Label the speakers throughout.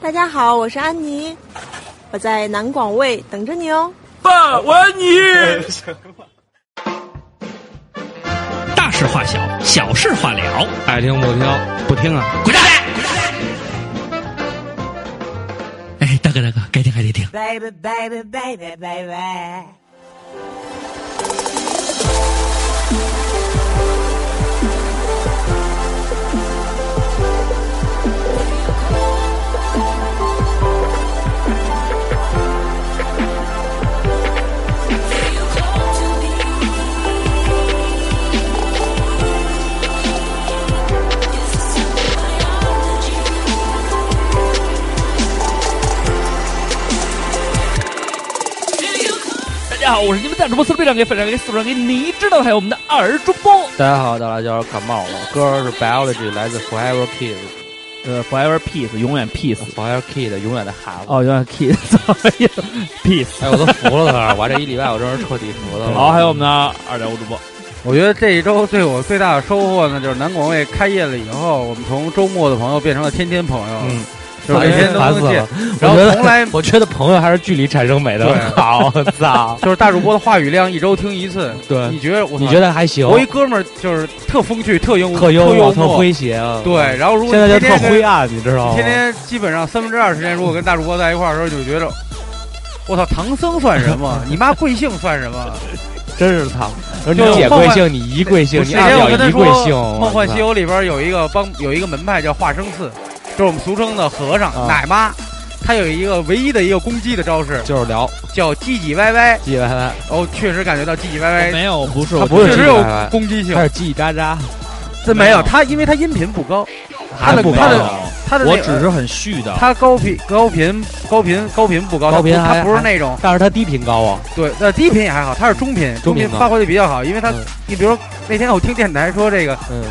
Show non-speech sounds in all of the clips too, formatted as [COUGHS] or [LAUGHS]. Speaker 1: 大家好，我是安妮，我在南广卫等着你哦。
Speaker 2: 爸，我爱你。
Speaker 3: 大事化小，小事化了。
Speaker 4: 爱听不听，不听啊！
Speaker 3: 滚蛋！哎，大哥大哥，该听还得听。
Speaker 5: baby, baby, baby, baby.
Speaker 3: 大家好，我是你们大主播四队长给粉长给四长给你知道，还有我们的二主播
Speaker 4: 大家好，大辣椒感冒了，歌是 Biology 来自 Forever Kids，Forever
Speaker 2: 呃，Forever Peace，永远 Peace。
Speaker 4: Kid 永远的孩子。
Speaker 2: 哦，永远 Peace，操 [LAUGHS] 哎呀，Peace。
Speaker 4: 哎，我都服了他，我这一礼拜我真是彻底服他
Speaker 2: 好，
Speaker 4: 了。
Speaker 2: 还有我们的二点五主播，
Speaker 6: 我觉得这一周对我最大的收获呢，就是南广卫开业了以后，我们从周末的朋友变成了天天朋友，
Speaker 4: 嗯，
Speaker 6: 就是每天都
Speaker 4: 烦死
Speaker 6: 能见
Speaker 4: 了。。
Speaker 6: 然后
Speaker 4: 我觉得
Speaker 6: 从来
Speaker 4: 我觉得朋友还是距离产生美的
Speaker 6: 对
Speaker 4: 好，操！
Speaker 6: 就是大主播的话语量一周听一次，
Speaker 4: 对，
Speaker 6: 你觉得我
Speaker 4: 你觉得还行？
Speaker 6: 我一哥们儿就是特风趣、特幽
Speaker 4: 特幽
Speaker 6: 幽
Speaker 4: 默、
Speaker 6: 默、
Speaker 4: 特诙谐啊！
Speaker 6: 对，，然后如果
Speaker 4: 现在就
Speaker 6: 天
Speaker 4: 特
Speaker 6: 天
Speaker 4: 灰暗，你知道
Speaker 6: 跟
Speaker 4: 吗？
Speaker 6: 天天基本上三分之二时间，如果跟大主播在一块儿的时候，就觉得我操，唐僧算
Speaker 4: [LAUGHS]
Speaker 6: 什么？你妈贵姓算什么？
Speaker 4: 真是操！而你
Speaker 6: 就
Speaker 4: 姐
Speaker 6: 梦
Speaker 4: 贵
Speaker 6: 幻
Speaker 4: 姓，你姨贵姓，
Speaker 6: 我
Speaker 4: 你
Speaker 6: 那天
Speaker 4: 二
Speaker 6: 我
Speaker 4: 表
Speaker 6: 跟他
Speaker 4: 姨贵
Speaker 6: 说
Speaker 4: 姓，
Speaker 6: 《
Speaker 4: 我
Speaker 6: 梦幻
Speaker 4: 操
Speaker 6: 西游》里边有一个帮有一个门派叫化生寺，就是我们俗称的和尚、
Speaker 4: 啊
Speaker 6: 奶妈。他有一个唯一的一个攻击的招式，
Speaker 4: 就是聊
Speaker 6: 叫唧唧歪歪。
Speaker 4: 唧唧歪歪，
Speaker 6: 哦，确实感觉到唧唧歪歪，
Speaker 2: 没有，不是，
Speaker 4: 哎他
Speaker 2: 我
Speaker 4: 不是
Speaker 6: 确
Speaker 4: 唧
Speaker 6: 实
Speaker 4: 唧
Speaker 6: 有
Speaker 4: 歪哎歪，
Speaker 6: 攻击性
Speaker 4: 他。是叽叽喳喳，
Speaker 6: 这没有他，因为他音频不高，他的
Speaker 4: 不
Speaker 6: 他
Speaker 4: 高
Speaker 6: 的他的那
Speaker 2: 我
Speaker 6: 个
Speaker 2: 只是很虚的。
Speaker 6: 他高频高频高频高频不高，
Speaker 4: 高频
Speaker 6: 他不
Speaker 4: 还
Speaker 6: 他不是
Speaker 4: 还
Speaker 6: 那种
Speaker 4: 但是他低频高啊。
Speaker 6: 对，呃，低频也还好，他是中频，
Speaker 4: 中
Speaker 6: 中
Speaker 4: 频
Speaker 6: 频
Speaker 4: 高
Speaker 6: 发挥的比较好，因为他
Speaker 4: 嗯
Speaker 6: 你比如说那天我听电台说这个
Speaker 4: 嗯，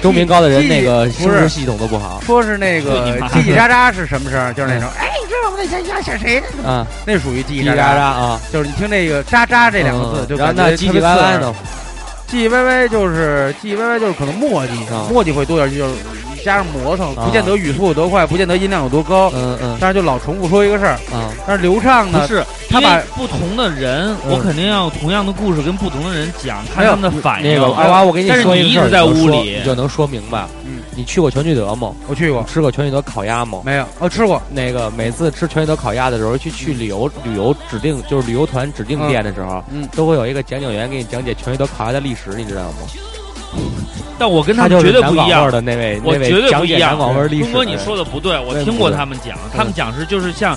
Speaker 4: 中频高的人
Speaker 6: 记
Speaker 4: 那个
Speaker 6: 不
Speaker 4: 生殖
Speaker 6: 是
Speaker 4: 系统都不好
Speaker 6: 说是那个呃
Speaker 2: 对你妈
Speaker 6: 叽叽喳喳是什么声儿？就是那种，哎，你知道吗？那谁谁谁，
Speaker 4: 啊，
Speaker 6: 那属于叽
Speaker 4: 叽叽
Speaker 6: 叽喳
Speaker 4: 喳喳，啊，
Speaker 6: 就是你听那个“喳喳”这两个字，
Speaker 4: 嗯
Speaker 6: 就
Speaker 4: 然后
Speaker 6: 感
Speaker 4: 那
Speaker 6: 觉
Speaker 4: 唧
Speaker 6: 特别
Speaker 4: 唧歪歪
Speaker 6: 刺耳
Speaker 4: 呢？
Speaker 6: 唧唧歪歪就是唧唧歪歪就是可能磨叽
Speaker 4: 啊，
Speaker 6: 磨叽会多点儿，就是加上磨蹭，
Speaker 4: 啊
Speaker 6: 不见得语速有多快，不见得音量有多高，
Speaker 4: 嗯嗯
Speaker 6: 但是就老重复说一个事儿。
Speaker 4: 啊，
Speaker 6: 但是流畅
Speaker 2: 不
Speaker 6: 呢，
Speaker 2: 是，
Speaker 6: 他
Speaker 2: 因为
Speaker 6: 把
Speaker 2: 不同的人，
Speaker 4: 嗯
Speaker 2: 我肯定要有同样的故事跟不同的人讲，看
Speaker 6: 没有
Speaker 2: 他们的反应。啊
Speaker 4: 那个二哎娃，我跟你
Speaker 2: 哎但是
Speaker 4: 说
Speaker 2: 你
Speaker 4: 个
Speaker 2: 一
Speaker 4: 事儿，
Speaker 2: 直在
Speaker 4: 你就
Speaker 2: 屋
Speaker 4: 说
Speaker 2: 里
Speaker 4: 你就能说明白。
Speaker 6: 嗯，
Speaker 4: 你去过全聚德吗？
Speaker 6: 我去过
Speaker 4: 吃过全聚德烤鸭吗？
Speaker 6: 没有？哦，吃过，
Speaker 4: 那个每次吃全聚德烤鸭的时候，去去旅游旅游指定就是旅游团指定
Speaker 6: 嗯
Speaker 4: 店的时候，
Speaker 6: 嗯
Speaker 4: 都会有一个讲解员给你讲解全聚德烤鸭的历史，你知道吗？
Speaker 2: 但我跟他
Speaker 4: 就
Speaker 2: 们
Speaker 4: 是
Speaker 2: 绝对
Speaker 4: 南
Speaker 2: 不一
Speaker 4: 广味儿
Speaker 2: 样。
Speaker 4: 的那位，
Speaker 2: 我
Speaker 4: 那位
Speaker 2: 绝对不
Speaker 4: 讲
Speaker 2: 一
Speaker 4: 解
Speaker 2: 样
Speaker 4: 南广味儿历史
Speaker 2: 东
Speaker 4: 的人。
Speaker 2: 哥，你说的不对，我
Speaker 4: 我也
Speaker 2: 听
Speaker 4: 不
Speaker 2: 过
Speaker 4: 对
Speaker 2: 他们讲，他们讲是就是像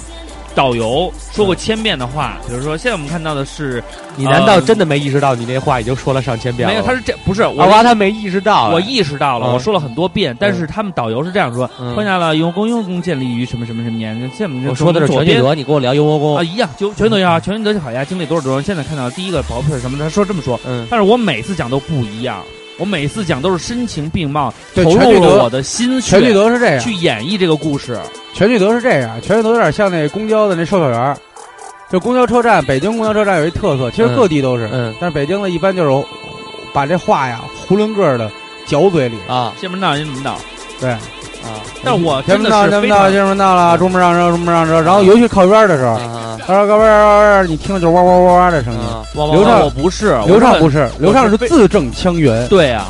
Speaker 2: 导游说过千遍的话，比如说现在我们看到的是
Speaker 4: 啊你难道真的没意识到你那话已经说了上千遍了
Speaker 2: 没有，
Speaker 4: 吗？
Speaker 2: 他是这不是我
Speaker 4: 二娃他没意识到啊，
Speaker 2: 我意识到了，
Speaker 4: 嗯
Speaker 2: 我说了很多遍，但是他们导游是这样说：
Speaker 4: 嗯
Speaker 2: 欢迎来了，用公用公建立于什么什么什么年，现在我们
Speaker 4: 我说的是
Speaker 2: 左
Speaker 4: 全聚
Speaker 2: 边
Speaker 4: 德，你哦跟我聊油锅公
Speaker 2: 啊，一样，就全聚德也好，全聚德烤鸭经历多少多少，现在看到第一个薄片什么的，他说这么说，
Speaker 4: 嗯，
Speaker 2: 但是我每次讲都不一样，我每次讲都是深情并茂，
Speaker 6: 对
Speaker 2: 投
Speaker 6: 全
Speaker 2: 入
Speaker 6: 聚德
Speaker 2: 了我的心血
Speaker 6: 全聚德是这样，
Speaker 2: 去演绎这个故事。
Speaker 6: 全聚德是这样，全聚德有点像那公交的那售票员儿，就公交车站，北京公交车站有一特色，其实
Speaker 4: 嗯
Speaker 6: 各地都是，
Speaker 4: 嗯
Speaker 6: 但是北京的一般就是把这话呀囫囵个儿的嚼嘴里，
Speaker 4: 啊
Speaker 2: 先门道，先门道，
Speaker 6: 对，
Speaker 4: 啊
Speaker 2: 但我真
Speaker 6: 前面
Speaker 2: 的
Speaker 6: 到
Speaker 2: 是
Speaker 6: 前
Speaker 2: 非
Speaker 6: 面到
Speaker 2: 常嗯
Speaker 6: 前面到了，中不让车中不让车，然后尤其靠边儿的时候，
Speaker 4: 啊
Speaker 6: 他说靠边儿靠边儿，你听着就是哇哇哇哇的声音。
Speaker 4: 啊！
Speaker 2: 我
Speaker 6: 刘畅
Speaker 2: 我不是
Speaker 6: 刘
Speaker 2: 嗯我
Speaker 6: 畅
Speaker 2: 很
Speaker 6: 不是，刘畅是字正腔圆，
Speaker 2: 对啊，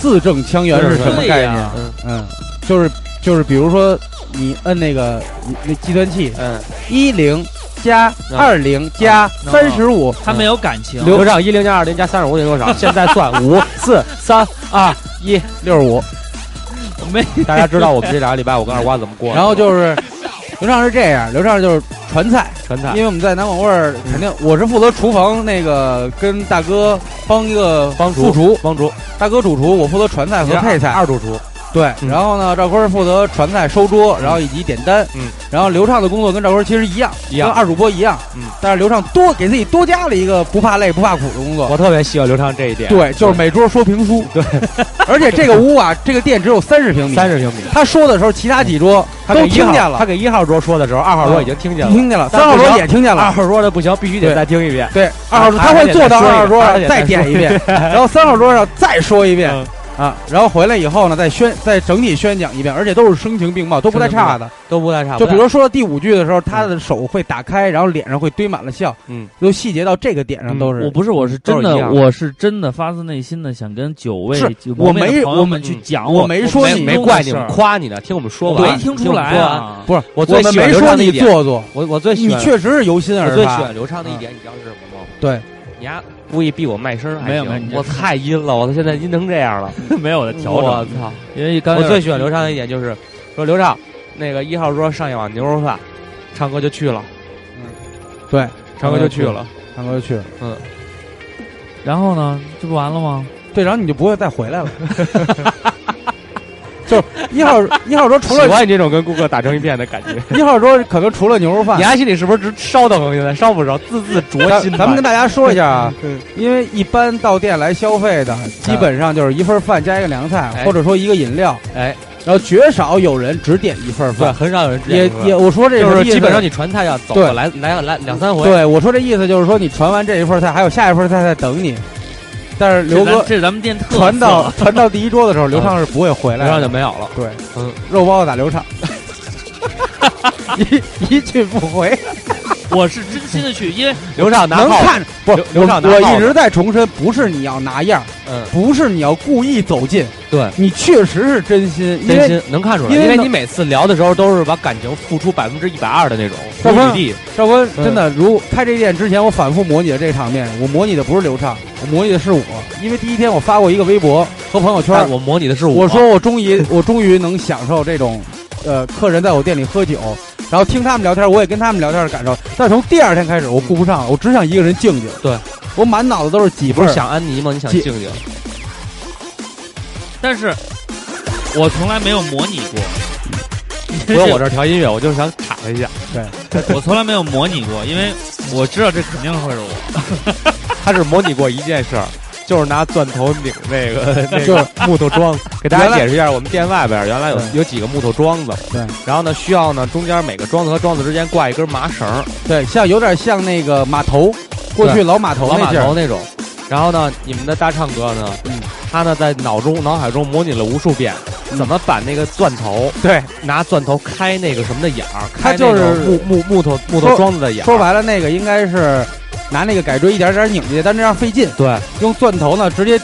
Speaker 6: 字正腔圆是什么
Speaker 2: 对
Speaker 6: 概念
Speaker 2: 呀？
Speaker 6: 嗯，就是就是，比如说你摁那个你那计算器，
Speaker 4: 嗯，
Speaker 6: 一零加
Speaker 4: 嗯
Speaker 6: 二零加
Speaker 2: 嗯
Speaker 6: 三十五，
Speaker 2: 他没有感情，
Speaker 4: 刘畅一零加二零加三十五等于多少？ [LAUGHS] 现在算五四三二一，
Speaker 6: 六十五，
Speaker 2: 没
Speaker 4: 大家知道我们这两个礼拜我跟二瓜怎么过的？
Speaker 6: 然后就是刘畅是这样，刘畅就是传菜，
Speaker 4: 传菜
Speaker 6: 因为我们在南广味儿
Speaker 4: 嗯
Speaker 6: 肯定我是负责厨房那个跟大哥帮一个
Speaker 4: 帮厨
Speaker 6: 副厨，
Speaker 4: 帮厨
Speaker 6: 大哥主厨，我负责传菜和配菜，
Speaker 4: 二主厨，
Speaker 6: 对，
Speaker 4: 嗯
Speaker 6: 然后呢赵坤是负责传菜收桌，然后以及点单，
Speaker 4: 嗯，
Speaker 6: 然后刘畅的工作跟赵坤其实一样，
Speaker 4: 一样
Speaker 6: 跟二主播一样，
Speaker 4: 嗯，
Speaker 6: 但是刘畅多给自己多加了一个不怕累不怕苦的工作，
Speaker 4: 我特别喜欢刘畅这一点。
Speaker 6: 对，就是每桌说评书。对， [LAUGHS] 而且这个屋啊，这个店只有三十平米。
Speaker 4: 三十平米，
Speaker 6: 他说的时候，其他几桌
Speaker 4: 他
Speaker 6: 都
Speaker 4: 给一
Speaker 6: 听
Speaker 4: 号
Speaker 6: 见了
Speaker 4: 他，给一号桌说的时候，二号桌已经听见了，
Speaker 6: 听见了，
Speaker 4: 但
Speaker 6: 三
Speaker 4: 是啊
Speaker 6: 号
Speaker 4: 不
Speaker 6: 桌
Speaker 4: 行
Speaker 6: 也听见
Speaker 4: 二
Speaker 6: 了。
Speaker 4: 号桌的不行，必须得
Speaker 6: 对
Speaker 4: 再听一遍。
Speaker 6: 对，二号桌
Speaker 4: 还
Speaker 6: 他会坐到
Speaker 4: 啊还得再说一
Speaker 6: 二号桌
Speaker 4: 还得
Speaker 6: 上
Speaker 4: 再
Speaker 6: 再
Speaker 4: 说
Speaker 6: 点
Speaker 4: 一
Speaker 6: 一遍，然后三号桌上再说一遍
Speaker 4: 嗯，
Speaker 6: 啊，然后回来以后呢，再宣再整体宣讲一遍，而且都是声情并茂，都不带差的。
Speaker 4: 都不太差。
Speaker 6: 就比如说到第五句的时候，他的手会打开，然后脸上会堆满了笑，
Speaker 4: 嗯，
Speaker 6: 都细节到这个点上
Speaker 4: 嗯
Speaker 6: 都是。
Speaker 2: 我不是，我是真
Speaker 4: 都是一
Speaker 2: 的，
Speaker 4: 样
Speaker 2: 我是真的发自内心的想跟九位
Speaker 6: 是
Speaker 2: 就蒙面的
Speaker 6: 我没
Speaker 2: 朋友们
Speaker 4: 我
Speaker 2: 去
Speaker 4: 嗯
Speaker 2: 讲
Speaker 6: 我
Speaker 2: 我
Speaker 6: 没
Speaker 2: 我
Speaker 6: 说
Speaker 4: 没
Speaker 2: 心
Speaker 6: 你
Speaker 4: 没
Speaker 2: 中的
Speaker 4: 怪
Speaker 2: 事
Speaker 4: 你们
Speaker 2: 儿
Speaker 4: 夸你呢，听我们说
Speaker 2: 我
Speaker 4: 完。
Speaker 2: 没听
Speaker 4: 我
Speaker 2: 出
Speaker 4: 们
Speaker 2: 来
Speaker 4: 说完 [LAUGHS]
Speaker 2: 啊。
Speaker 6: 不是，
Speaker 4: 我最
Speaker 6: 我们
Speaker 4: 喜欢
Speaker 6: 没
Speaker 4: 流
Speaker 6: 说
Speaker 4: 畅的
Speaker 6: 你
Speaker 4: 一点，
Speaker 6: 做作，
Speaker 4: 我我最喜
Speaker 6: 你
Speaker 4: 欢，
Speaker 6: 确实是由心
Speaker 4: 我
Speaker 6: 而
Speaker 4: 最喜
Speaker 6: 发。
Speaker 4: 欢流畅的一点，你知道是什么吗？
Speaker 6: 对，
Speaker 4: 你丫故意逼我卖声儿还
Speaker 2: 没有
Speaker 4: 行
Speaker 2: 没有你这
Speaker 4: 我太阴了，我操，现在阴成这样了，
Speaker 2: [LAUGHS] 没有的调
Speaker 4: 我
Speaker 2: 整，
Speaker 4: 操！
Speaker 2: 因为刚才
Speaker 4: 我最喜欢刘畅的一点就是，说刘畅，那个一号桌上一碗牛肉饭，唱歌就去了，
Speaker 6: 对，
Speaker 4: 唱歌就去了，
Speaker 6: 唱歌就去了。
Speaker 2: 然后呢，这不完了吗？
Speaker 6: 对，然后你就不会再
Speaker 4: [LAUGHS]
Speaker 6: 回来了。就是一号一号桌除了
Speaker 4: 喜欢你这种跟顾客打成一片的感 [LAUGHS] 觉。
Speaker 6: 一号桌，可能除了牛肉饭
Speaker 4: 你，还心里是不是直烧腾？现在烧不着，字字灼
Speaker 6: 咱
Speaker 4: 心吧。
Speaker 6: 咱们跟大家说一
Speaker 4: [LAUGHS]
Speaker 6: 下啊，因为一般到店来消费的，基本上就是一份饭加一个凉菜，
Speaker 4: 哎
Speaker 6: 或者说一个饮料，
Speaker 4: 哎，
Speaker 6: 然后绝少有人只点一份
Speaker 4: 对，
Speaker 6: 饭。
Speaker 4: 很少有人这
Speaker 6: 也
Speaker 4: 样说
Speaker 6: 也，我说这
Speaker 4: 就
Speaker 6: 个
Speaker 4: 是
Speaker 6: 意思
Speaker 4: 基本上你传菜要走
Speaker 6: 对
Speaker 4: 个来来来两三回，
Speaker 6: 对我说这意思就是说你传完这一份菜，还有下一份菜在等你。但是
Speaker 2: 这
Speaker 6: 刘
Speaker 2: 咱
Speaker 6: 哥
Speaker 2: 这是咱们店特色
Speaker 6: 传到传到第一桌的时候，刘畅是不会回来
Speaker 4: 然后就
Speaker 6: 的。
Speaker 4: 没有了。
Speaker 6: 对，
Speaker 4: 嗯，
Speaker 6: 肉包子打刘畅， [LAUGHS] 一一去不回。
Speaker 2: 我是真心的去，因为
Speaker 4: 刘畅拿
Speaker 6: 能
Speaker 4: 炮，
Speaker 6: 看不？
Speaker 4: 刘刘
Speaker 6: 我
Speaker 4: 畅拿
Speaker 6: 我
Speaker 4: 炮
Speaker 6: 一直在重申，不是你要拿样儿，
Speaker 4: 嗯，
Speaker 6: 不是你要故意走近，
Speaker 4: 对，
Speaker 6: 你确实是真心，因
Speaker 4: 真
Speaker 6: 为
Speaker 4: 心能看出来，
Speaker 6: 因
Speaker 4: 因
Speaker 6: 为
Speaker 4: 为
Speaker 6: 能
Speaker 4: 你每次聊的时候都是把感情付出百分之一百二的那种，
Speaker 6: 要不然
Speaker 4: 无余地。
Speaker 6: 赵哥
Speaker 4: 嗯
Speaker 6: 真的，如开这店之前，我反复模拟了这个场面，我模拟的不是刘畅，我模拟的是我，因为第一天我发过一个微博和朋友圈
Speaker 4: 哎但，我模拟的是
Speaker 6: 我
Speaker 4: 我啊
Speaker 6: 说我终于我终于能享受这种，呃，客人在我店里喝酒，然后听他们聊天，我也跟他们聊天的感受。但从第二天开始，我顾不上了，我只想一个人静静。
Speaker 4: 对，
Speaker 6: 我满脑子都是几
Speaker 4: 不
Speaker 6: 份
Speaker 4: 是
Speaker 6: 儿，
Speaker 4: 想安妮吗？你想
Speaker 6: 记
Speaker 4: 静静？
Speaker 2: 但是我从来没有模拟
Speaker 4: [LAUGHS]
Speaker 2: 过，
Speaker 4: 不是我这儿调音乐，我就是想插一下。
Speaker 2: 我从来没有模拟过，因为我知道这肯定会是我。
Speaker 4: 他是模拟过一件事儿，就是拿钻头拧 [LAUGHS] 那个那
Speaker 6: 就
Speaker 4: 个
Speaker 6: 是
Speaker 4: 木头
Speaker 6: [LAUGHS]
Speaker 4: 桩。给大
Speaker 6: 原
Speaker 4: 家
Speaker 6: 来
Speaker 4: 解释一下，我们店外边儿原来有
Speaker 6: 对
Speaker 4: 有几个木头桩子，
Speaker 6: 对，
Speaker 4: 然后呢需要呢中间每个桩子和桩子之间挂一根麻绳儿，
Speaker 6: 对，像有点像那个码头，过去
Speaker 4: 对
Speaker 6: 老码头
Speaker 4: 老
Speaker 6: 那
Speaker 4: 码
Speaker 6: 劲儿
Speaker 4: 头，那种。然后呢，你们的大唱哥呢，
Speaker 6: 嗯
Speaker 4: 他呢在脑中脑海中模拟了无数遍，怎么把那个钻头
Speaker 6: 对，
Speaker 4: 拿钻头开那个什么的眼儿，
Speaker 6: 他
Speaker 4: 开那
Speaker 6: 就
Speaker 4: 种
Speaker 6: 是
Speaker 4: 木木木头木头
Speaker 6: 说
Speaker 4: 桩子的眼儿。
Speaker 6: 说白了，那个应该是拿那个改锥一点点拧进去，但这样费劲。
Speaker 4: 对，
Speaker 6: 用钻头呢，直接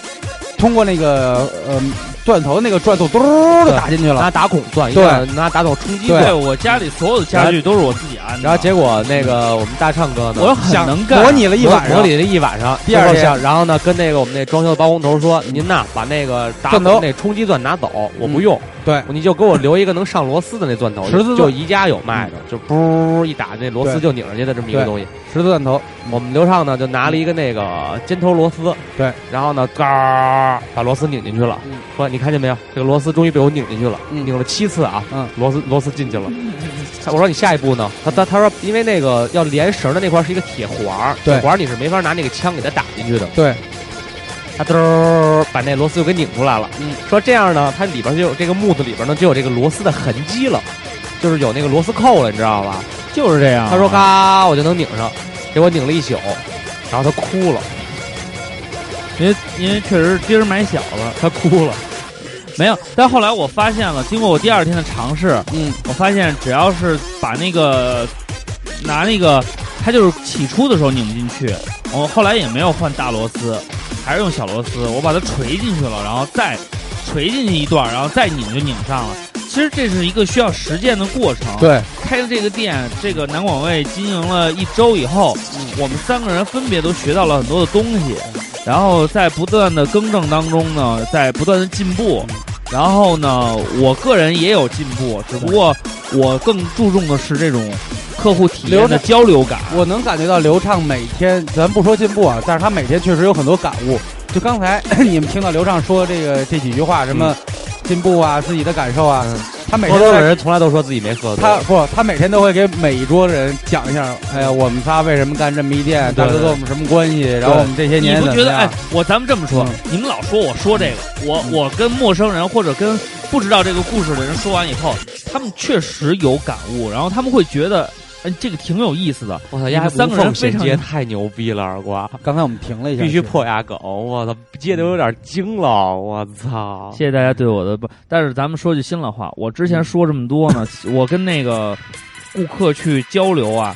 Speaker 6: 通过那个呃钻头那个钻头嘟儿就打进去了。
Speaker 4: 拿打孔钻，
Speaker 6: 对
Speaker 4: 要拿打孔冲击
Speaker 6: 对
Speaker 4: 钻。
Speaker 2: 我家里所有的家具都是我自己安的，
Speaker 4: 然后结果那个我们大唱哥呢，
Speaker 2: 我很能干，
Speaker 6: 模拟了一晚
Speaker 4: 模
Speaker 6: 上，
Speaker 4: 拟了一晚上，
Speaker 6: 第二天
Speaker 4: 最后想，然后呢，跟那个我们那装修的包工头说：“您呐，把那个打
Speaker 6: 钻头嗯
Speaker 4: 那冲击钻拿走，我不用，
Speaker 6: 对
Speaker 4: 你就给我留一个能上螺丝的那钻头，
Speaker 6: 十字钻嗯
Speaker 4: 就宜家有卖的，就噗一打，那螺丝
Speaker 6: 对
Speaker 4: 就拧上去的这么一个
Speaker 6: 对
Speaker 4: 东西。
Speaker 6: 十字钻头，
Speaker 4: 我们刘畅呢就拿了一个那个尖头螺丝，
Speaker 6: 嗯对，
Speaker 4: 然后呢，嘎把螺丝拧进去了
Speaker 6: 嗯。
Speaker 4: 说你看见没有，这个螺丝终于被我拧进去了，
Speaker 6: 嗯
Speaker 4: 拧了七次啊
Speaker 6: 嗯，
Speaker 4: 螺丝螺丝进去了。我说你下一步呢？他他他说因为那个要连绳的那块是一个铁环儿，
Speaker 6: 对
Speaker 4: 铁环儿你是没法拿那个枪给它打进去的。
Speaker 6: 对，
Speaker 4: 他嘟把那螺丝又给拧出来了。
Speaker 6: 嗯，
Speaker 4: 说这样呢，它里边就有这个木头里边呢就有这个螺丝的痕迹了，就是有那个螺丝扣了，你知道吧？
Speaker 2: 就是这样啊。
Speaker 4: 他说嘎，我就能拧上，结果拧了一宿，然后他哭了，
Speaker 2: 因为因为确实钉儿买小了，
Speaker 4: 他哭 [LAUGHS] 了。
Speaker 2: 没有。但后来我发现了，经过我第二天的尝试，
Speaker 6: 嗯，
Speaker 2: 我发现只要是把那个拿那个，它就是起初的时候拧不进去，我后来也没有换大螺丝，还是用小螺丝，我把它锤进去了，然后再锤进去一段，然后再拧就拧上了。其实这是一个需要实践的过程。
Speaker 6: 对，
Speaker 2: 开了这个店，这个南广味经营了一周以后，我们三个人分别都学到了很多的东西，然后在不断的更正当中呢，在不断的进步。然后呢，我个人也有进步，只不过我更注重的是这种客户体验
Speaker 6: 留着
Speaker 2: 的交流感。
Speaker 6: 我能感觉到刘畅每天，咱不说进步啊，但是他每天确实有很多感悟。就刚才 [CLEARS THROAT] 你们听到刘畅说这个这几句话，什么进步啊，自己的感受啊，他每
Speaker 4: 喝
Speaker 6: 天都
Speaker 4: 多的
Speaker 6: 在
Speaker 4: 人从来都嗯说自己没喝多。
Speaker 6: 他不，他每天都会给每一桌的人讲一下，哎呀，我们仨为什么干这么一店，大
Speaker 4: 嗯对
Speaker 6: 哥
Speaker 4: 对
Speaker 6: 跟我们什么关系，然后我们这些
Speaker 2: 你
Speaker 6: 年
Speaker 2: 不
Speaker 6: 怎
Speaker 2: 觉
Speaker 6: 么
Speaker 2: 得？哎
Speaker 6: 样？，嗯
Speaker 2: 我咱们这么说，你们老说我说这个，我我跟陌生人或者跟不知道这个故事的人说完以后，他们确实有感悟，然后他们会觉得哎，这个挺有意思的。
Speaker 4: 我操，
Speaker 2: 你
Speaker 4: 丫
Speaker 2: 们
Speaker 4: 还
Speaker 2: 三个人
Speaker 4: 无缝衔
Speaker 2: 非常
Speaker 4: 接太牛逼了，二瓜
Speaker 6: 刚才我们停了一下，
Speaker 4: 哎必须破牙梗，我操，接的有点惊了，我操
Speaker 2: 谢，谢大家对我的不，但是咱们说句心里话，我之
Speaker 6: 嗯
Speaker 2: 前说这么多呢，我跟那个顾客去交流啊，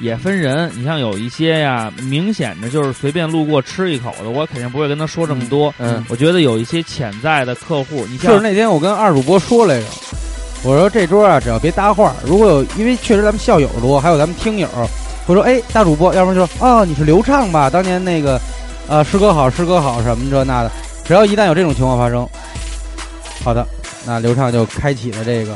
Speaker 2: 也分人。你像有一些呀，明显的就是随便路过吃一口的，我肯定不会跟他说这么多。
Speaker 4: 嗯，
Speaker 2: 我觉得有一些潜在的客户，你
Speaker 6: 是
Speaker 2: 像
Speaker 6: 那天我跟二主播说来着，我说这桌啊，只要别搭话儿，如果有，因为确实咱们校友多，还有咱们听友，会说哎，大主播，要不然就说哦，你是刘畅吧？当年那个，呃，师哥好，师哥好什么这那的。只要一旦有这种情况发生，好的，那刘畅就开启了这个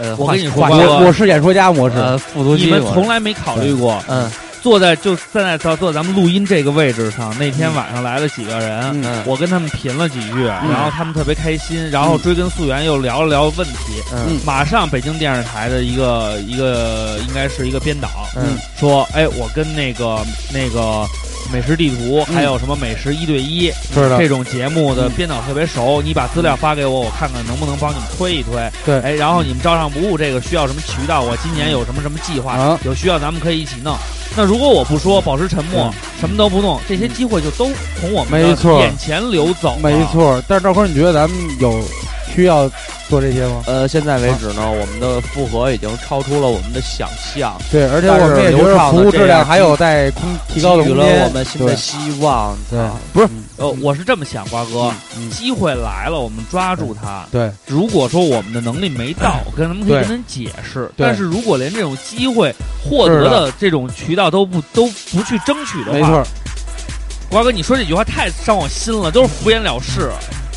Speaker 4: 呃，
Speaker 2: 我
Speaker 4: 话
Speaker 2: 跟你说
Speaker 4: 话
Speaker 2: 瓜哥
Speaker 6: 我我是演说家模式。
Speaker 4: 呃，复读
Speaker 2: 你
Speaker 4: 机，
Speaker 2: 们
Speaker 4: 我
Speaker 2: 从来没考虑过
Speaker 4: 嗯
Speaker 2: 坐在就站在坐坐咱们录音这个位置上，那天晚上来了几个人，
Speaker 6: 嗯
Speaker 4: 嗯
Speaker 2: 我跟他们贫了几句，然后他们特别开心，然后追根溯源又聊了聊问题。
Speaker 4: 嗯
Speaker 2: 马上北京电视台的一个一个应该是一个编导
Speaker 4: 嗯
Speaker 2: 说，哎，我跟那个那个美食地图
Speaker 4: 嗯
Speaker 2: 还有什么美食一对一
Speaker 6: 是的
Speaker 2: 这种节目的编导特别熟，你把资料发给我，我看看能不能帮你们推一推。
Speaker 6: 对
Speaker 2: 哎，然后你们照上不误这个需要什么渠道，我今年有什么什么计划，
Speaker 6: 啊
Speaker 2: 有需要咱们可以一起弄。那如果我不说，保持沉默，什么都不弄，这些机会就都从我们
Speaker 6: 嗯没
Speaker 2: 的
Speaker 6: 错
Speaker 2: 眼前流走啊了。
Speaker 6: 没错，但是赵坤，你觉得咱们有需要做这些吗？
Speaker 4: 呃，现在为止呢，我们的复合已经超出了我们的想象，
Speaker 6: 对，而且
Speaker 4: 但是
Speaker 6: 我们也觉
Speaker 4: 刘
Speaker 6: 得
Speaker 4: 畅
Speaker 6: 服
Speaker 4: 的
Speaker 6: 务
Speaker 4: 这
Speaker 6: 质量
Speaker 4: 样
Speaker 6: 还有待空提高的
Speaker 4: 给
Speaker 6: 空
Speaker 4: 予了
Speaker 6: 间。
Speaker 4: 我们新的
Speaker 6: 对
Speaker 4: 希望。啊嗯
Speaker 6: 对
Speaker 4: 操
Speaker 2: 呃，我是这么想，瓜哥，
Speaker 6: 嗯
Speaker 2: 机会来了，我们抓住它。
Speaker 6: 对，
Speaker 2: 如果说我们的能力没到，跟咱们可以
Speaker 6: 对
Speaker 2: 跟人解释。
Speaker 6: 对
Speaker 2: 但是如果连这种机会获
Speaker 6: 是
Speaker 2: 得
Speaker 6: 的
Speaker 2: 的这种渠道都不都不去争取的
Speaker 6: 没
Speaker 2: 话，
Speaker 6: 错，
Speaker 2: 瓜哥，你说这句话太伤我心了，都是敷衍了事。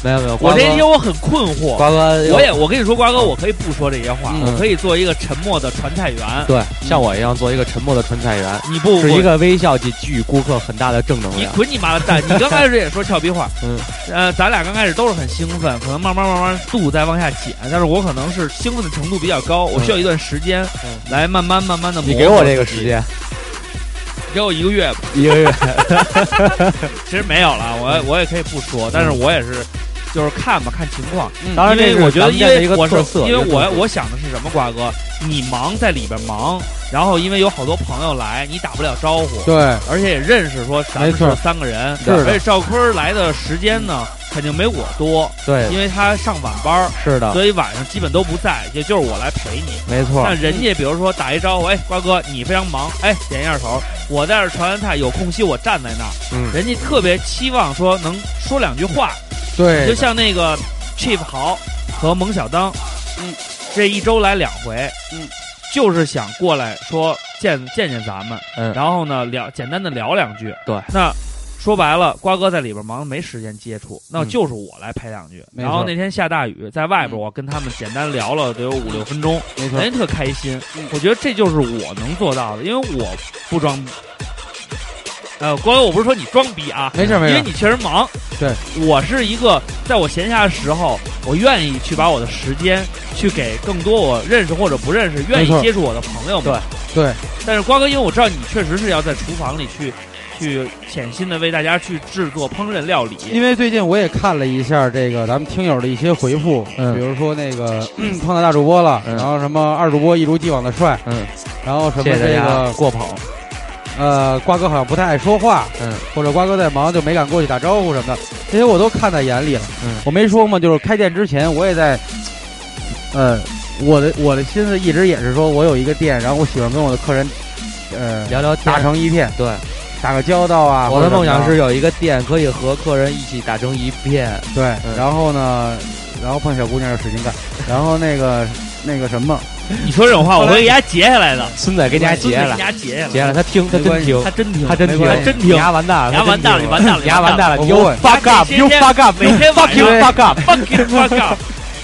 Speaker 4: 没有没有，
Speaker 2: 我
Speaker 4: 瓜
Speaker 2: 这些
Speaker 4: 哥，
Speaker 2: 天我很困惑。
Speaker 4: 瓜哥有，
Speaker 2: 我也，我跟你说，瓜哥，我可以不说这些话，
Speaker 4: 嗯
Speaker 2: 我可以做一个沉默的传菜员。
Speaker 4: 对，像我一样做一个沉默的传菜员，
Speaker 2: 你不，
Speaker 4: 是一
Speaker 2: 我
Speaker 4: 个微笑及给予顾客很大的正能
Speaker 2: 你
Speaker 4: 量。
Speaker 2: 滚你妈的蛋！你刚开始也说俏皮话，
Speaker 4: [LAUGHS] 嗯，
Speaker 2: 呃，咱俩刚开始都是很兴奋，可能慢慢慢慢度再往下减，但是我可能是兴奋的程度比较高，我需要一段时间
Speaker 4: 嗯
Speaker 2: 来慢慢慢慢的。
Speaker 4: 你给我这个时，间，
Speaker 2: 给我一个月吧，
Speaker 4: 一个月，
Speaker 2: [LAUGHS] 其实没有了，我我也可以不说，但
Speaker 4: 嗯
Speaker 2: 是我也是。就是看吧，看情况。
Speaker 4: 当然
Speaker 2: 因
Speaker 4: 这
Speaker 2: 为
Speaker 4: 是
Speaker 2: 我觉得，
Speaker 4: 咱们
Speaker 2: 因
Speaker 4: 店的
Speaker 2: 为
Speaker 4: 一个
Speaker 2: 我是
Speaker 4: 特色，
Speaker 2: 因
Speaker 4: 一
Speaker 2: 为
Speaker 4: 个特
Speaker 2: 我
Speaker 4: 色
Speaker 2: 我想的是什么，瓜哥，你忙在里边忙，然后因为有好多朋友来，你打不了招呼，
Speaker 6: 对。
Speaker 2: 而且也认识说咱们
Speaker 6: 没错
Speaker 2: 是三个人，
Speaker 6: 是的
Speaker 2: 而且赵坤儿来的时间呢，肯定没我多，
Speaker 4: 对，
Speaker 2: 因为他上晚班儿，
Speaker 4: 是的，
Speaker 2: 所以晚上基本都不在，也就是我来陪你。
Speaker 4: 没错
Speaker 2: 那，人家比如说打一招呼，哎，瓜哥你非常忙，哎，点一下头，我在这儿传完菜，有空隙我站在那儿，
Speaker 4: 嗯
Speaker 2: 人家特别期望说能说两句话，
Speaker 6: 对，
Speaker 2: 就像那个 Chief 豪和蒙小当，
Speaker 6: 嗯，
Speaker 2: 这一周来两回，
Speaker 6: 嗯，
Speaker 2: 就是想过来说见见见咱们，
Speaker 4: 嗯
Speaker 2: 然后呢聊简单的聊两句，
Speaker 4: 对，
Speaker 2: 那。说白了，瓜哥在里边忙，没时间接触，那
Speaker 4: 嗯
Speaker 2: 就是我来陪两句。
Speaker 6: 没
Speaker 2: 然后
Speaker 6: 错嗯
Speaker 2: 那天下大雨，在外边我跟他们简单聊了得有五六分钟，
Speaker 6: 没错，
Speaker 2: 人家特开心。我觉得这就是我能做到的，因为我不装。呃，瓜哥，我不是说你装逼啊，
Speaker 6: 没事没
Speaker 2: 因
Speaker 6: 事
Speaker 2: 为，你确实忙。
Speaker 6: 对，
Speaker 2: 我是一个在我闲暇的时候，我愿意去把我的时间去给更多我认识或者不认识、愿
Speaker 6: 没
Speaker 2: 意
Speaker 6: 错
Speaker 2: 接触我的朋友们。
Speaker 6: 对对。
Speaker 2: 但是瓜哥，因为我知道你确实是要在厨房里去，去潜心的为大家去制作烹饪料理。
Speaker 6: 因为最近我也看了一下这个咱们听友的一些回复，
Speaker 4: 嗯
Speaker 6: 比如说那个 [CLEARS THROAT] 嗯碰到大主播了，
Speaker 4: 嗯
Speaker 6: 然后什么二主播一如既往的帅，
Speaker 4: 嗯，
Speaker 6: 然后什么
Speaker 4: 谢谢大
Speaker 6: 这
Speaker 4: 家
Speaker 6: 个
Speaker 4: 过捧，
Speaker 6: 呃瓜哥好像不太爱说话，
Speaker 4: 嗯，
Speaker 6: 或者瓜哥在忙就没敢过去打招呼什么的，这些我都看在眼里了。
Speaker 4: 嗯
Speaker 6: 我没说嘛，就是开店之前我也在，呃，我的我的心思一直也是说我有一个店，然后我喜欢跟我的客人，呃，
Speaker 4: 聊聊天
Speaker 6: 打成一片，
Speaker 4: 对，
Speaker 6: 打个交道啊。
Speaker 4: 我
Speaker 6: 或
Speaker 4: 的
Speaker 6: 者
Speaker 4: 梦
Speaker 6: 怎么
Speaker 4: 想
Speaker 6: 着
Speaker 4: 是有一个店可以和客人一起打成一片，
Speaker 6: 对，
Speaker 4: 嗯
Speaker 6: 然后呢，然后碰小姑娘就
Speaker 2: [LAUGHS]
Speaker 6: 使劲干，然后那个那个什么，
Speaker 2: 你说这种话，我会给大家截下来的，
Speaker 4: 孙子给你家
Speaker 2: 孙
Speaker 4: 截
Speaker 2: 子给
Speaker 4: 了
Speaker 2: 大，家截下来，
Speaker 4: 截了，他听，他
Speaker 6: 没关
Speaker 4: 真
Speaker 6: 系
Speaker 4: 听
Speaker 2: 他，真听，
Speaker 4: 他真
Speaker 6: 没
Speaker 4: 听，
Speaker 6: 关
Speaker 2: 系真听
Speaker 4: 你丫完蛋了，他
Speaker 2: 牙
Speaker 4: 真
Speaker 2: 完蛋了，
Speaker 4: 听
Speaker 2: 你完蛋
Speaker 4: [LAUGHS]
Speaker 2: 了，
Speaker 4: 牙完蛋了
Speaker 6: 我
Speaker 4: ，You
Speaker 6: 不问
Speaker 4: fuck
Speaker 2: 他
Speaker 4: up，You
Speaker 2: 天天
Speaker 4: fuck up，
Speaker 2: 每天晚
Speaker 4: fuck you
Speaker 2: 上
Speaker 4: fuck up，
Speaker 2: fuck you fuck up，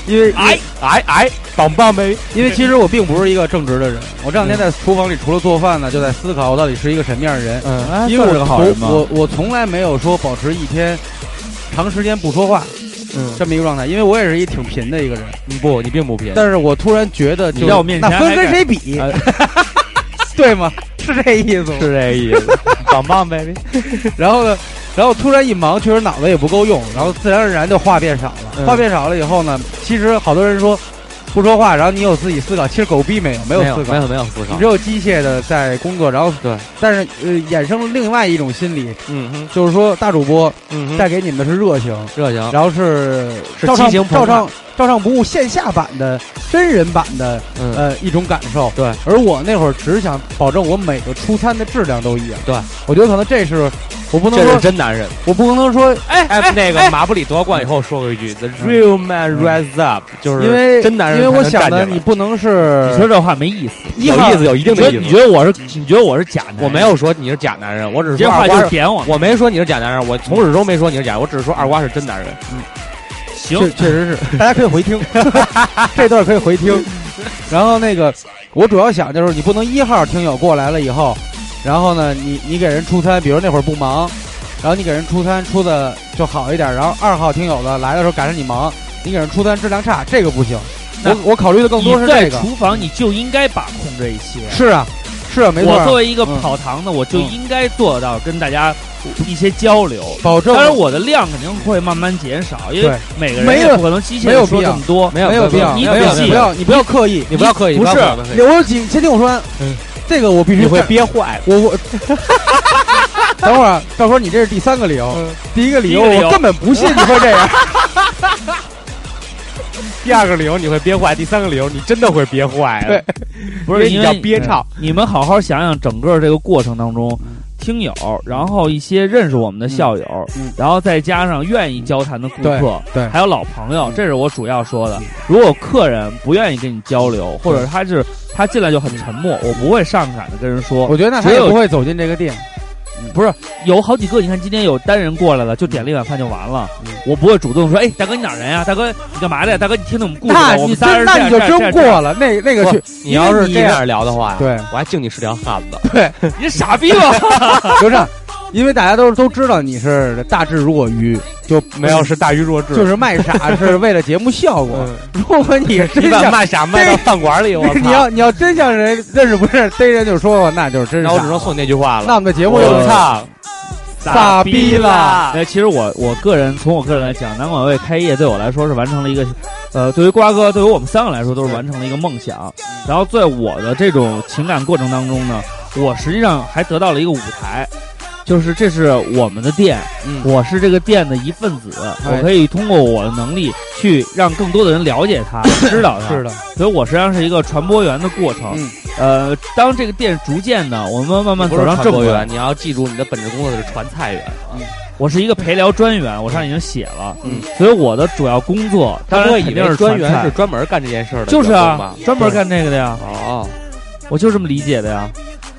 Speaker 6: 因为
Speaker 2: 哎，
Speaker 4: 哎哎，棒棒没？
Speaker 6: 因为其实我并不是一个正直的人，我这两
Speaker 2: 嗯
Speaker 6: 天在厨房里除了做饭呢，就在思考我到底是一个什么样的人。
Speaker 2: 啊
Speaker 4: 嗯
Speaker 6: 因为我从我我从来没有说保持一天长时间不说话
Speaker 4: 嗯，
Speaker 6: 这么一个状态，因为我也是一挺贫的一个人。
Speaker 4: 不，你并不贫，
Speaker 6: 但是我突然觉得
Speaker 2: 嗯
Speaker 6: 就，
Speaker 2: 你在我面前
Speaker 6: 那分
Speaker 2: 还
Speaker 6: 跟
Speaker 2: 敢啊
Speaker 6: 谁比
Speaker 4: 哎？
Speaker 6: [LAUGHS] 对吗？是这意思吗？
Speaker 4: 是这意思，棒棒呗。
Speaker 6: 然后呢，然后突然一忙，确实脑子也不够用，然后自然而然就话变少了。
Speaker 4: 嗯
Speaker 6: 话变少了以后呢，其实好多人说，不说话，然后你有自己思考。其实狗逼没有，没有
Speaker 4: 没有
Speaker 6: 思考
Speaker 4: 没，有没有思
Speaker 6: 你
Speaker 4: 考
Speaker 6: 只，有机械的在工作。然后
Speaker 4: 对，
Speaker 6: 但是呃，衍生了另外一种心理，
Speaker 4: 嗯哼，
Speaker 6: 就是说大主播
Speaker 4: 嗯哼，
Speaker 6: 带给你们的是热情，
Speaker 4: 热情，
Speaker 6: 然后是
Speaker 4: 是
Speaker 6: 照
Speaker 4: 激
Speaker 6: 唱
Speaker 4: 情澎
Speaker 6: 照
Speaker 4: 湃
Speaker 6: 唱照唱不误线下版的真人版的
Speaker 4: 嗯，
Speaker 6: 呃一种感受。
Speaker 4: 对，
Speaker 6: 而我那会儿只是想保证我每个出餐的质量都一样。
Speaker 4: 对，
Speaker 6: 我觉得可能这是我不能
Speaker 4: 这是
Speaker 6: 说，
Speaker 4: 真男人。
Speaker 6: 我不能说，
Speaker 4: 哎哎，那个马布里夺冠以后说过一句：“The real man rises up。”就是
Speaker 2: 嗯
Speaker 6: 因为
Speaker 4: 真男人，
Speaker 6: 因为我想的你不能
Speaker 2: 你
Speaker 6: [LAUGHS]
Speaker 2: 说
Speaker 6: 是
Speaker 2: 这话没意思，
Speaker 6: 一
Speaker 4: 有
Speaker 6: 号
Speaker 4: 意思，有一定
Speaker 2: 你
Speaker 4: 的
Speaker 2: 觉
Speaker 4: 意
Speaker 2: 得你
Speaker 4: 思。
Speaker 2: 觉得我是你觉得我是假男人，
Speaker 4: 我没有说你是假男人，我只是
Speaker 2: 你这
Speaker 4: 说二
Speaker 2: 话就
Speaker 4: 瓜
Speaker 2: 是
Speaker 4: 是，
Speaker 2: 点我。
Speaker 4: 我没说你是假男人，我从始至终没说你是假，人，我只是说二瓜是真男人。
Speaker 2: 行，
Speaker 6: 确确实是，大家可以回听， [LAUGHS] 这段可以回听。然后那个，我主要想就是，你不能一号听友过来了以后，然后呢，你你给人出餐，比如那会儿不忙，然后你给人出餐出的就好一点，然后二号听友的来的时候赶上你忙，你给人出餐质量差，这个不行。
Speaker 2: 那
Speaker 6: 我我考虑的更多是
Speaker 2: 你
Speaker 6: 这
Speaker 2: 在
Speaker 6: 个。
Speaker 2: 厨房你就应该把控这一些。
Speaker 6: 是啊，是啊，没错
Speaker 2: 我作
Speaker 6: 啊，
Speaker 2: 为一个
Speaker 6: 嗯
Speaker 2: 跑堂的，我就
Speaker 6: 嗯
Speaker 2: 应该做到跟大家一些交流。
Speaker 6: 保证
Speaker 2: 当然，我的量肯定会慢慢减少，因为
Speaker 6: 对
Speaker 2: 每个人
Speaker 6: 没
Speaker 2: 也
Speaker 6: 有
Speaker 2: 不可能机械
Speaker 6: 没有
Speaker 2: 地说
Speaker 6: 必
Speaker 2: 这
Speaker 6: 要
Speaker 2: 么多。
Speaker 4: 没有
Speaker 6: 没有必要，
Speaker 2: 你
Speaker 6: 没有
Speaker 2: 仔细
Speaker 6: 不要你不要刻意。
Speaker 4: 你不要刻意，
Speaker 2: 不
Speaker 4: 要
Speaker 2: 是
Speaker 4: 刻意不要刻意
Speaker 6: 我有几，先听我说完，
Speaker 4: 嗯
Speaker 6: 这个我必须
Speaker 4: 你会
Speaker 6: 站
Speaker 4: 憋坏的。
Speaker 6: 我 [LAUGHS] 我，等会儿啊，赵哥，你这是第三个理由，第一个理由
Speaker 2: 第一个理由
Speaker 6: 我根本不信你会这样，
Speaker 4: 第二个理由你会憋坏，第三个理由你真的会憋坏。
Speaker 6: 对，
Speaker 2: 不是
Speaker 4: 因
Speaker 2: 因
Speaker 4: 为你叫
Speaker 2: 为嗯
Speaker 4: 憋唱。
Speaker 2: 你们好好想想整个这个过程当中。听友，然后一些认识我们的校友，
Speaker 6: 嗯嗯嗯
Speaker 2: 然后再加上愿意交谈的顾
Speaker 6: 对
Speaker 2: 客，
Speaker 6: 对
Speaker 2: 还有老朋友
Speaker 6: 嗯，
Speaker 2: 这是我主要说的。如果客人不愿意跟你交流，或者他是他进来就很沉默，我不会上赶的跟人说。
Speaker 6: 我觉得那他
Speaker 2: 只
Speaker 6: 也
Speaker 2: 有
Speaker 6: 不会走进这个店，
Speaker 2: 有好几个，你看今天有单人过来了，就点了一碗饭就完了。
Speaker 6: 嗯
Speaker 2: 我不会主动说，哎，大哥你哪儿人呀、大哥你干嘛的呀？大哥你听听我们故事吧。
Speaker 6: 那
Speaker 2: 我
Speaker 6: 你
Speaker 2: 们仨
Speaker 6: 真
Speaker 2: 人
Speaker 6: 那
Speaker 2: 这样
Speaker 6: 你就
Speaker 2: 这样
Speaker 6: 真
Speaker 2: 这样
Speaker 6: 过了，那那个去，
Speaker 4: 你要是
Speaker 6: 因为你
Speaker 4: 这样聊的话，
Speaker 6: 对
Speaker 4: 我还敬你是条汉子。
Speaker 6: 对，
Speaker 2: 这样你是傻逼吗？
Speaker 6: 刘畅，因为大家都都知道你是大智若愚，就
Speaker 4: 没有是大愚弱智，
Speaker 6: [LAUGHS] 就是卖傻是为了节目效果，
Speaker 4: 嗯
Speaker 6: 如果你
Speaker 4: 你
Speaker 6: 真
Speaker 4: 把
Speaker 6: 想。
Speaker 4: 卖傻卖到饭馆里，我
Speaker 6: 你
Speaker 4: 操！
Speaker 6: 要你要真像人认识不认识逮人就说，那就是真
Speaker 4: 那
Speaker 6: 傻
Speaker 4: 我只能
Speaker 6: 了。
Speaker 4: 送你那句话
Speaker 6: 那
Speaker 4: 了。
Speaker 6: 我们的节目
Speaker 4: 我
Speaker 6: 就差
Speaker 4: 操，
Speaker 6: 傻逼了。
Speaker 2: 哎，其实我我个人从我个人来讲，南广卫开业对我来说是完成了一个，呃，对于瓜哥，对于我们三个来说都是完成了一个梦想。
Speaker 6: 嗯
Speaker 2: 然后在我的这种情感过程当中呢，我实际上还得到了一个舞台，就是这是我们的店，
Speaker 6: 嗯
Speaker 2: 我是这个店的一份子，
Speaker 6: 哎
Speaker 2: 我可以通过我的能力去让更多的人了解
Speaker 6: [LAUGHS]
Speaker 2: 它，知道它。
Speaker 6: 是的，
Speaker 2: 所以我实际上是一个传播员的过程。
Speaker 6: 嗯
Speaker 2: 呃，当这个店逐渐的，我们慢慢
Speaker 4: 你不
Speaker 2: 走
Speaker 4: 是
Speaker 2: 上
Speaker 4: 传
Speaker 2: 正
Speaker 4: 播
Speaker 2: 轨，
Speaker 4: 员，你要记住你的本职工作是传菜员。
Speaker 2: 我是一个陪聊专员，我上已经写了，
Speaker 4: 嗯，
Speaker 2: 所以我的主要工作当
Speaker 4: 他
Speaker 2: 然
Speaker 4: 们
Speaker 2: 肯
Speaker 4: 以
Speaker 2: 定
Speaker 4: 为
Speaker 2: 是
Speaker 4: 专
Speaker 2: 传
Speaker 4: 员
Speaker 2: 菜
Speaker 4: 是专门干这件事的员工
Speaker 2: 就
Speaker 4: 吧，
Speaker 2: 是啊，专门干这个的呀，
Speaker 4: 哦，
Speaker 2: 我就这么理解的呀。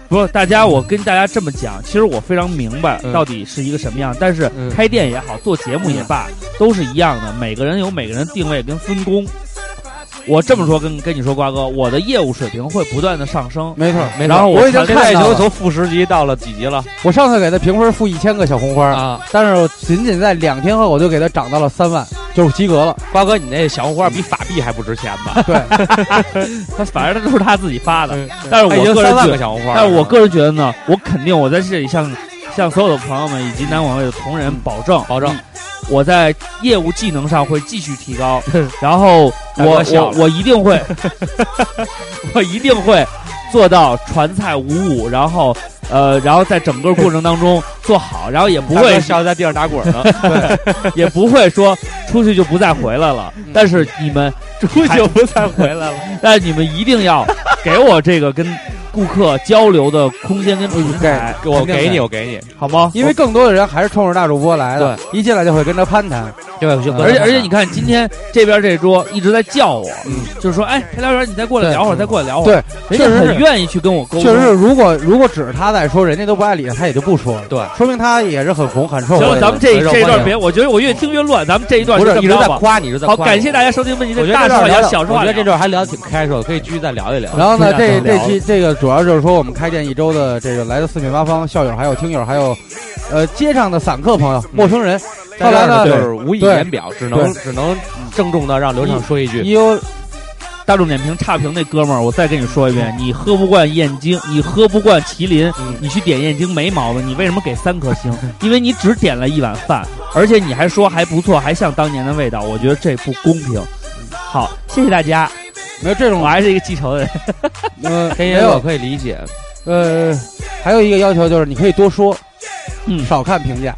Speaker 2: 不是，大家，我跟大家这么讲，其实我非常明白
Speaker 4: 嗯
Speaker 2: 到底是一个什么样，但是
Speaker 4: 嗯
Speaker 2: 开店也好，做节目也罢，都是一样的，每个人有每个人的定位跟分工。我这么说跟跟你说，瓜哥，我的业务水平会不断的上升，
Speaker 6: 没错。
Speaker 4: 没
Speaker 2: 然后
Speaker 6: 我已经
Speaker 4: 现
Speaker 6: 看
Speaker 4: 在已
Speaker 6: 到
Speaker 4: 经
Speaker 6: 了，
Speaker 4: 从负十级到了几级了
Speaker 6: 我上次给他评分负一千个小红花，
Speaker 4: 啊？
Speaker 6: 但是我仅仅在两天后，我就给它涨到了三万，就是及格了。
Speaker 4: 瓜哥，你那小红花比法币还不值钱吧？
Speaker 6: 对，
Speaker 2: 他反正都是他自己发的。但
Speaker 4: 但
Speaker 2: 是
Speaker 4: 是
Speaker 2: 我
Speaker 4: 我
Speaker 2: 个人觉得，
Speaker 4: 小红花
Speaker 2: 但是我个人觉得呢，我肯定我在这里向向所有的朋友们以及南广卫的同仁保证，
Speaker 4: 保证
Speaker 2: 我在业务技能上会继续
Speaker 4: [LAUGHS]
Speaker 2: 提高，然后
Speaker 4: 大哥
Speaker 2: 我
Speaker 4: 笑
Speaker 2: 我
Speaker 4: 了
Speaker 2: 我一定会， [LAUGHS] 我一定会做到传菜无误，然后呃，然后在整个过程当中做好，然后也不
Speaker 4: 大哥
Speaker 2: 会
Speaker 4: 笑得在地上打滚呢，
Speaker 2: 也不会说出去就不再回来了。但是你们
Speaker 4: 嗯出去不再回来了。
Speaker 2: 但你们一定要给我这个跟顾客交流的空间跟平台，
Speaker 4: 给哎我给你，我给你，
Speaker 2: 好吗？
Speaker 6: 因为更多的人还是冲着大主播来的，一进来就会跟他攀谈。
Speaker 4: 对，
Speaker 2: 而且而且你看，今天这边这桌一直在叫我，
Speaker 4: 嗯
Speaker 2: 就是说，哎，陪聊员，你再过来聊会儿，再过来聊会儿。人
Speaker 6: 对，确实
Speaker 2: 家很
Speaker 6: 是，
Speaker 2: 愿意去跟我沟通。
Speaker 6: 确实是。如果如果只是他在说，人家都不爱理他，他也就不说了。
Speaker 4: 对，
Speaker 6: 说明他也是很红很
Speaker 2: 行
Speaker 6: 受欢
Speaker 2: 了，
Speaker 6: 迎。
Speaker 2: 咱们这
Speaker 4: 围绕
Speaker 2: 这一
Speaker 4: 观
Speaker 2: 段
Speaker 4: 点
Speaker 2: 别，我觉得我越听越乱，咱们这一段
Speaker 4: 不
Speaker 2: 就是这
Speaker 4: 一
Speaker 2: 么
Speaker 4: 直在
Speaker 2: 着吧。
Speaker 4: 夸你，一直在夸
Speaker 2: 好，
Speaker 4: 你。
Speaker 2: 感谢大家收听本期
Speaker 4: 我
Speaker 2: 的
Speaker 4: 觉得
Speaker 2: 大
Speaker 4: 这段
Speaker 2: 实话
Speaker 4: 聊
Speaker 2: 聊
Speaker 4: 得，
Speaker 2: 小实
Speaker 4: 我
Speaker 2: 话
Speaker 4: 觉
Speaker 2: 聊。
Speaker 4: 得这段还聊得挺开阔，可以继续再聊一聊。
Speaker 6: 然后呢，
Speaker 4: 非
Speaker 6: 这
Speaker 4: 常
Speaker 6: 这
Speaker 4: 聊
Speaker 6: 期这个主要就是说，我们开店一周的这个来自四面八方校友，还有听友，还有，呃，街上的散客朋友、陌生人。后
Speaker 4: 后
Speaker 6: 来
Speaker 4: 来
Speaker 6: 呢
Speaker 4: 呢，，就是无以
Speaker 6: 对
Speaker 4: 言表，只能只能郑重的让刘畅说一句
Speaker 6: 你有
Speaker 2: 大众点评差评那哥们儿，我再跟你说一遍，你喝不惯燕京，你喝不惯麒麟
Speaker 4: 嗯，
Speaker 2: 你去点燕京没毛病。你为什么给三颗星？因为你只点了一碗饭，而且嗯你还说还不错，还像当年的味道。我觉得这不公平。好，谢谢大家，
Speaker 6: 没有这种
Speaker 2: 我还是一个记仇的人。
Speaker 6: 呃
Speaker 4: 天
Speaker 6: 没
Speaker 4: 蝎座
Speaker 6: 有
Speaker 4: 可以理解，
Speaker 6: 呃，还有一个要求就是你可以多说，
Speaker 2: 嗯
Speaker 6: 少看评价，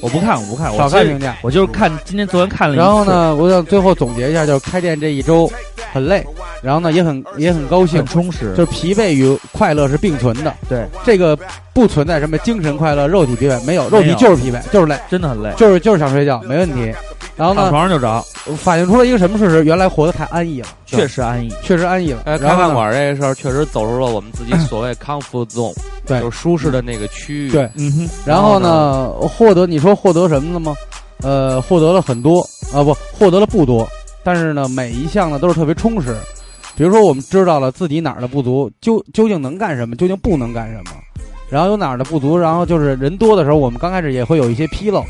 Speaker 2: 我不看，我不看，我
Speaker 6: 少看
Speaker 2: 其实
Speaker 6: 评价。
Speaker 2: 我就是看今天昨天看了一次，
Speaker 6: 然后呢，我想最后总结一下，就是开店这一周很累，然后呢也很也很高兴
Speaker 2: 很，充实，
Speaker 6: 就是疲惫与快乐是并存的。
Speaker 2: 对，
Speaker 6: 这个不存在什么精神快乐、肉体疲惫，没有，肉
Speaker 2: 没
Speaker 6: 体
Speaker 2: 有
Speaker 6: 就是疲惫，就是累，
Speaker 2: 真的很累，
Speaker 6: 就是就是想睡觉，没问题。然后
Speaker 2: 躺
Speaker 6: 呢，
Speaker 2: 床上就着，
Speaker 6: 反映出了一个什么事实？原来活得太安逸了，
Speaker 2: 确实安逸。
Speaker 6: 确实安逸了。
Speaker 4: 呃，开
Speaker 6: 然后呢
Speaker 4: 饭馆这个事儿确实走出了我们自己所 [CLEARS THROAT] 谓 comfort zone，
Speaker 6: 对
Speaker 4: 就是舒适的那个区域。
Speaker 6: 对
Speaker 2: 嗯哼，
Speaker 6: 然后呢，获得你说获得什么了吗？呃，获得了很多啊，不，获得了不多，但是呢，每一项呢都是特别充实。比如说，我们知道了自己哪儿的不足，究究竟能干什么，究竟不能干什么，然后有哪儿的不足，然后就是人多的时候，我们刚开始也会有一些纰漏，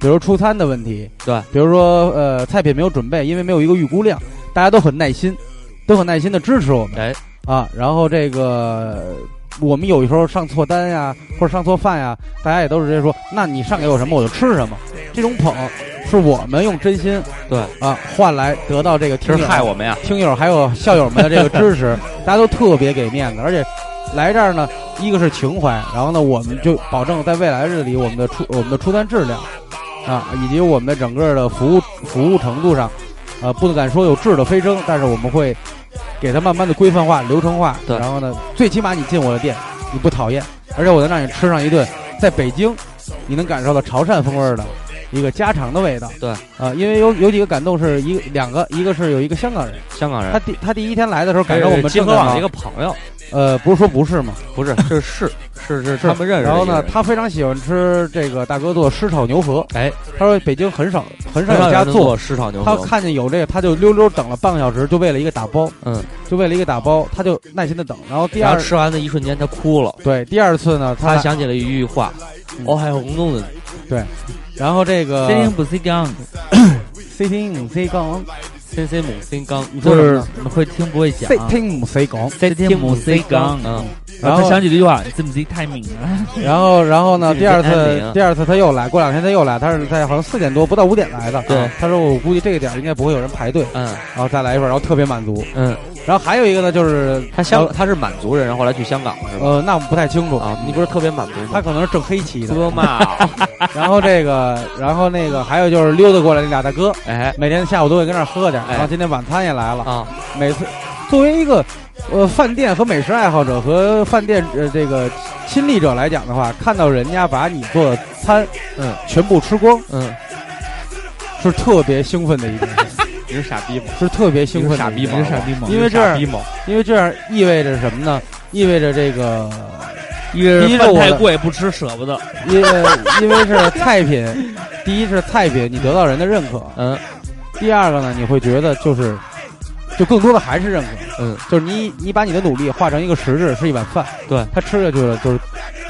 Speaker 6: 比如出餐的问题，
Speaker 4: 对，
Speaker 6: 比如说呃菜品没有准备，因为没有一个预估量，大家都很耐心，都很耐心的支持我们，
Speaker 4: 哎
Speaker 6: 啊，然后这个我们有时候上错单呀，或者上错饭呀，大家也都是直接说，那你上给我什么我就吃什么。这种捧是我们用真心
Speaker 4: 对
Speaker 6: 啊换来得到这个
Speaker 4: 这
Speaker 6: 听
Speaker 4: 是害
Speaker 6: 友、
Speaker 4: 我们呀！
Speaker 6: 听友还有校友们的这个支
Speaker 4: [LAUGHS]
Speaker 6: 持，大家都特别给面子，而且来这儿呢，一个是情怀，然后呢，我们就保证在未来日里我们的出我们的出餐质量啊，以及我们的整个的服务服务程度上，呃，不敢说有质的飞升，但是我们会给它慢慢的规范化、流程化，
Speaker 4: 对
Speaker 6: 然后呢，最起码你进我的店，你不讨厌，而且我能让你吃上一顿在北京你能感受到潮汕风味儿的一个家常的味道。
Speaker 4: 对
Speaker 6: 啊、因为有有几个感动是一个两个，一个是有一个香港人，
Speaker 4: 香港人
Speaker 6: 他，第他第一天来的时候感受我们
Speaker 4: 哎集
Speaker 6: 正
Speaker 4: 合
Speaker 6: 港
Speaker 4: 网的一个朋友，
Speaker 6: 呃，不是说不是吗？
Speaker 4: [LAUGHS] 不 [LAUGHS] 是，这是是是是他们认识的
Speaker 6: 然
Speaker 4: 一
Speaker 6: 后
Speaker 4: 个人。
Speaker 6: 呢，他非常喜欢吃这个大哥做狮炒牛河，
Speaker 4: 哎，
Speaker 6: 他说北京很少很少
Speaker 4: 很少
Speaker 6: 有
Speaker 4: 有
Speaker 6: 家
Speaker 4: 人
Speaker 6: 做，
Speaker 4: 市场牛
Speaker 6: 他
Speaker 4: 肉，
Speaker 6: 看见有这个他就溜溜等了半个小时，就为了一个打包，
Speaker 4: 嗯，
Speaker 6: 就为了一个打包，他就耐心的等。然后第
Speaker 4: 然后
Speaker 6: 二
Speaker 4: 吃完的一瞬间他哭了，
Speaker 6: 对第二次呢，
Speaker 4: 他
Speaker 6: 他
Speaker 4: 想起了一句话哦
Speaker 6: 嗯：“
Speaker 4: 我还有红粽子。
Speaker 6: 然后这个
Speaker 2: 真不是刚，
Speaker 6: C T 五 C 杠，
Speaker 4: 森森猛森刚，
Speaker 6: 你
Speaker 2: 就
Speaker 6: 说什么
Speaker 2: 是
Speaker 6: 呢
Speaker 2: 会听不会啊讲
Speaker 6: C。T 五 C 杠，
Speaker 2: 这天母 C 刚，
Speaker 4: 嗯，
Speaker 2: 然
Speaker 6: 然后
Speaker 2: 后他想起这句话，你是不是太敏了？
Speaker 6: 然后，然后呢？
Speaker 4: 这
Speaker 6: 第
Speaker 4: 个
Speaker 6: 二
Speaker 4: 跟安
Speaker 6: 次
Speaker 4: 宁，
Speaker 6: 第二次他又来，过两天他又来，他是在好像四点多，不到五点来的。
Speaker 4: 对，
Speaker 6: 他说我估计这个点儿应该不会有人排队，
Speaker 4: 嗯
Speaker 6: 然后再来一份，然后特别满足。
Speaker 4: 嗯，
Speaker 6: 然后还有一个呢，就是
Speaker 4: 他香他是满族人，然后后来去香港了是吧？
Speaker 6: 呃，那我们不太清楚，
Speaker 4: 啊，你不是特别满足
Speaker 6: 他
Speaker 4: 吗？
Speaker 6: 可能是正黑旗的。
Speaker 4: 哥 [LAUGHS] 嘛，
Speaker 6: [LAUGHS] 然后这个，然后那个，还有就是溜达过来那俩大哥，
Speaker 4: 哎
Speaker 6: 每天下午都会跟那儿喝点儿，
Speaker 4: 哎
Speaker 6: 然后今天晚餐也来了。
Speaker 4: 啊，
Speaker 6: 每次作为一个呃饭店和美食爱好者和饭店呃这个亲历者来讲的话，看到人家把你做的餐
Speaker 4: 嗯
Speaker 6: 全部吃光。
Speaker 4: 嗯，
Speaker 6: 是特别兴奋的一件
Speaker 4: [LAUGHS]
Speaker 6: 事，
Speaker 4: 你是傻逼吗？
Speaker 6: 是特别兴奋的
Speaker 4: 傻逼
Speaker 6: 一件
Speaker 4: 吗？
Speaker 6: 事
Speaker 4: 逼
Speaker 6: 因为这
Speaker 4: 傻
Speaker 6: 样
Speaker 4: 逼吗？
Speaker 6: 因为这样意味着什么呢？意味着这个，
Speaker 2: 一个
Speaker 6: 第一
Speaker 2: 是
Speaker 6: 个
Speaker 2: 饭
Speaker 6: 我
Speaker 2: 太贵不吃舍不得，
Speaker 6: 因为因为是菜品， [LAUGHS] 第一是菜品你得到人的认可，
Speaker 4: 嗯，
Speaker 6: 第二个呢，你会觉得就是，就更多的还是认可，
Speaker 4: 嗯，
Speaker 6: 就是你你把你的努力化成一个实质，是一碗饭，
Speaker 4: 对
Speaker 6: 他吃下去了，就是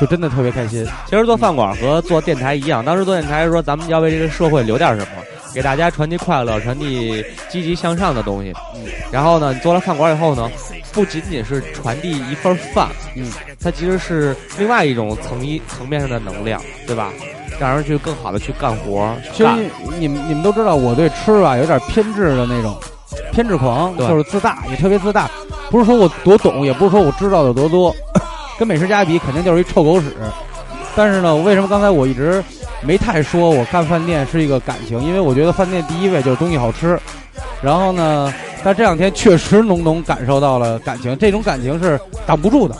Speaker 6: 就真的特别开心，
Speaker 4: 其实做饭馆和做电台一样，当时做电台说咱们要为这个社会留点什么，给大家传递快乐，传递积极向上的东西。嗯，然后呢，你做了饭馆以后呢，不仅仅是传递一份饭，
Speaker 6: 嗯，
Speaker 4: 它其实是另外一种层一层面上的能量，对吧？让人去更好的去干活，去
Speaker 6: 其实
Speaker 4: 干
Speaker 6: 你们你们都知道，我对吃吧有点偏执的那种，偏执狂，
Speaker 4: 对
Speaker 6: 就是自大，也特别自大。不是说我多懂，也不是说我知道的有多多，跟美食家比，肯定就是一臭狗屎。但是呢，为什么刚才我一直没太说我干饭店是一个感情？因为我觉得饭店第一位就是东西好吃。然后呢，但这两天确实浓浓感受到了感情，这种感情是挡不住的。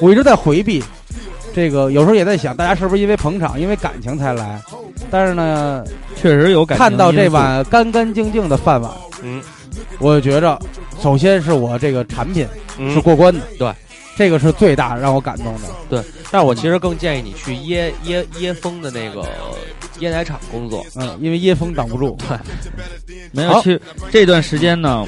Speaker 6: 我一直在回避，这个有时候也在想，大家是不是因为捧场，因为感情才来？但是呢，
Speaker 2: 确实有感情
Speaker 6: 看到这
Speaker 2: 因素，
Speaker 6: 碗干干净净的饭碗，
Speaker 4: 嗯，
Speaker 6: 我觉着，首先是我这个产品是
Speaker 4: 嗯。
Speaker 6: 过关的，
Speaker 4: 对，
Speaker 6: 这个是最大让我感动的。
Speaker 4: 但是我其实更建议你去椰椰椰风的那个椰奶厂工作，
Speaker 6: 嗯，因为椰风挡
Speaker 4: [LAUGHS]
Speaker 6: 不住，
Speaker 2: 没
Speaker 6: 好
Speaker 2: 有。其实这段时间呢，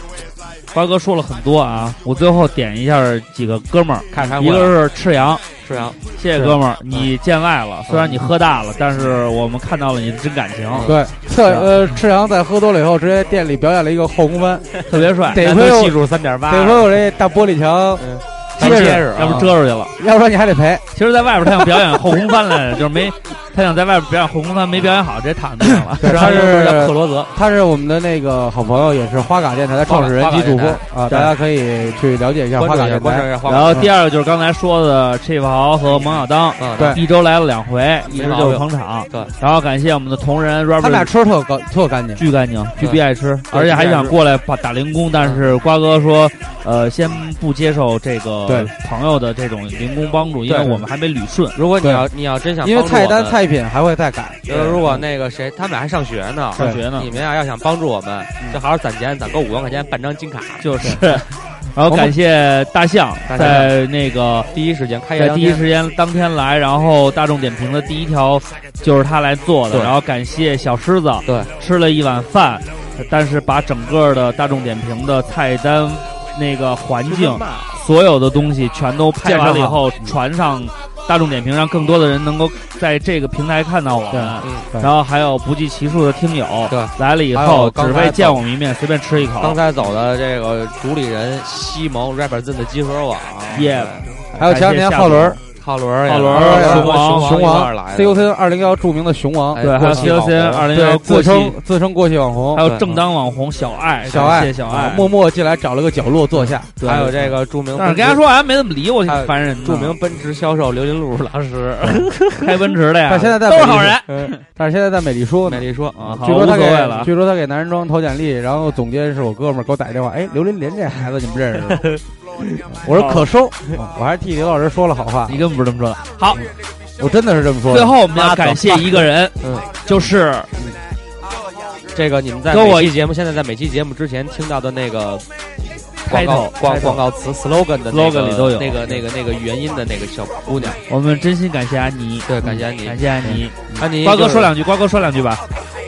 Speaker 2: 瓜哥说了很多啊，我最后点一下几个哥们儿，
Speaker 4: 看看
Speaker 2: 一个是赤羊，
Speaker 4: 是啊，
Speaker 2: 谢谢哥们
Speaker 6: 嗯
Speaker 2: 儿，你见外了，虽然你喝大了，但是我们看到了你的真感情，
Speaker 6: 对，赤
Speaker 4: 啊
Speaker 6: 呃赤羊在喝多了以后，直接店里表演了一个后空翻，
Speaker 2: 特别帅，
Speaker 6: 嗯得亏有
Speaker 4: 数三点八
Speaker 6: 得亏有这大玻璃墙
Speaker 4: 嗯
Speaker 6: 结
Speaker 4: 结
Speaker 6: 实，
Speaker 4: 实啊，
Speaker 2: 要不遮出去了。
Speaker 6: 要不然你还得赔。。
Speaker 2: 其实，在外边他想表演后空翻来着，就是没他想在外边表演红红他没表演好，直接躺地上了
Speaker 6: 对，他
Speaker 4: 他是叫克
Speaker 6: 是
Speaker 4: 罗泽，
Speaker 6: 他是我们的那个好朋友，也是花嘎电台的创始人
Speaker 4: 哦花嘎
Speaker 6: 及主播
Speaker 4: 花
Speaker 6: 啊，大家可以去了解一下花
Speaker 4: 关注
Speaker 6: 嘎
Speaker 4: 一下，
Speaker 6: 电
Speaker 4: 关注
Speaker 6: 台。
Speaker 4: 一下花
Speaker 2: 然后第二个就是刚才说的 Chip 豪和蒙小当，
Speaker 4: 嗯，
Speaker 6: 对
Speaker 2: 一周来了两回，一直
Speaker 4: 没毛
Speaker 2: 就是
Speaker 4: 病
Speaker 2: 捧场。
Speaker 4: 对，
Speaker 2: 然后感谢我们的同仁
Speaker 6: 他们
Speaker 2: Robert，
Speaker 6: 俩吃特干特干净，
Speaker 2: 巨干净，巨逼爱吃，而且还想过来打打零工，但是瓜哥说，呃，先不接受这
Speaker 6: 对
Speaker 2: 个朋友的这种零工帮助，因为
Speaker 4: 对
Speaker 2: 我们还没捋顺。
Speaker 4: 如果你
Speaker 6: 对
Speaker 4: 要你要真想帮
Speaker 6: 因
Speaker 4: 助我
Speaker 6: 为
Speaker 4: 们，
Speaker 6: 菜单菜品还会再改。
Speaker 4: 呃，如果那个谁，他们俩还上学呢，
Speaker 2: 上学呢
Speaker 4: 你们呀要想帮助我们，就好好攒钱，攒够五万块钱办张金卡，
Speaker 2: 就是，然后感谢大象
Speaker 4: 大象
Speaker 2: 在那个
Speaker 4: 第一时间开业
Speaker 2: 在
Speaker 4: 当
Speaker 2: 第一
Speaker 4: 天
Speaker 2: 时间当天来，然后大众点评的第一条就是他来做的，
Speaker 4: 对
Speaker 2: 然后感谢小狮子，
Speaker 4: 对，
Speaker 2: 吃了一碗饭，但是把整个的大众点评的菜单、那个环境、所有的东西全都拍完了以后传上大众点评，让更多的人能够在这个平台看到我们。啊
Speaker 4: 嗯
Speaker 6: 对
Speaker 2: 然后还有不计其数的听友，
Speaker 4: 对
Speaker 2: 来了以
Speaker 4: 还
Speaker 2: 后
Speaker 4: 有
Speaker 2: 只
Speaker 4: 刚才
Speaker 2: 为见我们一面，随便吃一口
Speaker 4: 刚。才走的这个主理人西蒙 Robertson 的集合网，
Speaker 2: 耶
Speaker 6: 还有前两天浩伦儿
Speaker 4: 浩伦儿也
Speaker 2: 浩伦
Speaker 6: 儿
Speaker 4: 来了
Speaker 6: 哎熊
Speaker 4: 熊
Speaker 2: 啊王
Speaker 4: 王
Speaker 6: 熊
Speaker 4: 一块儿来
Speaker 6: 王
Speaker 4: 的
Speaker 6: COC 二零幺著名的熊王
Speaker 4: 哎，
Speaker 2: 对，还
Speaker 4: 过
Speaker 2: 有
Speaker 4: 气网
Speaker 2: COC 二零幺
Speaker 6: 对，
Speaker 2: 过
Speaker 6: 自
Speaker 2: 期，
Speaker 6: 称自称过气网红，
Speaker 2: 还有
Speaker 4: 对
Speaker 2: 正当网红小爱，
Speaker 6: 哦嗯小
Speaker 2: 感
Speaker 6: 爱啊
Speaker 2: 谢小爱，
Speaker 6: 默默进来找了个角落坐下。
Speaker 2: 对
Speaker 4: 还有这个著名，
Speaker 2: 但是跟大家说，好像没怎么理我，挺烦人的。
Speaker 4: 著
Speaker 2: [LAUGHS]
Speaker 4: 名奔驰销售刘林
Speaker 2: 嗯
Speaker 4: 路老师，
Speaker 2: 开奔驰的哎呀，
Speaker 6: 但现在在
Speaker 2: 都是
Speaker 6: 美丽
Speaker 2: 好人。
Speaker 6: 嗯但是现在在美丽说呢
Speaker 4: 美。丽说啊，
Speaker 2: 啊好
Speaker 6: 据说他
Speaker 2: 无所谓了
Speaker 6: 给，据说他给男人装投简历，然后总监是我哥们儿，给我打一电话，哎，刘林林这孩子你们认识吗？
Speaker 2: [LAUGHS]
Speaker 6: 我说可收，嗯我还是替刘老师说了好话，
Speaker 2: 你根本不是这么说的。
Speaker 6: 我真的是这么说的。
Speaker 2: 最后我们要感谢一个人，
Speaker 4: 嗯，
Speaker 2: 就是
Speaker 4: 这个你们在
Speaker 2: 跟我
Speaker 4: 每期节目现在在每期节目之前听到的那个广告
Speaker 2: Title，
Speaker 4: 广
Speaker 2: title
Speaker 4: 广告词 slogan 的
Speaker 2: slogan 里都有
Speaker 4: 那个那个那个原因的那个小姑娘，
Speaker 2: 我们真心感谢安妮，
Speaker 4: 对感谢安妮嗯
Speaker 2: 感谢安妮。
Speaker 4: 安妮
Speaker 2: 瓜哥
Speaker 4: 就是
Speaker 2: 说两句，瓜哥说两句吧。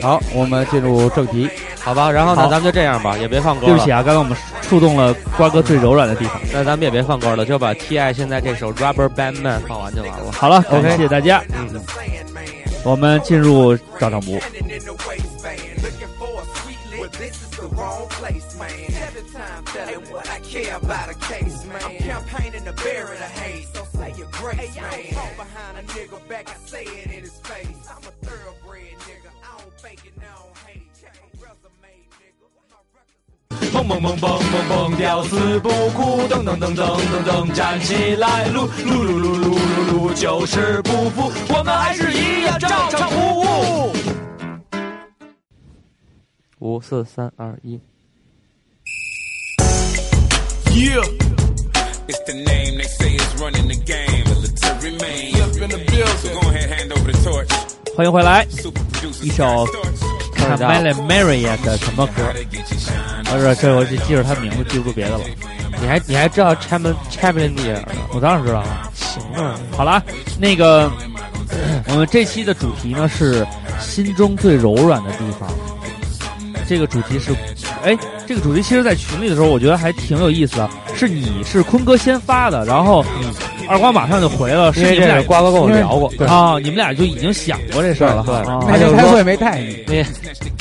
Speaker 6: 好，我们进入正题，
Speaker 4: 好吧，然后呢
Speaker 2: 好
Speaker 4: 咱们就这样吧，也别放歌
Speaker 2: 对不
Speaker 4: 了
Speaker 2: 起，啊，刚才我们触动了瓜哥最柔软的地方。
Speaker 4: 那咱们也别放歌了，就把 T.I 现在这首 Rubber Band Man 放完就完了。
Speaker 2: 好了，感谢大家，
Speaker 4: 嗯，
Speaker 2: 我们进入照常不误。
Speaker 7: 蹦蹦蹦蹦蹦蹦，屌丝不哭，噔噔噔噔噔噔，站起来，撸撸撸撸撸撸撸，就是不服，我们还是一样照常不误。
Speaker 4: 五四三二一，
Speaker 8: Yeah. It's the name they say is running the game. The literary man. Up in the building. So go ahead, hand over the torch.
Speaker 2: 欢迎回来，
Speaker 8: Super producer.
Speaker 2: You
Speaker 8: Scott
Speaker 2: shall-
Speaker 8: Storch.
Speaker 2: 看 m e l o Maria 的什么歌？
Speaker 8: How to get you shine.
Speaker 2: 我说这我就记住他名字，记不住别的了。
Speaker 4: 你还你还知道 Champion Champion
Speaker 2: 我当然知道了。
Speaker 4: 啊
Speaker 2: 好啦，那个， [CLEARS THROAT] 我们这期的主题呢是心中最柔软的地方。这个主题是，哎，这个主题其实，在群里的时候，我觉得还挺有意思的。是你是坤哥先发的，然后、二瓜马上就回了，是
Speaker 4: 嗯因为
Speaker 2: 你们
Speaker 4: 这
Speaker 2: 俩
Speaker 4: 个瓜哥跟我聊过，
Speaker 2: 啊、你们俩就已经想过这事儿了哈。啊哎
Speaker 6: 那天开会没带你，
Speaker 4: 没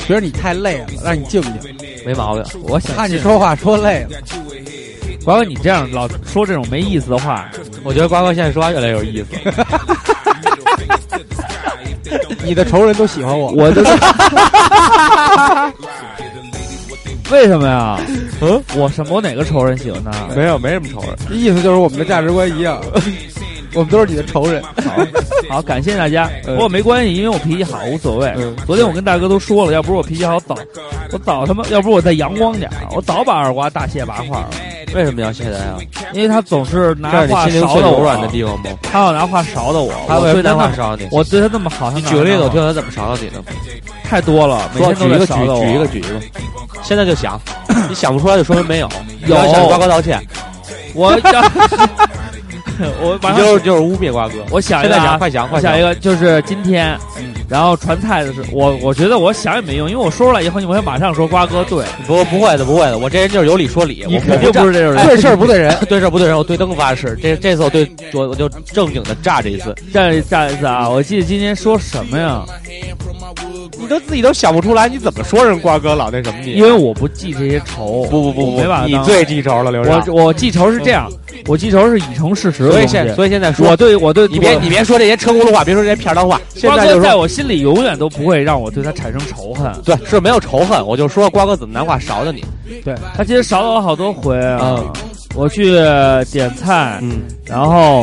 Speaker 6: 觉得你太累了，让你静静。
Speaker 4: 没毛病。我想
Speaker 6: 看你说话说累了，
Speaker 2: 瓜哥，你这样老说这种没意思的话，
Speaker 4: 我觉得瓜哥现在说话越来越有意思。
Speaker 6: 你的仇人都喜欢我。
Speaker 2: 我 [LAUGHS]
Speaker 6: [LAUGHS]
Speaker 2: 就为什么呀？嗯，我什么我哪个仇人
Speaker 4: [LAUGHS]
Speaker 2: 喜欢他？
Speaker 4: 没有，没什么仇人。
Speaker 6: 意思就是我们的价值观一样， [LAUGHS] 我们都是你的仇人。
Speaker 2: 好，感谢大家。
Speaker 4: 嗯
Speaker 2: 不过没关系，因为我脾气好，无所谓。昨天我跟大哥都说了，要不是我脾气好，早我早他妈，要不是我再阳光点儿，我早把二瓜大卸八块了。
Speaker 4: 为什么要谢啊他呀？
Speaker 2: 因为他总是拿
Speaker 4: 这是你
Speaker 2: 话
Speaker 4: 心灵
Speaker 2: 勺
Speaker 4: 最
Speaker 2: 的
Speaker 4: 柔
Speaker 2: 我，啊
Speaker 4: 软的地方吗？
Speaker 2: 他要拿话勺的我，
Speaker 4: 他
Speaker 2: 我
Speaker 4: 为什
Speaker 2: 对
Speaker 4: 么拿
Speaker 2: 他
Speaker 4: 话
Speaker 2: 那么，
Speaker 4: 勺你？
Speaker 2: 我对他那么好，你
Speaker 4: 你举个例子，我听他怎么勺到你的。
Speaker 2: 太多了，每
Speaker 4: 说
Speaker 2: 天
Speaker 4: 举一
Speaker 2: 都在
Speaker 4: 个，举
Speaker 2: 勺的我。
Speaker 4: 举一个，举一个。现在就想， [LAUGHS] 你想不出来就说明没有。
Speaker 2: 有
Speaker 4: 你要向瓜哥道歉，
Speaker 2: 我 [LAUGHS] 我马
Speaker 4: 你
Speaker 2: 上
Speaker 4: 就是就是污蔑瓜哥。
Speaker 2: 我想一
Speaker 4: 现
Speaker 2: 个
Speaker 4: 在
Speaker 2: 啊
Speaker 4: 想，快想，
Speaker 2: 我
Speaker 4: 快
Speaker 2: 想一个，就是今天，
Speaker 4: 嗯
Speaker 2: 然后传菜的时候，我我觉得我想也没用，因为我说出来以后，你们会马上说瓜哥对，
Speaker 4: 不不会的，不会的，我这人就是有理说理。
Speaker 2: 你
Speaker 4: 我
Speaker 2: 肯定
Speaker 4: 我站
Speaker 2: 不是这种人。
Speaker 6: [LAUGHS] 对事儿不
Speaker 2: [LAUGHS]
Speaker 6: 对人，
Speaker 4: 对事儿不对人，我对灯发誓，这这次我对我我就正经的炸这一次。
Speaker 2: 再再一次啊！我记得今天说什么呀？
Speaker 4: 你都自己都想不出来，你怎么说人瓜哥老那什么你？啊
Speaker 2: 因为我不记这些仇，
Speaker 4: 不不不
Speaker 2: 我没
Speaker 4: 不，
Speaker 2: 把它
Speaker 4: 你
Speaker 2: 当
Speaker 4: 最记仇了，刘畅。
Speaker 2: 我我记仇是这样，我记仇是已成事实的
Speaker 4: 所以
Speaker 2: 东
Speaker 4: 现
Speaker 2: 西。
Speaker 4: 所以现在说
Speaker 2: 我，对我对
Speaker 4: 你别
Speaker 2: 我
Speaker 4: 你别说这些车轱辘话，别说这些片儿汤话。现
Speaker 2: 瓜
Speaker 4: 在就
Speaker 2: 哥在
Speaker 4: 说
Speaker 2: 我心里永远都不会让我对他产生仇恨，
Speaker 4: 对是没有仇恨，我就说瓜哥怎么南瓜勺的你。
Speaker 2: 对他其实少了我好多回啊。
Speaker 4: 嗯
Speaker 2: 我去点菜，
Speaker 4: 嗯，
Speaker 2: 然后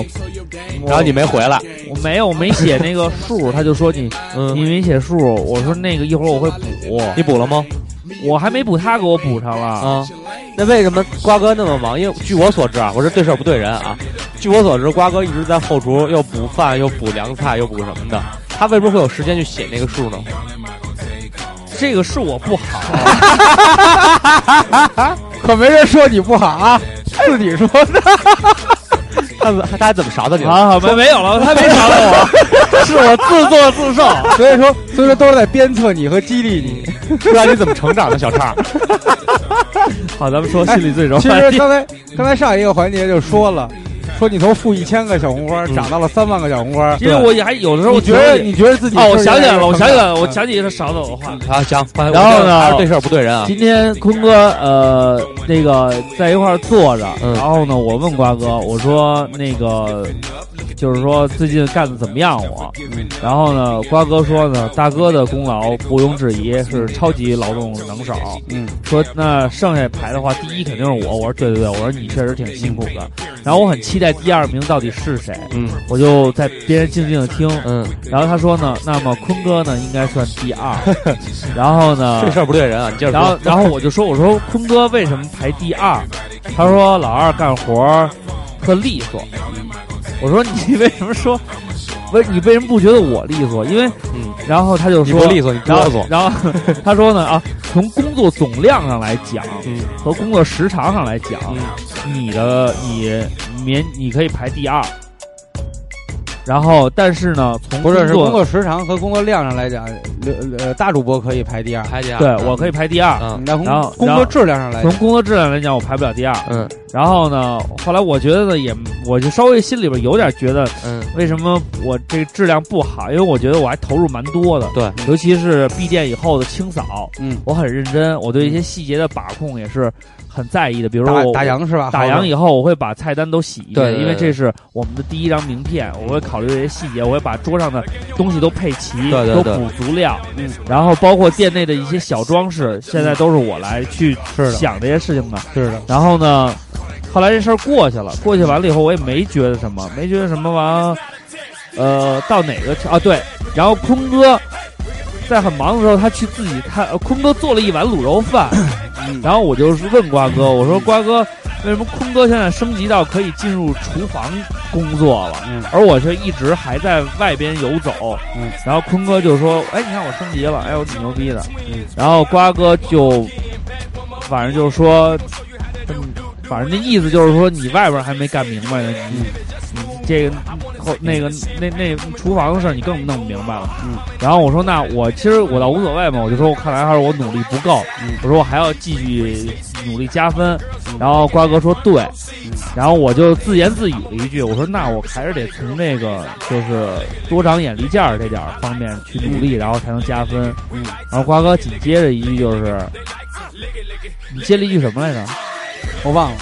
Speaker 2: 我
Speaker 4: 然后你没回来，
Speaker 2: 我没有我没写那个数，他就说你你
Speaker 4: 嗯，
Speaker 2: 没写数，我说那个一会儿我会补，
Speaker 4: 你补了吗？
Speaker 2: 我还没补，他给我补上了。
Speaker 4: 啊，
Speaker 2: 嗯
Speaker 4: 那为什么瓜哥那么忙？因为据我所知啊，我是对事儿不对人啊。据我所知，瓜哥一直在后厨又补饭又补凉菜又补什么的，他为什么会有时间去写那个数呢？
Speaker 2: 这个是我不好，
Speaker 6: 可没人说你不好啊，是你说的。 [LAUGHS]
Speaker 4: 他怎他还怎么勺的你？
Speaker 2: 啊好好没没有了，他没找到我。
Speaker 4: 是我自作自
Speaker 2: [LAUGHS]
Speaker 4: 受，
Speaker 6: 所以说，所以说都是在鞭策你和激励你。
Speaker 4: 不知道啊你怎么成长的，小
Speaker 2: [LAUGHS]
Speaker 4: 畅。
Speaker 2: 好，咱们说心里最柔
Speaker 6: 其实刚才刚才上一个环节就说了，说你从负一千个小红花涨到了三万个小红花。
Speaker 2: 因为嗯我也还有的时候我
Speaker 6: 你觉得
Speaker 2: 你
Speaker 6: 你觉得自己
Speaker 2: 哦，我想起来
Speaker 6: 是
Speaker 2: 了，我想起来了，
Speaker 6: 嗯
Speaker 2: 我想起他少走的话。
Speaker 4: 好，行，反正
Speaker 2: 啊然后呢
Speaker 4: 还是对事儿不对人啊。
Speaker 2: 今天坤哥呃那个在一块儿坐着，
Speaker 4: 嗯
Speaker 2: 然后呢，我问瓜哥，我说那个就是说最近干的怎么样我？然后呢，瓜哥说呢，大哥的功劳毋庸置疑是超级劳动能手，
Speaker 6: 嗯，
Speaker 2: 说那剩下排的话，第一肯定是我。我说对对对，我说你确实挺辛苦的。然后我很期待第二名到底是谁，
Speaker 4: 嗯
Speaker 2: 我就在边上静静的听。
Speaker 4: 嗯，
Speaker 2: 然后他说呢，那么坤哥呢应该算第二，然
Speaker 4: [LAUGHS]
Speaker 2: 后呢
Speaker 4: 对，事儿不对人啊。你接着
Speaker 2: 然后
Speaker 4: [LAUGHS] 说。
Speaker 2: 然后我就说，我说坤哥为什么排第二？他说老二干活儿特利索。我说你为什么说？为你为什么不觉得我利索？因为，
Speaker 4: 嗯
Speaker 2: 然后他就
Speaker 4: 你
Speaker 2: 说
Speaker 4: 不利索，你
Speaker 2: 然
Speaker 4: 哆嗦
Speaker 2: 后，。然后他说呢啊，从工作总量上来讲，
Speaker 4: 嗯
Speaker 2: 和工作时长上来讲，
Speaker 4: 嗯
Speaker 2: 你的你免你可以排第二。然后，但是呢，从
Speaker 6: 不是是
Speaker 2: 作
Speaker 6: 工作时长和工作量上来讲，呃呃，大主播可以排第二，
Speaker 4: 排第二。
Speaker 2: 对我可以排第二。
Speaker 4: 啊嗯
Speaker 6: 那从
Speaker 2: 然后
Speaker 6: 工
Speaker 2: 然
Speaker 6: 作
Speaker 2: 后
Speaker 6: 质量上来
Speaker 2: 从
Speaker 6: 讲，
Speaker 2: 工作质量来讲，我排不了第二。
Speaker 4: 嗯
Speaker 2: 然后呢，后来我觉得呢，也我就稍微心里边有点觉得，
Speaker 4: 嗯
Speaker 2: 为什么我这个质量不好？因为我觉得我还投入蛮多的，
Speaker 4: 对，
Speaker 2: 尤其是闭店以后的清扫，
Speaker 6: 嗯，
Speaker 2: 我很认真，我对一些细节的把控也是很在意的。比如说
Speaker 6: 打
Speaker 2: 我
Speaker 6: 打烊是吧？
Speaker 2: 打烊以后，我会把菜单都洗一
Speaker 4: 对对
Speaker 2: 遍，
Speaker 4: 对
Speaker 2: 因为这是我们的第一张名片，我会考虑这些细节，我会把桌上的东西都配齐，
Speaker 4: 对对
Speaker 2: 都
Speaker 4: 对
Speaker 2: 补足料，
Speaker 6: 嗯，
Speaker 2: 然后包括店内的一些小装饰，现在都是我来去
Speaker 6: 是的，
Speaker 2: 想这些事情的。
Speaker 6: 是的，
Speaker 2: 然后呢，后来这事儿过去了，过去完了以后，我也没觉得什么，没觉得什么完，啊呃，到哪个啊？对，然后坤哥在很忙的时候，他去自己他呃坤哥做了一碗卤肉
Speaker 6: [CLEARS THROAT]
Speaker 2: 饭，然后我就问瓜哥，我说瓜哥，为什么坤哥现在升级到可以进入厨房工作了，
Speaker 6: 嗯
Speaker 2: 而我却一直还在外边游走？
Speaker 6: 嗯
Speaker 2: 然后坤哥就说，哎，你看我升级了，哎，我挺牛逼的。
Speaker 6: 嗯
Speaker 2: 然后瓜哥就，反正就说，嗯反正那意思就是说，你外边还没干明白呢，你你这个后那个那那厨房的事儿你更弄不明白了。
Speaker 6: 嗯。
Speaker 2: 然后我说，那我其实我倒无所谓嘛，我就说我看来还是我努力不够，我说我还要继续努力加分。然后瓜哥说对，然后我就自言自语了一句，我说那我还是得从那个就是多长眼力见儿这点儿方面去努力，然后才能加分。然后瓜哥紧接着一句就是，你接了一句什么来着？
Speaker 6: 我忘了，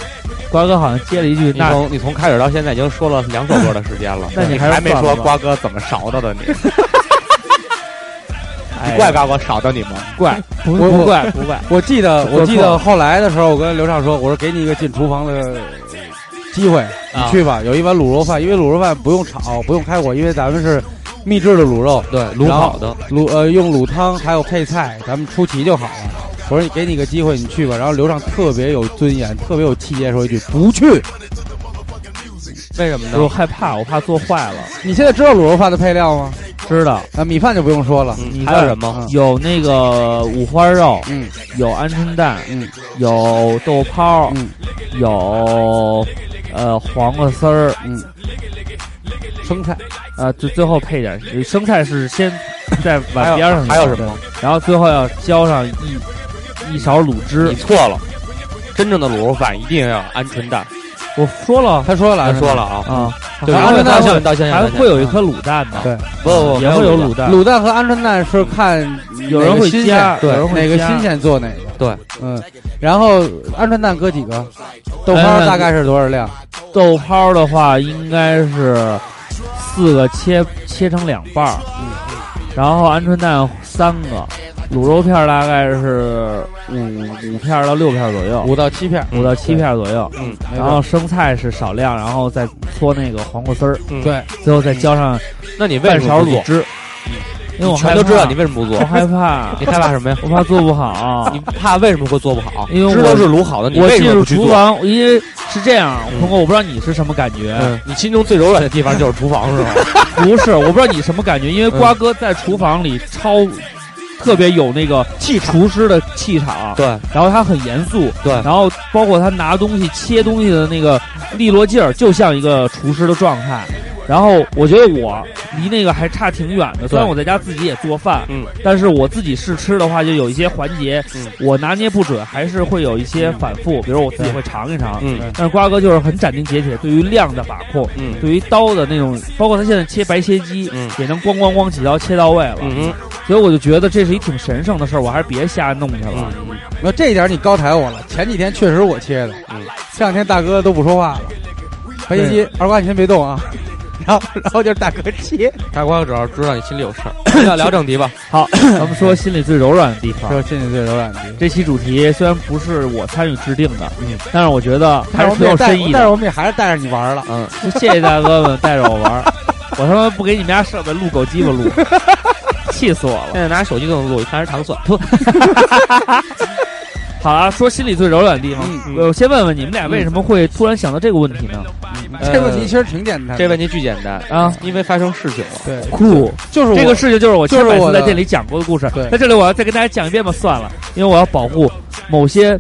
Speaker 2: 瓜哥好像接了一句
Speaker 4: 你
Speaker 2: 那。，
Speaker 4: 从你从开始到现在已经说了两首歌的时间了
Speaker 2: 那你
Speaker 4: 你
Speaker 2: 还是
Speaker 4: 没
Speaker 2: 算了
Speaker 4: 说
Speaker 2: 吧
Speaker 4: 瓜哥怎么勺到的你？
Speaker 2: 哎
Speaker 4: 你怪瓜哥勺到你吗？
Speaker 2: 怪不
Speaker 6: 我
Speaker 2: 不
Speaker 6: 我
Speaker 2: 怪不怪，
Speaker 6: 我记得
Speaker 2: 说错了
Speaker 6: 我记得后来的时候，我跟刘畅说，我说给你一个进厨房的机会，你去吧，有一碗卤肉饭，因为卤肉饭不用炒，不用开火，因为咱们是秘制的卤肉，
Speaker 4: 对，卤
Speaker 6: 然后
Speaker 4: 好的，
Speaker 6: 卤呃用卤汤还有配菜，咱们出题就好了。我说你给你个机会，你去吧。然后刘畅特别有尊严，特别有气节，说一句不去。
Speaker 4: 为什么
Speaker 2: 我？害怕，我怕做坏了。
Speaker 6: 你现在知道卤肉饭的配料吗？
Speaker 2: 知道
Speaker 6: 啊，米饭就不用说了。
Speaker 4: 嗯
Speaker 2: 你
Speaker 4: 还有
Speaker 2: 看
Speaker 4: 什么？
Speaker 2: 有那个五花肉，
Speaker 6: 嗯
Speaker 2: 有鹌鹑蛋，
Speaker 6: 嗯
Speaker 2: 有豆泡，
Speaker 6: 嗯
Speaker 2: 有呃黄瓜丝儿，
Speaker 6: 嗯，生菜
Speaker 2: 呃，就最后配点儿生菜是先在碗边上
Speaker 4: 还有还有什么？
Speaker 2: 然后最后要浇上一一勺卤汁
Speaker 4: 你，错了，真正的卤肉饭一定要有鹌鹑蛋，
Speaker 2: 我说了
Speaker 6: 他说了，
Speaker 4: 他说了啊，
Speaker 2: 啊，
Speaker 4: 对，
Speaker 2: 然
Speaker 4: 安
Speaker 2: 后
Speaker 4: 全
Speaker 2: 呢
Speaker 4: 带道歉道歉，
Speaker 2: 还
Speaker 4: 道歉
Speaker 2: 会有一颗卤蛋的，嗯
Speaker 6: 对，
Speaker 4: 不不
Speaker 2: 也会有卤蛋。
Speaker 6: 卤蛋和鹌鹑蛋是看
Speaker 2: 有人
Speaker 6: 哪个
Speaker 2: 会
Speaker 6: 新
Speaker 2: 加
Speaker 6: 鲜对
Speaker 2: 有人会
Speaker 6: 哪个
Speaker 2: 加
Speaker 6: 新鲜做哪个，
Speaker 4: 对，
Speaker 6: 嗯，然后鹌鹑蛋搁几个，豆
Speaker 2: 鹌鹑
Speaker 6: 花
Speaker 2: 蛋
Speaker 6: 大概是多少量？
Speaker 2: 豆泡的话，应该是四个切切成两半儿，然后鹌鹑蛋三个，卤肉片儿大概是五五片儿到六片儿左右，
Speaker 6: 嗯五到七片，
Speaker 2: 五到七片儿左右。
Speaker 4: 嗯，
Speaker 6: 没
Speaker 2: 然
Speaker 6: 错
Speaker 2: 后生菜是少量，然后再搓那个黄瓜丝儿，
Speaker 6: 对，
Speaker 2: 最后再浇上
Speaker 4: 那你为
Speaker 2: 半
Speaker 4: 什么
Speaker 2: 勺
Speaker 4: 不
Speaker 2: 卤
Speaker 4: 做？
Speaker 2: 汁。因为我
Speaker 4: 全都知道你
Speaker 2: [LAUGHS] 为
Speaker 4: 为什么不做
Speaker 2: 我，害怕，
Speaker 4: 你害怕什么呀？
Speaker 2: 我怕做不好。
Speaker 4: 你怕为什么会做不好？
Speaker 2: 因为我
Speaker 4: 知道是卤好的，你
Speaker 2: 我
Speaker 4: 为
Speaker 2: 进
Speaker 4: 什么
Speaker 2: 入
Speaker 4: 不去
Speaker 2: 厨
Speaker 4: 做？
Speaker 2: 房，因为是这样，鹏哥，我不知道你是什么感觉。
Speaker 4: 嗯，你心中最柔软的地方就是厨房，是
Speaker 2: [LAUGHS]
Speaker 4: 吗？
Speaker 2: 不是，我不知道你什么感觉，
Speaker 4: 嗯
Speaker 2: 因为瓜哥在厨房里超特别有那个
Speaker 4: 气场，
Speaker 2: 厨师的气场，啊
Speaker 4: 对
Speaker 2: 然后他很严肃，
Speaker 4: 对
Speaker 2: 然后包括他拿东西、切东西的那个利落劲儿，就像一个厨师的状态。然后我觉得我离那个还差挺远的，虽然我在家自己也做饭，
Speaker 4: 嗯，
Speaker 2: 但是我自己试吃的话，就有一些环节、
Speaker 4: 嗯
Speaker 2: 我拿捏不准，还是会有一些反复，比如我自己会尝一尝，
Speaker 4: 嗯
Speaker 2: 但是瓜哥就是很斩钉截铁，对于量的把控，
Speaker 4: 嗯
Speaker 2: 对于刀的那种，包括他现在切白切鸡，
Speaker 4: 嗯
Speaker 2: 也能咣咣咣几刀切到位了，
Speaker 4: 嗯
Speaker 2: 所以我就觉得这是一挺神圣的事儿，我还是别瞎弄去
Speaker 4: 嗯
Speaker 2: 了。
Speaker 6: 那这一点你高抬我了。前几天确实我切的，
Speaker 4: 嗯
Speaker 6: 这两天大哥都不说话了。白切鸡，二瓜你先别动啊。 [LAUGHS] 然后，然后就是大哥切，
Speaker 4: 大瓜主要知道你心里有事
Speaker 2: [LAUGHS]
Speaker 4: 儿，要聊正题吧。
Speaker 2: 好，咱们说心里最柔软的地方。
Speaker 6: 这是心里最柔软的地方。
Speaker 2: 这期主题虽然不是我参与制定的，
Speaker 6: 嗯
Speaker 2: 但是我觉得还是挺有深意
Speaker 6: 但是
Speaker 2: 的。
Speaker 6: 我们也还是带着你玩了。
Speaker 4: 嗯，
Speaker 2: 谢谢大哥们带着我玩儿，我他妈不给你们家设备录狗鸡巴录，气死我了。
Speaker 6: 嗯
Speaker 4: 现在拿手机都能录，一看是糖蒜。
Speaker 2: 好啊，说心里最柔软的地方，
Speaker 6: 嗯
Speaker 2: 我先问问你们俩为什么会突然想到这个问题呢？
Speaker 6: 这问题其实挺简单的，
Speaker 4: [LAUGHS] 这问题巨简单，
Speaker 2: 啊，
Speaker 4: 因为发生事情了。
Speaker 6: 对，
Speaker 2: 酷，
Speaker 6: 就是我
Speaker 2: 这个事情就是我
Speaker 6: 就是
Speaker 2: 千百
Speaker 6: 我
Speaker 2: 次
Speaker 6: 的
Speaker 2: 在店里讲过的故事
Speaker 6: 对。
Speaker 2: 在这里我要再跟大家讲一遍吧，算了，因为我要保护某些，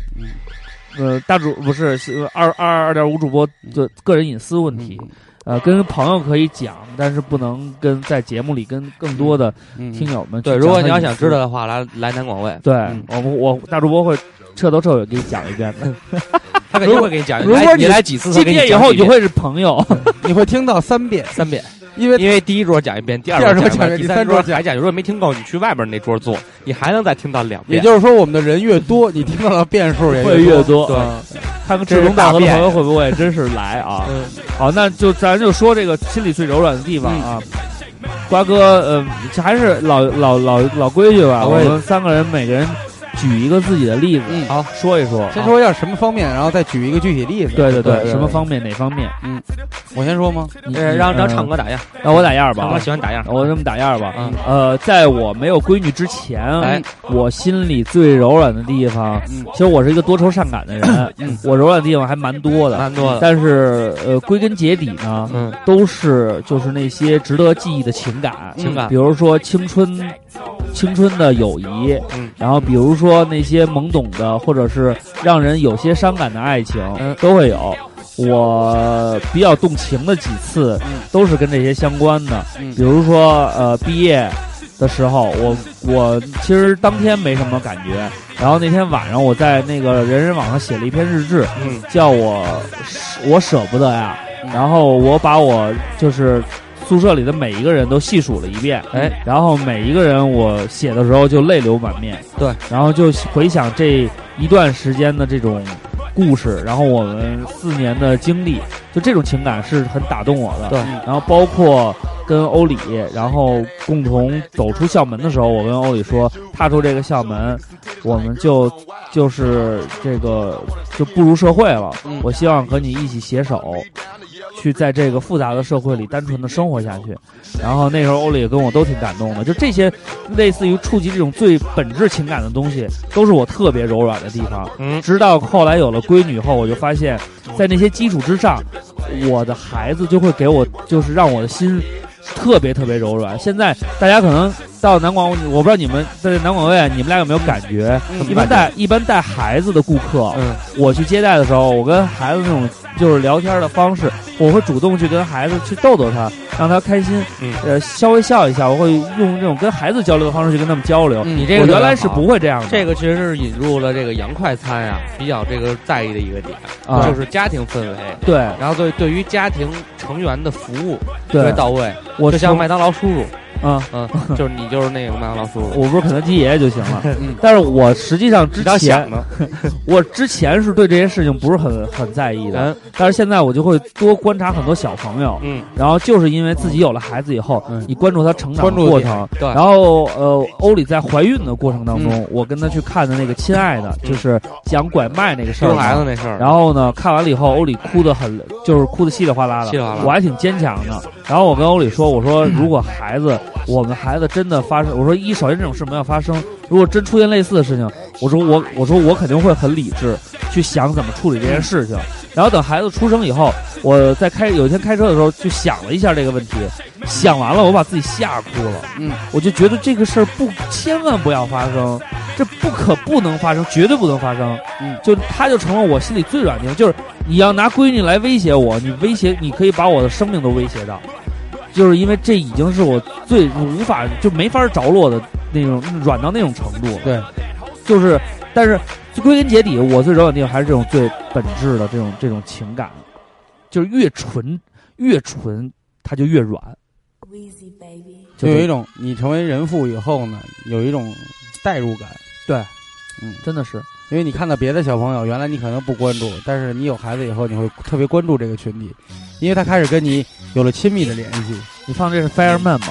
Speaker 2: 呃，大主不是是二二二点五主播的个人隐私问题。
Speaker 6: 嗯
Speaker 2: 呃，跟朋友可以讲，但是不能跟在节目里跟更多的
Speaker 6: 嗯
Speaker 2: 听友们去
Speaker 4: 对，
Speaker 2: 讲
Speaker 4: 如果你
Speaker 2: 他
Speaker 4: 要
Speaker 2: 隐
Speaker 4: 想
Speaker 2: 私
Speaker 4: 知道，的话，来来南广卫，
Speaker 2: 对
Speaker 4: 嗯
Speaker 2: 我们我大主播会彻头彻尾给你讲一遍
Speaker 4: [LAUGHS]
Speaker 2: 的。
Speaker 4: 他肯定会给你讲。
Speaker 6: 如果
Speaker 4: 来
Speaker 6: 你
Speaker 4: 你来几次，他
Speaker 2: 今
Speaker 4: 给
Speaker 2: 天以
Speaker 4: 讲几
Speaker 2: 后你就
Speaker 4: 遍
Speaker 2: 会是朋友，
Speaker 6: 你会听到三遍，
Speaker 4: 三遍，[LAUGHS]
Speaker 6: 因为
Speaker 4: 因为第一桌讲一 [LAUGHS] 遍，第
Speaker 6: 第二
Speaker 4: 二
Speaker 6: 桌
Speaker 4: 讲一
Speaker 6: 讲一遍
Speaker 4: 遍，第
Speaker 6: 第三
Speaker 4: 三
Speaker 6: 桌
Speaker 4: 桌
Speaker 6: 讲
Speaker 4: 还讲。如果没听够，你去外边那桌坐，你还能再听到两
Speaker 6: 也
Speaker 4: [LAUGHS] 遍。
Speaker 6: 就是说我们的人越多，你听到的遍数也
Speaker 2: 会越
Speaker 6: 多。
Speaker 2: 多。
Speaker 4: 对，
Speaker 2: 看看志同道合的朋友会不会真是来啊？
Speaker 4: 嗯
Speaker 2: 好，那就咱就说这个心里最柔软的地
Speaker 6: 嗯
Speaker 2: 方啊。
Speaker 4: 嗯
Speaker 2: 瓜哥，呃，还是老老老老规矩吧，
Speaker 4: 老
Speaker 2: 我
Speaker 4: 规矩
Speaker 2: 们三个人每个人举一个自己的例子，
Speaker 6: 嗯
Speaker 2: 好说一说。
Speaker 6: 先
Speaker 2: 啊，
Speaker 6: 说要什么方面，然后再举一个具体例子。
Speaker 2: 对对
Speaker 6: 对
Speaker 2: 对，什么？方面哪方面？
Speaker 6: 我先说吗？
Speaker 2: 你
Speaker 4: 呃，让让唱，
Speaker 2: 嗯
Speaker 4: 歌打样，
Speaker 2: 让我打样吧
Speaker 4: 唱
Speaker 2: 啊
Speaker 4: 歌。喜欢打样。
Speaker 2: 我这么打样吧
Speaker 4: 嗯，
Speaker 2: 呃，在我没有闺女之前，
Speaker 4: 哎
Speaker 2: 我心里最柔软的地方，
Speaker 6: 嗯
Speaker 2: 其实我是一个多愁善感的人，嗯我柔软的地方还蛮多
Speaker 4: 嗯
Speaker 2: 的，
Speaker 4: 蛮多的
Speaker 2: 但是呃，归根结底呢，
Speaker 4: 嗯，
Speaker 2: 都是就是那些值得记忆的情感，
Speaker 4: 情感
Speaker 2: 比如说青春，青春的友谊，
Speaker 4: 嗯
Speaker 2: 然后比如说那些懵懂的，或者是让人有些伤感的爱情，
Speaker 4: 嗯
Speaker 2: 都会有。我比较动情的几次，
Speaker 4: 嗯
Speaker 2: 都是跟这些相关的，
Speaker 6: 嗯
Speaker 2: 比如说呃毕业。的时候，我我其实当天没什么感觉，然后那天晚上我在那个人人网上写了一篇日志，
Speaker 4: 嗯
Speaker 2: 叫我舍我舍不得呀，然后我把我就是宿舍里的每一个人都细数了一遍，
Speaker 4: 哎，
Speaker 2: 然后每一个人我写的时候就泪流满面，
Speaker 4: 对，
Speaker 2: 然后就回想这一段时间的这种故事，然后我们四年的经历，就这种情感是很打动我的，
Speaker 4: 对，
Speaker 2: 然后包括跟欧里，然后共同走出校门的时候，我跟欧里说，踏出这个校门，我们就就是这个就步入社会了。
Speaker 4: 嗯
Speaker 2: 我希望和你一起携手，去在这个复杂的社会里单纯的生活下去。然后那时候欧里也跟我都挺感动的，就这些类似于触及这种最本质情感的东西，都是我特别柔软的地方。
Speaker 4: 嗯
Speaker 2: 直到后来有了闺女以后，我就发现，在那些基础之上，我的孩子就会给我，就是让我的心特别特别柔软。现在大家可能到南广，我不知道你们在南广啊卫，你们俩有没有感觉？一般带一般带孩子的顾客，
Speaker 4: 嗯
Speaker 2: 我去接待的时候，我跟孩子那种就是聊天的方式，我会主动去跟孩子去逗逗他，让他开心，
Speaker 4: 嗯
Speaker 2: 呃，稍微笑一下，我会用这种跟孩子交流的方式去跟他们交流。
Speaker 4: 嗯你这个
Speaker 2: 我
Speaker 4: 就
Speaker 2: 原
Speaker 4: 很
Speaker 2: 来是
Speaker 4: 好
Speaker 2: 不会这样的，
Speaker 4: 这个其实是引入了这个洋快餐啊，比较这个在意的一个点，
Speaker 2: 啊
Speaker 4: 就是家庭氛围，
Speaker 2: 对
Speaker 4: 然后对对于家庭成员的服务特别
Speaker 2: 对，
Speaker 4: 到位，
Speaker 2: 我
Speaker 4: 就像
Speaker 2: 从
Speaker 4: 麦当劳叔叔，
Speaker 2: 啊，
Speaker 4: [LAUGHS] 嗯，就是你就是那个麦当劳叔叔，
Speaker 2: 我不是肯德基爷爷就行了
Speaker 4: 嗯。
Speaker 2: [LAUGHS] 但是我实际上之
Speaker 4: 比较
Speaker 2: 前
Speaker 4: 想，呢，
Speaker 2: 我之前是对这些事情不是很很在意的，
Speaker 4: 嗯
Speaker 2: 但是现在我就会多观察很多小朋友，
Speaker 4: 嗯，
Speaker 2: 然后就是因为自己有了孩子以后
Speaker 6: 嗯，
Speaker 2: 你关注他成长
Speaker 6: 关
Speaker 2: 的
Speaker 6: 注
Speaker 2: 过
Speaker 6: 点
Speaker 2: 程。
Speaker 4: 对嗯
Speaker 2: 然后呃，欧里在怀孕的过程当中，我跟他去看的那个《亲爱的》，就是讲拐卖那个事儿
Speaker 4: 生
Speaker 2: 嘛，
Speaker 4: 孩子那事儿，
Speaker 2: 然后呢，看完了以后，欧里哭得很，就是哭得稀里哗啦的。
Speaker 4: 稀里哗啦
Speaker 2: 我还挺坚强的。然后我跟欧里说：“我说，如果孩子，我们孩子真的发生，我说一，首先这种事没有发生。如果真出现类似的事情，我说我，我说我肯定会很理智去想怎么处理这件事情。然后等孩子出生以后，我在开有一天开车的时候就想了一下这个问题，想完了，我把自己吓哭了。
Speaker 4: 嗯，
Speaker 2: 我就觉得这个事儿不，千万不要发生，这不可不能发生，绝对不能发生。
Speaker 4: 嗯，
Speaker 2: 就他就成了我心里最软的地方，就是你要拿闺女来威胁我，你威胁，你可以把我的生命都威胁到，就是因为这已经是我最无法就没法着落的那种软到那种程度了。
Speaker 6: 对，
Speaker 2: 就是，但是就归根结底，我最柔软的地方还是这种最本质的这种这种情感，就是越纯越纯，它就越软。
Speaker 6: 就有一
Speaker 2: 是
Speaker 6: 种你成为人父以后呢，有一种代入感，
Speaker 2: 真的是，
Speaker 6: 因为你看到别的小朋友，原来你可能不关注，但是你有孩子以后，你会特别关注这个群体，因为他开始跟你有了亲密的联系。
Speaker 2: 你放这是 Fireman 吗？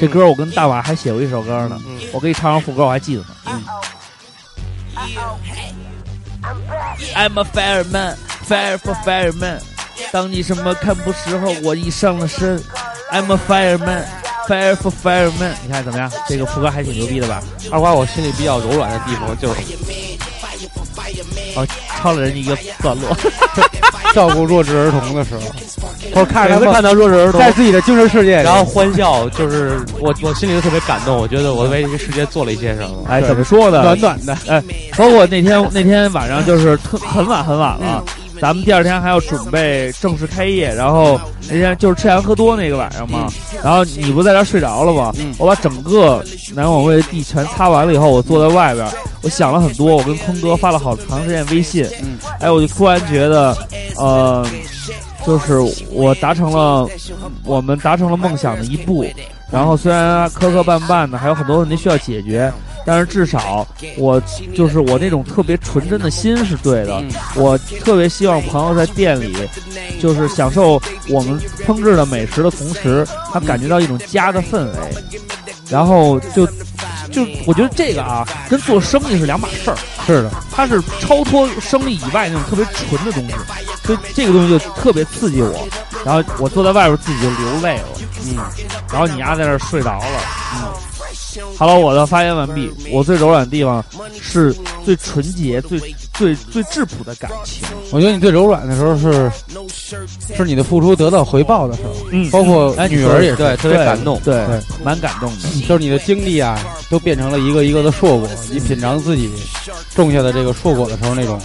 Speaker 2: 这歌我跟大马还写过一首歌呢，
Speaker 4: 嗯
Speaker 2: 我给你唱上副歌，我还记得呢。I'm a fireman, fire for fireman。当你什么看不时候，我已上了身。I'm a fireman, fire for fireman。你看怎么样？这个副歌还挺牛逼的吧？
Speaker 4: 二瓜，我心里比较柔软的地方就是
Speaker 2: 哦，抄了人家一个段落。
Speaker 6: 照顾弱智儿童的时候，或者看着
Speaker 4: 每
Speaker 6: 他
Speaker 4: 次
Speaker 6: 们
Speaker 4: 看到弱智儿童
Speaker 6: 在。自己的精神世界里，
Speaker 4: 然后欢笑，就是我，我心里就特别感动。我觉得我为这个世界做了一些什
Speaker 6: 啊
Speaker 4: 么。
Speaker 2: 哎，怎么说呢？
Speaker 6: 嗯暖暖的，
Speaker 2: 包括那天那天晚上就是特很晚很晚了，啊咱们第二天还要准备正式开业，然后那天就是吃完喝多那个晚上嘛，
Speaker 6: 嗯
Speaker 2: 然后你不在这儿睡着了吗？我把整个南广卫的地全擦完了以后，我坐在外边，我想了很多，我跟坤哥发了好长时间微信，
Speaker 6: 嗯
Speaker 2: 哎，我就突然觉得，呃，就是我达成了我们达成了梦想的一步，然后虽然磕磕绊绊的，还有很多问题需要解决，但是至少我就是我那种特别纯真的心是对的。我特别希望朋友在店里，就是享受我们烹制的美食的同时，他感觉到一种家的氛围，然后就就我觉得这个啊，跟做生意是两码事儿。
Speaker 6: 是的，
Speaker 2: 它是超脱生意以外那种特别纯的东西，所以这个东西就特别刺激我。然后我坐在外边自己就流泪了，嗯，然后你丫在那儿睡着了，嗯。好了，我的发言完毕。我最柔软的地方是最纯洁、最最最质朴的感情。
Speaker 6: 我觉得你最柔软的时候是，是你的付出得到回报的时候，
Speaker 2: 嗯
Speaker 6: 包括
Speaker 2: 哎你
Speaker 6: 女
Speaker 2: 说
Speaker 6: 儿也是，
Speaker 4: 对，特别感动。
Speaker 2: 对，
Speaker 6: 对
Speaker 2: 蛮感动的。
Speaker 6: 就是你的经历啊，都变成了一个一个的硕果。你品尝自己种下的这个硕果的时候，那种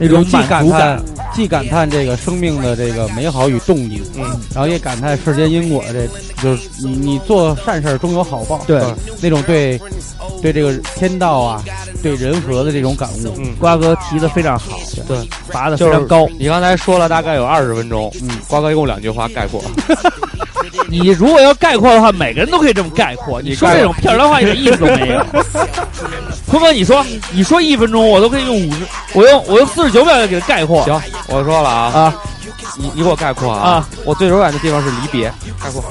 Speaker 2: 那种
Speaker 6: 既
Speaker 2: 满
Speaker 6: 感
Speaker 2: 足
Speaker 6: 叹
Speaker 2: 感，
Speaker 6: 既感叹这个生命的这个美好与动力，嗯，然后也感叹世间因果，这就是你你做善事儿终有好报，
Speaker 2: 对
Speaker 6: 就是那种对对这个天道啊，对人和的这种感悟，
Speaker 4: 嗯，
Speaker 2: 瓜哥提的非常好，
Speaker 4: 对，
Speaker 2: 拔的非
Speaker 4: 就
Speaker 2: 常
Speaker 4: 是
Speaker 2: 高。
Speaker 4: 你刚才说了大概有二十分钟，嗯，瓜哥一共两句话概括。
Speaker 2: 你如果要概括的话，每个人都可以这么概括。你说
Speaker 4: 概括
Speaker 2: 这种片儿的话一点意思都没有。 [LAUGHS] 坤哥，你说你说一分钟，我都可以用五十，我用我用四十九秒就给它概括。
Speaker 4: 行，我说了啊
Speaker 2: 啊，
Speaker 4: 你你给我概括啊
Speaker 2: 啊，
Speaker 4: 我最柔软的地方是离别，概括。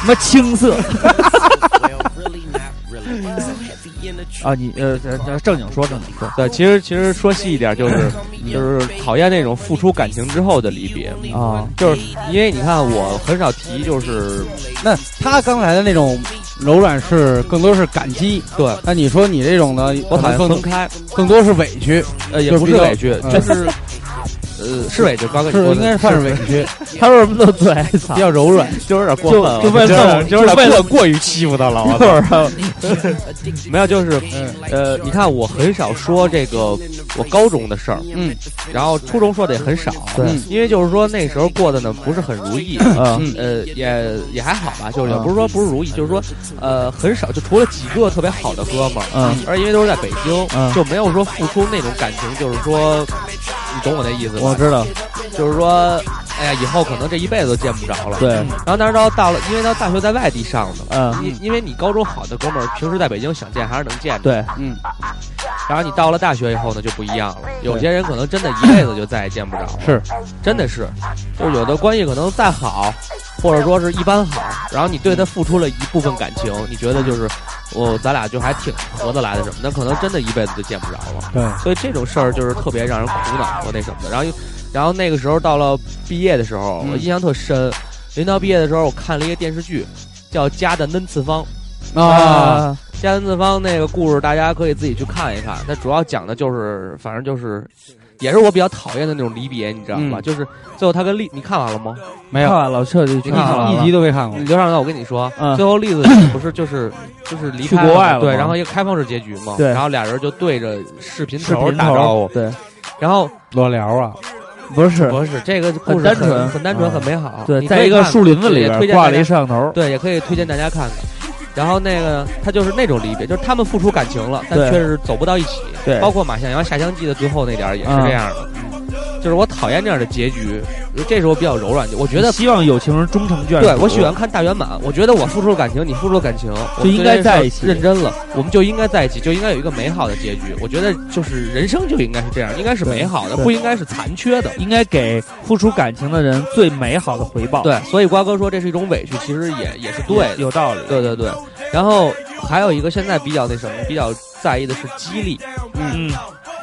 Speaker 2: 什么青涩。啊，你呃呃正经说正经说
Speaker 4: 对，其实其实说细一点就是就是讨厌那种付出感情之后的离别，
Speaker 6: 嗯
Speaker 2: 啊，
Speaker 4: 就是因为你看我很少提就是
Speaker 6: 那他刚才的那种柔软是更多是感激，
Speaker 4: 对。
Speaker 6: 那你说你这种呢，
Speaker 4: 我讨厌
Speaker 6: 可能
Speaker 4: 分
Speaker 6: 更
Speaker 4: 开，
Speaker 6: 更多是委屈，
Speaker 4: 呃，也
Speaker 6: 就是
Speaker 4: 不是
Speaker 6: 比较
Speaker 4: 委屈，
Speaker 6: 嗯
Speaker 4: 就是，呃，呃市委就刚跟你
Speaker 6: 是
Speaker 4: 说的
Speaker 6: 应该算是委屈，
Speaker 2: 他为什么那么嘴？操
Speaker 6: 比，较柔软。
Speaker 4: 就是有点过
Speaker 2: 就
Speaker 4: 分了，
Speaker 2: 就为
Speaker 4: 就是
Speaker 2: 了
Speaker 4: 就
Speaker 2: 就是为了
Speaker 4: 过于欺负他了，我操
Speaker 2: 就是
Speaker 4: 没有，就是，呃，你看我很少说这个我高中的事儿，
Speaker 6: 嗯，
Speaker 4: 然后初中说的也很少，
Speaker 2: 对
Speaker 4: 嗯因为就是说那时候过得呢不是很如意，
Speaker 2: 啊
Speaker 4: 嗯，呃，也也还好吧，就是也
Speaker 2: 嗯
Speaker 4: 不是说不是如意，就是说，呃，很少，就除了几个特别好的哥们儿，
Speaker 2: 嗯，
Speaker 4: 而因为都是在北京，
Speaker 2: 嗯
Speaker 4: 就没有说付出那种感情，就是说，你懂我那意思
Speaker 2: 我
Speaker 4: 吧？
Speaker 2: 知道，
Speaker 4: 就是说，哎呀，以后可能这一辈子都见不着了，
Speaker 2: 对，
Speaker 4: 然后当时到到了，因为到大学在外地上的嘛，
Speaker 2: 嗯，
Speaker 4: 因因为你高中好的哥们儿，平时在北京想见还是能见的。
Speaker 2: 对，
Speaker 6: 嗯，
Speaker 4: 然后你到了大学以后呢，就不一样了。有些人可能真的一辈子就再也见不着了，
Speaker 6: 是，
Speaker 4: 真的是，就是有的关系可能再好，或者说是一般好，然后你对他付出了一部分感情，你觉得就是我、咱俩就还挺合得来的什么的，可能真的一辈子就见不着了。
Speaker 6: 对，
Speaker 4: 所以这种事儿就是特别让人苦恼和那什么的。然后，然后那个时候到了毕业的时候，
Speaker 6: 嗯
Speaker 4: 我印象特深。临到毕业的时候，我看了一个电视剧，叫《家的 n 次方》。
Speaker 6: 啊，
Speaker 4: 家人次方那个故事，大家可以自己去看一看。它主要讲的就是，反正就是，也是我比较讨厌的那种离别，你知道吧？
Speaker 6: 嗯
Speaker 4: 就是最后他跟栗，你看完了吗？
Speaker 6: 没
Speaker 2: 看
Speaker 6: 有
Speaker 2: 完了，彻底去
Speaker 4: 看完
Speaker 2: 了
Speaker 6: 一，一集都没看过。
Speaker 4: 刘尚呢？我跟你说，
Speaker 2: 嗯
Speaker 4: 最后栗子不是就是就是离
Speaker 2: 去
Speaker 4: 开
Speaker 2: 国外了
Speaker 4: 对，
Speaker 2: 吗
Speaker 4: 然后一个开放式结局嘛，
Speaker 2: 对
Speaker 4: 然后俩人就对着视频
Speaker 2: 视
Speaker 4: 头
Speaker 2: 频
Speaker 4: 打招
Speaker 2: 头
Speaker 4: 呼，，
Speaker 2: 对，
Speaker 4: 然后
Speaker 6: 裸聊啊，
Speaker 2: 不是，
Speaker 4: 不是这个故事
Speaker 2: 单纯
Speaker 4: 很单纯，
Speaker 2: 嗯
Speaker 4: 很美好。
Speaker 2: 对，
Speaker 4: 你可以
Speaker 2: 在一个
Speaker 4: 看
Speaker 2: 树林子里
Speaker 4: 也推
Speaker 2: 边
Speaker 4: 荐
Speaker 2: 挂
Speaker 4: 大
Speaker 2: 了
Speaker 4: 家
Speaker 2: 一摄像头，
Speaker 4: 对，也可以推荐大家看看。然后那个他就是那种离别，就是他们付出感情了，但
Speaker 2: 对
Speaker 4: 确实走不到一起。
Speaker 2: 对嗯
Speaker 4: 包括马向阳下乡记的最后那点儿也是这样的。就是我讨厌这样的结局，这是我比较柔软的。我觉得，
Speaker 2: 希望有情人终成眷属。
Speaker 4: 对我喜欢看大圆满。我觉得我付出了感情，你付出了感情，我们
Speaker 2: 应该
Speaker 4: 对这事儿
Speaker 2: 在一起
Speaker 4: 认真了，我们就应该在一起，就应该有一个美好的结局。我觉得就是人生就应该是这样，应该是
Speaker 2: 对
Speaker 4: 美好的，
Speaker 2: 对
Speaker 4: 不应该是残缺的。
Speaker 2: 应该给付出感情的人最美好的回报。，
Speaker 4: 对，所以瓜哥说这是一种委屈，其实也也是对的。
Speaker 2: 有道理。
Speaker 4: 对对对，然后还有一个现在比较那什么，比较在意的是激励。
Speaker 2: 嗯，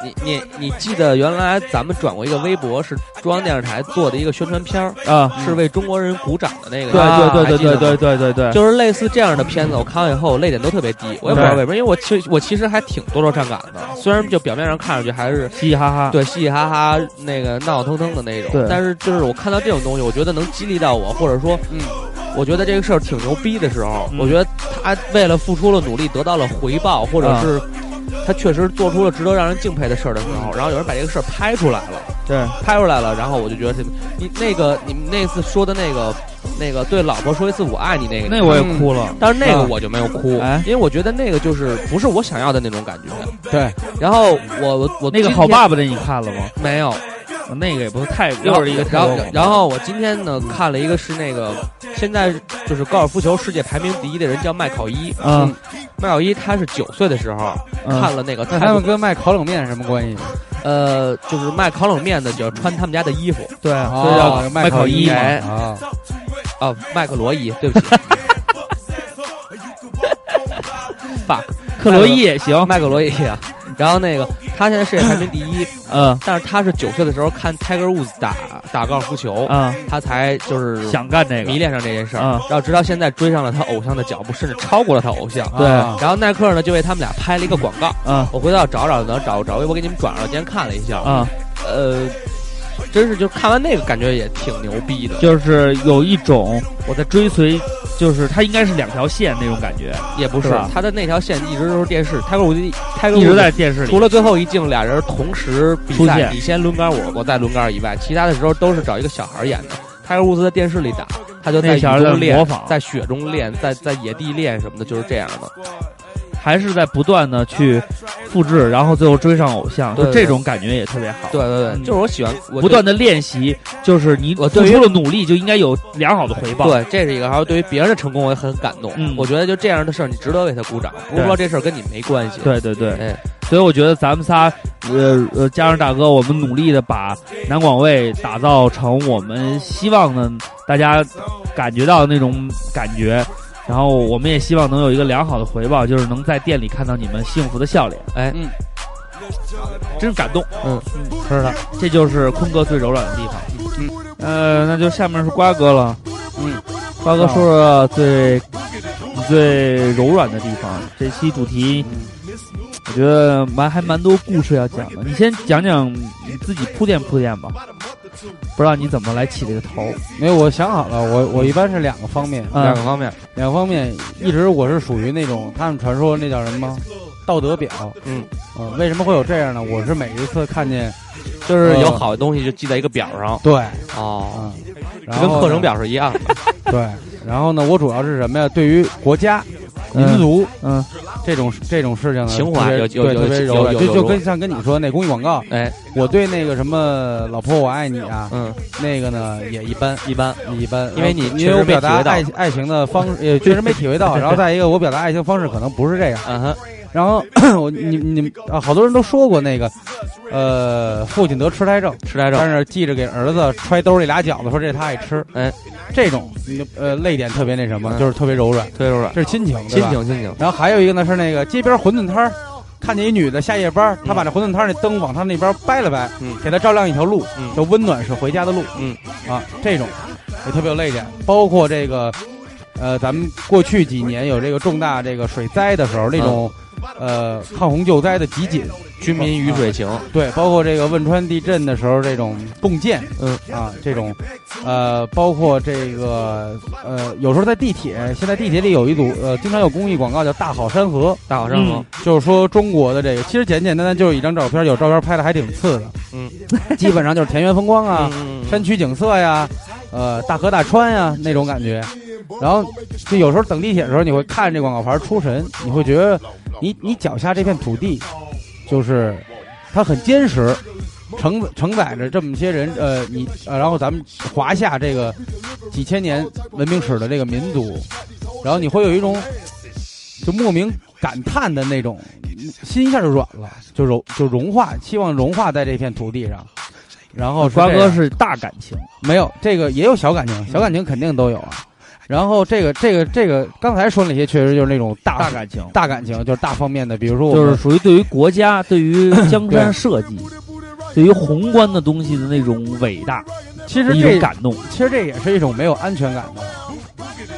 Speaker 4: 你你你记得原来咱们转过一个微博，是中央电视台做的一个宣传片儿，
Speaker 2: 啊，
Speaker 4: 是为中国人鼓掌的那个。
Speaker 2: 对对对
Speaker 4: 啊还记得
Speaker 2: 对
Speaker 4: 吗
Speaker 2: 对。对对对对，
Speaker 4: 就是类似这样的片子，我看完以后泪点都特别低，我也不知道为什么，因为我其实我其实还挺多愁善感的，虽然就表面上看上去还是
Speaker 2: 嘻嘻哈哈。
Speaker 4: 对嘻嘻哈哈那个闹闹腾腾的那种
Speaker 2: 啊对，
Speaker 4: 但是就是我看到这种东西，我觉得能激励到我，或者说，
Speaker 6: 嗯，
Speaker 4: 我觉得这个事儿挺牛逼的时候，
Speaker 2: 嗯
Speaker 4: 我觉得他为了付出了努力得到了回报，或者
Speaker 2: 啊
Speaker 4: 是他确实做出了值得让人敬佩的事儿的时候，
Speaker 2: 嗯
Speaker 4: 然后有人把这个事儿拍出来了，
Speaker 2: 对，
Speaker 4: 拍出来了，然后我就觉得这你那个你们那次说的那个那个对老婆说一次我爱你那个，嗯
Speaker 2: 那我也哭了。
Speaker 4: 但是那个
Speaker 2: 啊
Speaker 4: 我就没有哭，
Speaker 2: 哎
Speaker 4: 因为我觉得那个就是不是我想要的那种感觉。
Speaker 6: 对，
Speaker 4: 然后我我我
Speaker 2: 那个
Speaker 4: 今
Speaker 2: 好
Speaker 4: 天
Speaker 2: 爸爸的你看了吗？哦
Speaker 4: 没有。
Speaker 2: 那个也不是太，
Speaker 4: 然
Speaker 2: 又
Speaker 4: 后
Speaker 2: 是一个
Speaker 4: 然后
Speaker 2: 太多了
Speaker 4: 然后我今天呢看了一个是那个现在就是高尔夫球世界排名第一的人叫麦考伊，
Speaker 2: 嗯，
Speaker 4: 麦考伊他是九岁的时候
Speaker 2: 嗯
Speaker 4: 看了那个他
Speaker 6: 那他们
Speaker 4: 们
Speaker 6: 跟卖烤冷面什么关系？
Speaker 4: 呃就是卖烤冷面的就要穿他们家的衣服
Speaker 2: 对，
Speaker 4: 所以叫
Speaker 6: 哦，
Speaker 4: 麦
Speaker 6: 卖
Speaker 4: 考
Speaker 6: 烤
Speaker 4: 伊
Speaker 6: 嘛
Speaker 4: 哎
Speaker 6: 啊，
Speaker 4: 啊麦克罗伊，对不起，fuck
Speaker 2: 克罗伊也行。
Speaker 4: 麦克罗伊啊，然后那个他现在世界排名第一，
Speaker 2: 嗯
Speaker 4: 但是他是九岁的时候看 Tiger Woods 打打高尔夫球，
Speaker 2: 啊，
Speaker 4: 他才就是
Speaker 2: 想干这个
Speaker 4: 迷。恋上这件事儿，
Speaker 2: 嗯
Speaker 4: 然后直到现在追上了他偶像的脚步，甚至超过了他偶像。
Speaker 2: 对
Speaker 6: 啊
Speaker 4: 然后耐克呢就为他们俩拍了一个广告，
Speaker 2: 啊
Speaker 4: 我回头要找找能找找微博给你们转上，今天看了一下，
Speaker 2: 啊，
Speaker 4: 呃，真是就看完那个感觉也挺牛逼的，
Speaker 2: 就是有一种我在追随，就是它应该是两条线那种感觉，
Speaker 4: 也不是
Speaker 2: 是吧
Speaker 4: 他的那条线一直都是电视，泰戈伍兹，泰戈伍
Speaker 2: 一
Speaker 4: 兹
Speaker 2: 直在电视里
Speaker 4: 除。了最后一镜俩人同时比
Speaker 2: 出
Speaker 4: 赛，
Speaker 2: 现
Speaker 4: 你先抡杆我，我再抡杆以外，其他的时候都是找一个小孩演的。泰戈伍兹在电视里打，他就
Speaker 2: 那
Speaker 4: 在雨
Speaker 2: 小孩在
Speaker 4: 中练
Speaker 2: 模仿，
Speaker 4: 在雪中练，在在野地练什么的，就是这样的。
Speaker 2: 还是在不断的去复制，然后最后追上偶像，
Speaker 4: 对
Speaker 2: 就这种感觉也特别好。
Speaker 4: 对对对，
Speaker 2: 嗯
Speaker 4: 就是我喜欢我
Speaker 2: 不断的练习，就是你
Speaker 4: 我
Speaker 2: 付
Speaker 4: 对于
Speaker 2: 出了努力，就应该有良好的回报。
Speaker 4: 对，这是一个。还有对于别人的成功，我也很感动。
Speaker 2: 嗯
Speaker 4: 我觉得就这样的事儿，你值得为他鼓掌，不是
Speaker 2: 对
Speaker 4: 说这事儿跟你没关系。，
Speaker 2: 对对对
Speaker 4: 哎，
Speaker 2: 所以我觉得咱们仨，呃呃，加上大哥，我们努力的把南广卫打造成我们希望的大家感觉到的那种感觉，然后我们也希望能有一个良好的回报，就是能在店里看到你们幸福的笑脸。
Speaker 4: 哎
Speaker 2: 嗯，真感动。
Speaker 6: 吃的
Speaker 2: 嗯这就是坤哥最柔软的地方。嗯，呃，那就下面是瓜哥了。
Speaker 6: 嗯，
Speaker 2: 瓜哥说说最你最柔软的地方。这期主题，我觉得蛮还蛮多故事要讲的。你先讲讲你自己铺垫铺垫吧。不知道你怎么来起这个头。
Speaker 6: 没有，我想好了，我我一般是两个方面，
Speaker 2: 嗯
Speaker 4: 两个方面，
Speaker 6: 两个方面，一直我是属于那种他们传说那叫什么道德表，
Speaker 4: 嗯
Speaker 6: 呃，为什么会有这样呢？我是每一次看见，
Speaker 4: 就是有好的东西就记在一个表上
Speaker 6: 对，
Speaker 4: 哦，
Speaker 6: 嗯，
Speaker 4: 就
Speaker 6: 然
Speaker 4: 跟
Speaker 6: 后呢
Speaker 4: 课程表是一样的。
Speaker 6: [LAUGHS] 对，然后呢，我主要是什么呀？对于国家、民
Speaker 2: 嗯
Speaker 6: 族
Speaker 2: 嗯，
Speaker 6: 这种这种事情呢，
Speaker 4: 情怀
Speaker 6: 特别
Speaker 4: 有有有
Speaker 6: 对特别
Speaker 4: 有
Speaker 6: 柔软，
Speaker 4: 有
Speaker 6: 就
Speaker 4: 有
Speaker 6: 就
Speaker 4: 有
Speaker 6: 跟像跟你说那公益广告，
Speaker 4: 哎，
Speaker 6: 我对那个什么老婆我爱你啊，
Speaker 4: 嗯，
Speaker 6: 那个呢也一般
Speaker 4: 一般，
Speaker 6: 一般，
Speaker 4: 因为你
Speaker 6: 因
Speaker 4: 确
Speaker 6: 为
Speaker 4: 实
Speaker 6: 我
Speaker 4: 没
Speaker 6: 表
Speaker 4: 体
Speaker 6: 达
Speaker 4: 会到
Speaker 6: 爱爱情的方式，呃也确实没体会
Speaker 4: [LAUGHS]
Speaker 6: 到。然后再一个，我表达爱情方式可能不是这样。
Speaker 4: 嗯哼，
Speaker 6: 然后 [CLEARS THROAT] 我你你啊，好多人都说过那个，呃，父亲得痴呆症，
Speaker 4: 痴呆症
Speaker 6: 但是记着给儿子揣兜里俩饺子，说这他爱吃。
Speaker 4: 哎，
Speaker 6: 这种你就呃泪点特别那什么，
Speaker 4: 嗯
Speaker 6: 就是特别柔软，
Speaker 4: 特别柔软，
Speaker 6: 这是亲情，对
Speaker 4: 亲
Speaker 6: 吧。
Speaker 4: 情亲情，
Speaker 6: 然后还有一个呢是那个街边馄饨摊儿，看见一女的下夜班儿，她把那馄饨摊儿那灯往她那边掰了掰，
Speaker 4: 嗯
Speaker 6: 给她照亮一条路，
Speaker 4: 嗯
Speaker 6: 就温暖是回家的路，
Speaker 4: 嗯
Speaker 6: 啊，这种也特别有泪点。包括这个，呃，咱们过去几年有这个重大这个水灾的时候，那种、呃抗洪救灾的集锦，
Speaker 4: 嗯军民鱼水情，
Speaker 6: 对，包括这个汶川地震的时候这种共建，
Speaker 4: 嗯
Speaker 6: 啊，这种，呃，包括这个呃，有时候在地铁，现在地铁里有一组呃，经常有公益广告叫“大好山河
Speaker 4: 大好山河，
Speaker 2: 嗯”，
Speaker 6: 就是说中国的这个，其实简简单单就是一张照片，有照片拍的还挺次的，
Speaker 4: 嗯，
Speaker 6: [LAUGHS] 基本上就是田园风光啊，
Speaker 4: 嗯，
Speaker 6: 山区景色呀，呃，大河大川呀那种感觉。然后就有时候等地铁的时候，你会看这广告牌出神，你会觉得你你脚下这片土地，就是它很坚实，承承载着这么些人，呃，你呃，然后咱们华夏这个几千年文明史的这个民族，然后你会有一种就莫名感叹的那种，心一下就软了，就融就融化，希望融化在这片土地上。然后
Speaker 2: 瓜
Speaker 6: 这样
Speaker 2: 哥是大感情，
Speaker 6: 没有，这个也有小感情，小感情肯定都有啊。然后这个这个这个，刚才说那些确实就是那种大
Speaker 2: 大感情，
Speaker 6: 大感情，就是大方面的，比如说我
Speaker 2: 就
Speaker 6: 们
Speaker 2: 是属于对于国家、对 [LAUGHS] 于江山社稷、对于宏观的东西的那种伟大，
Speaker 6: 其实
Speaker 2: 一
Speaker 6: 这
Speaker 2: 种感动。
Speaker 6: 其实这也是一种没有安全感的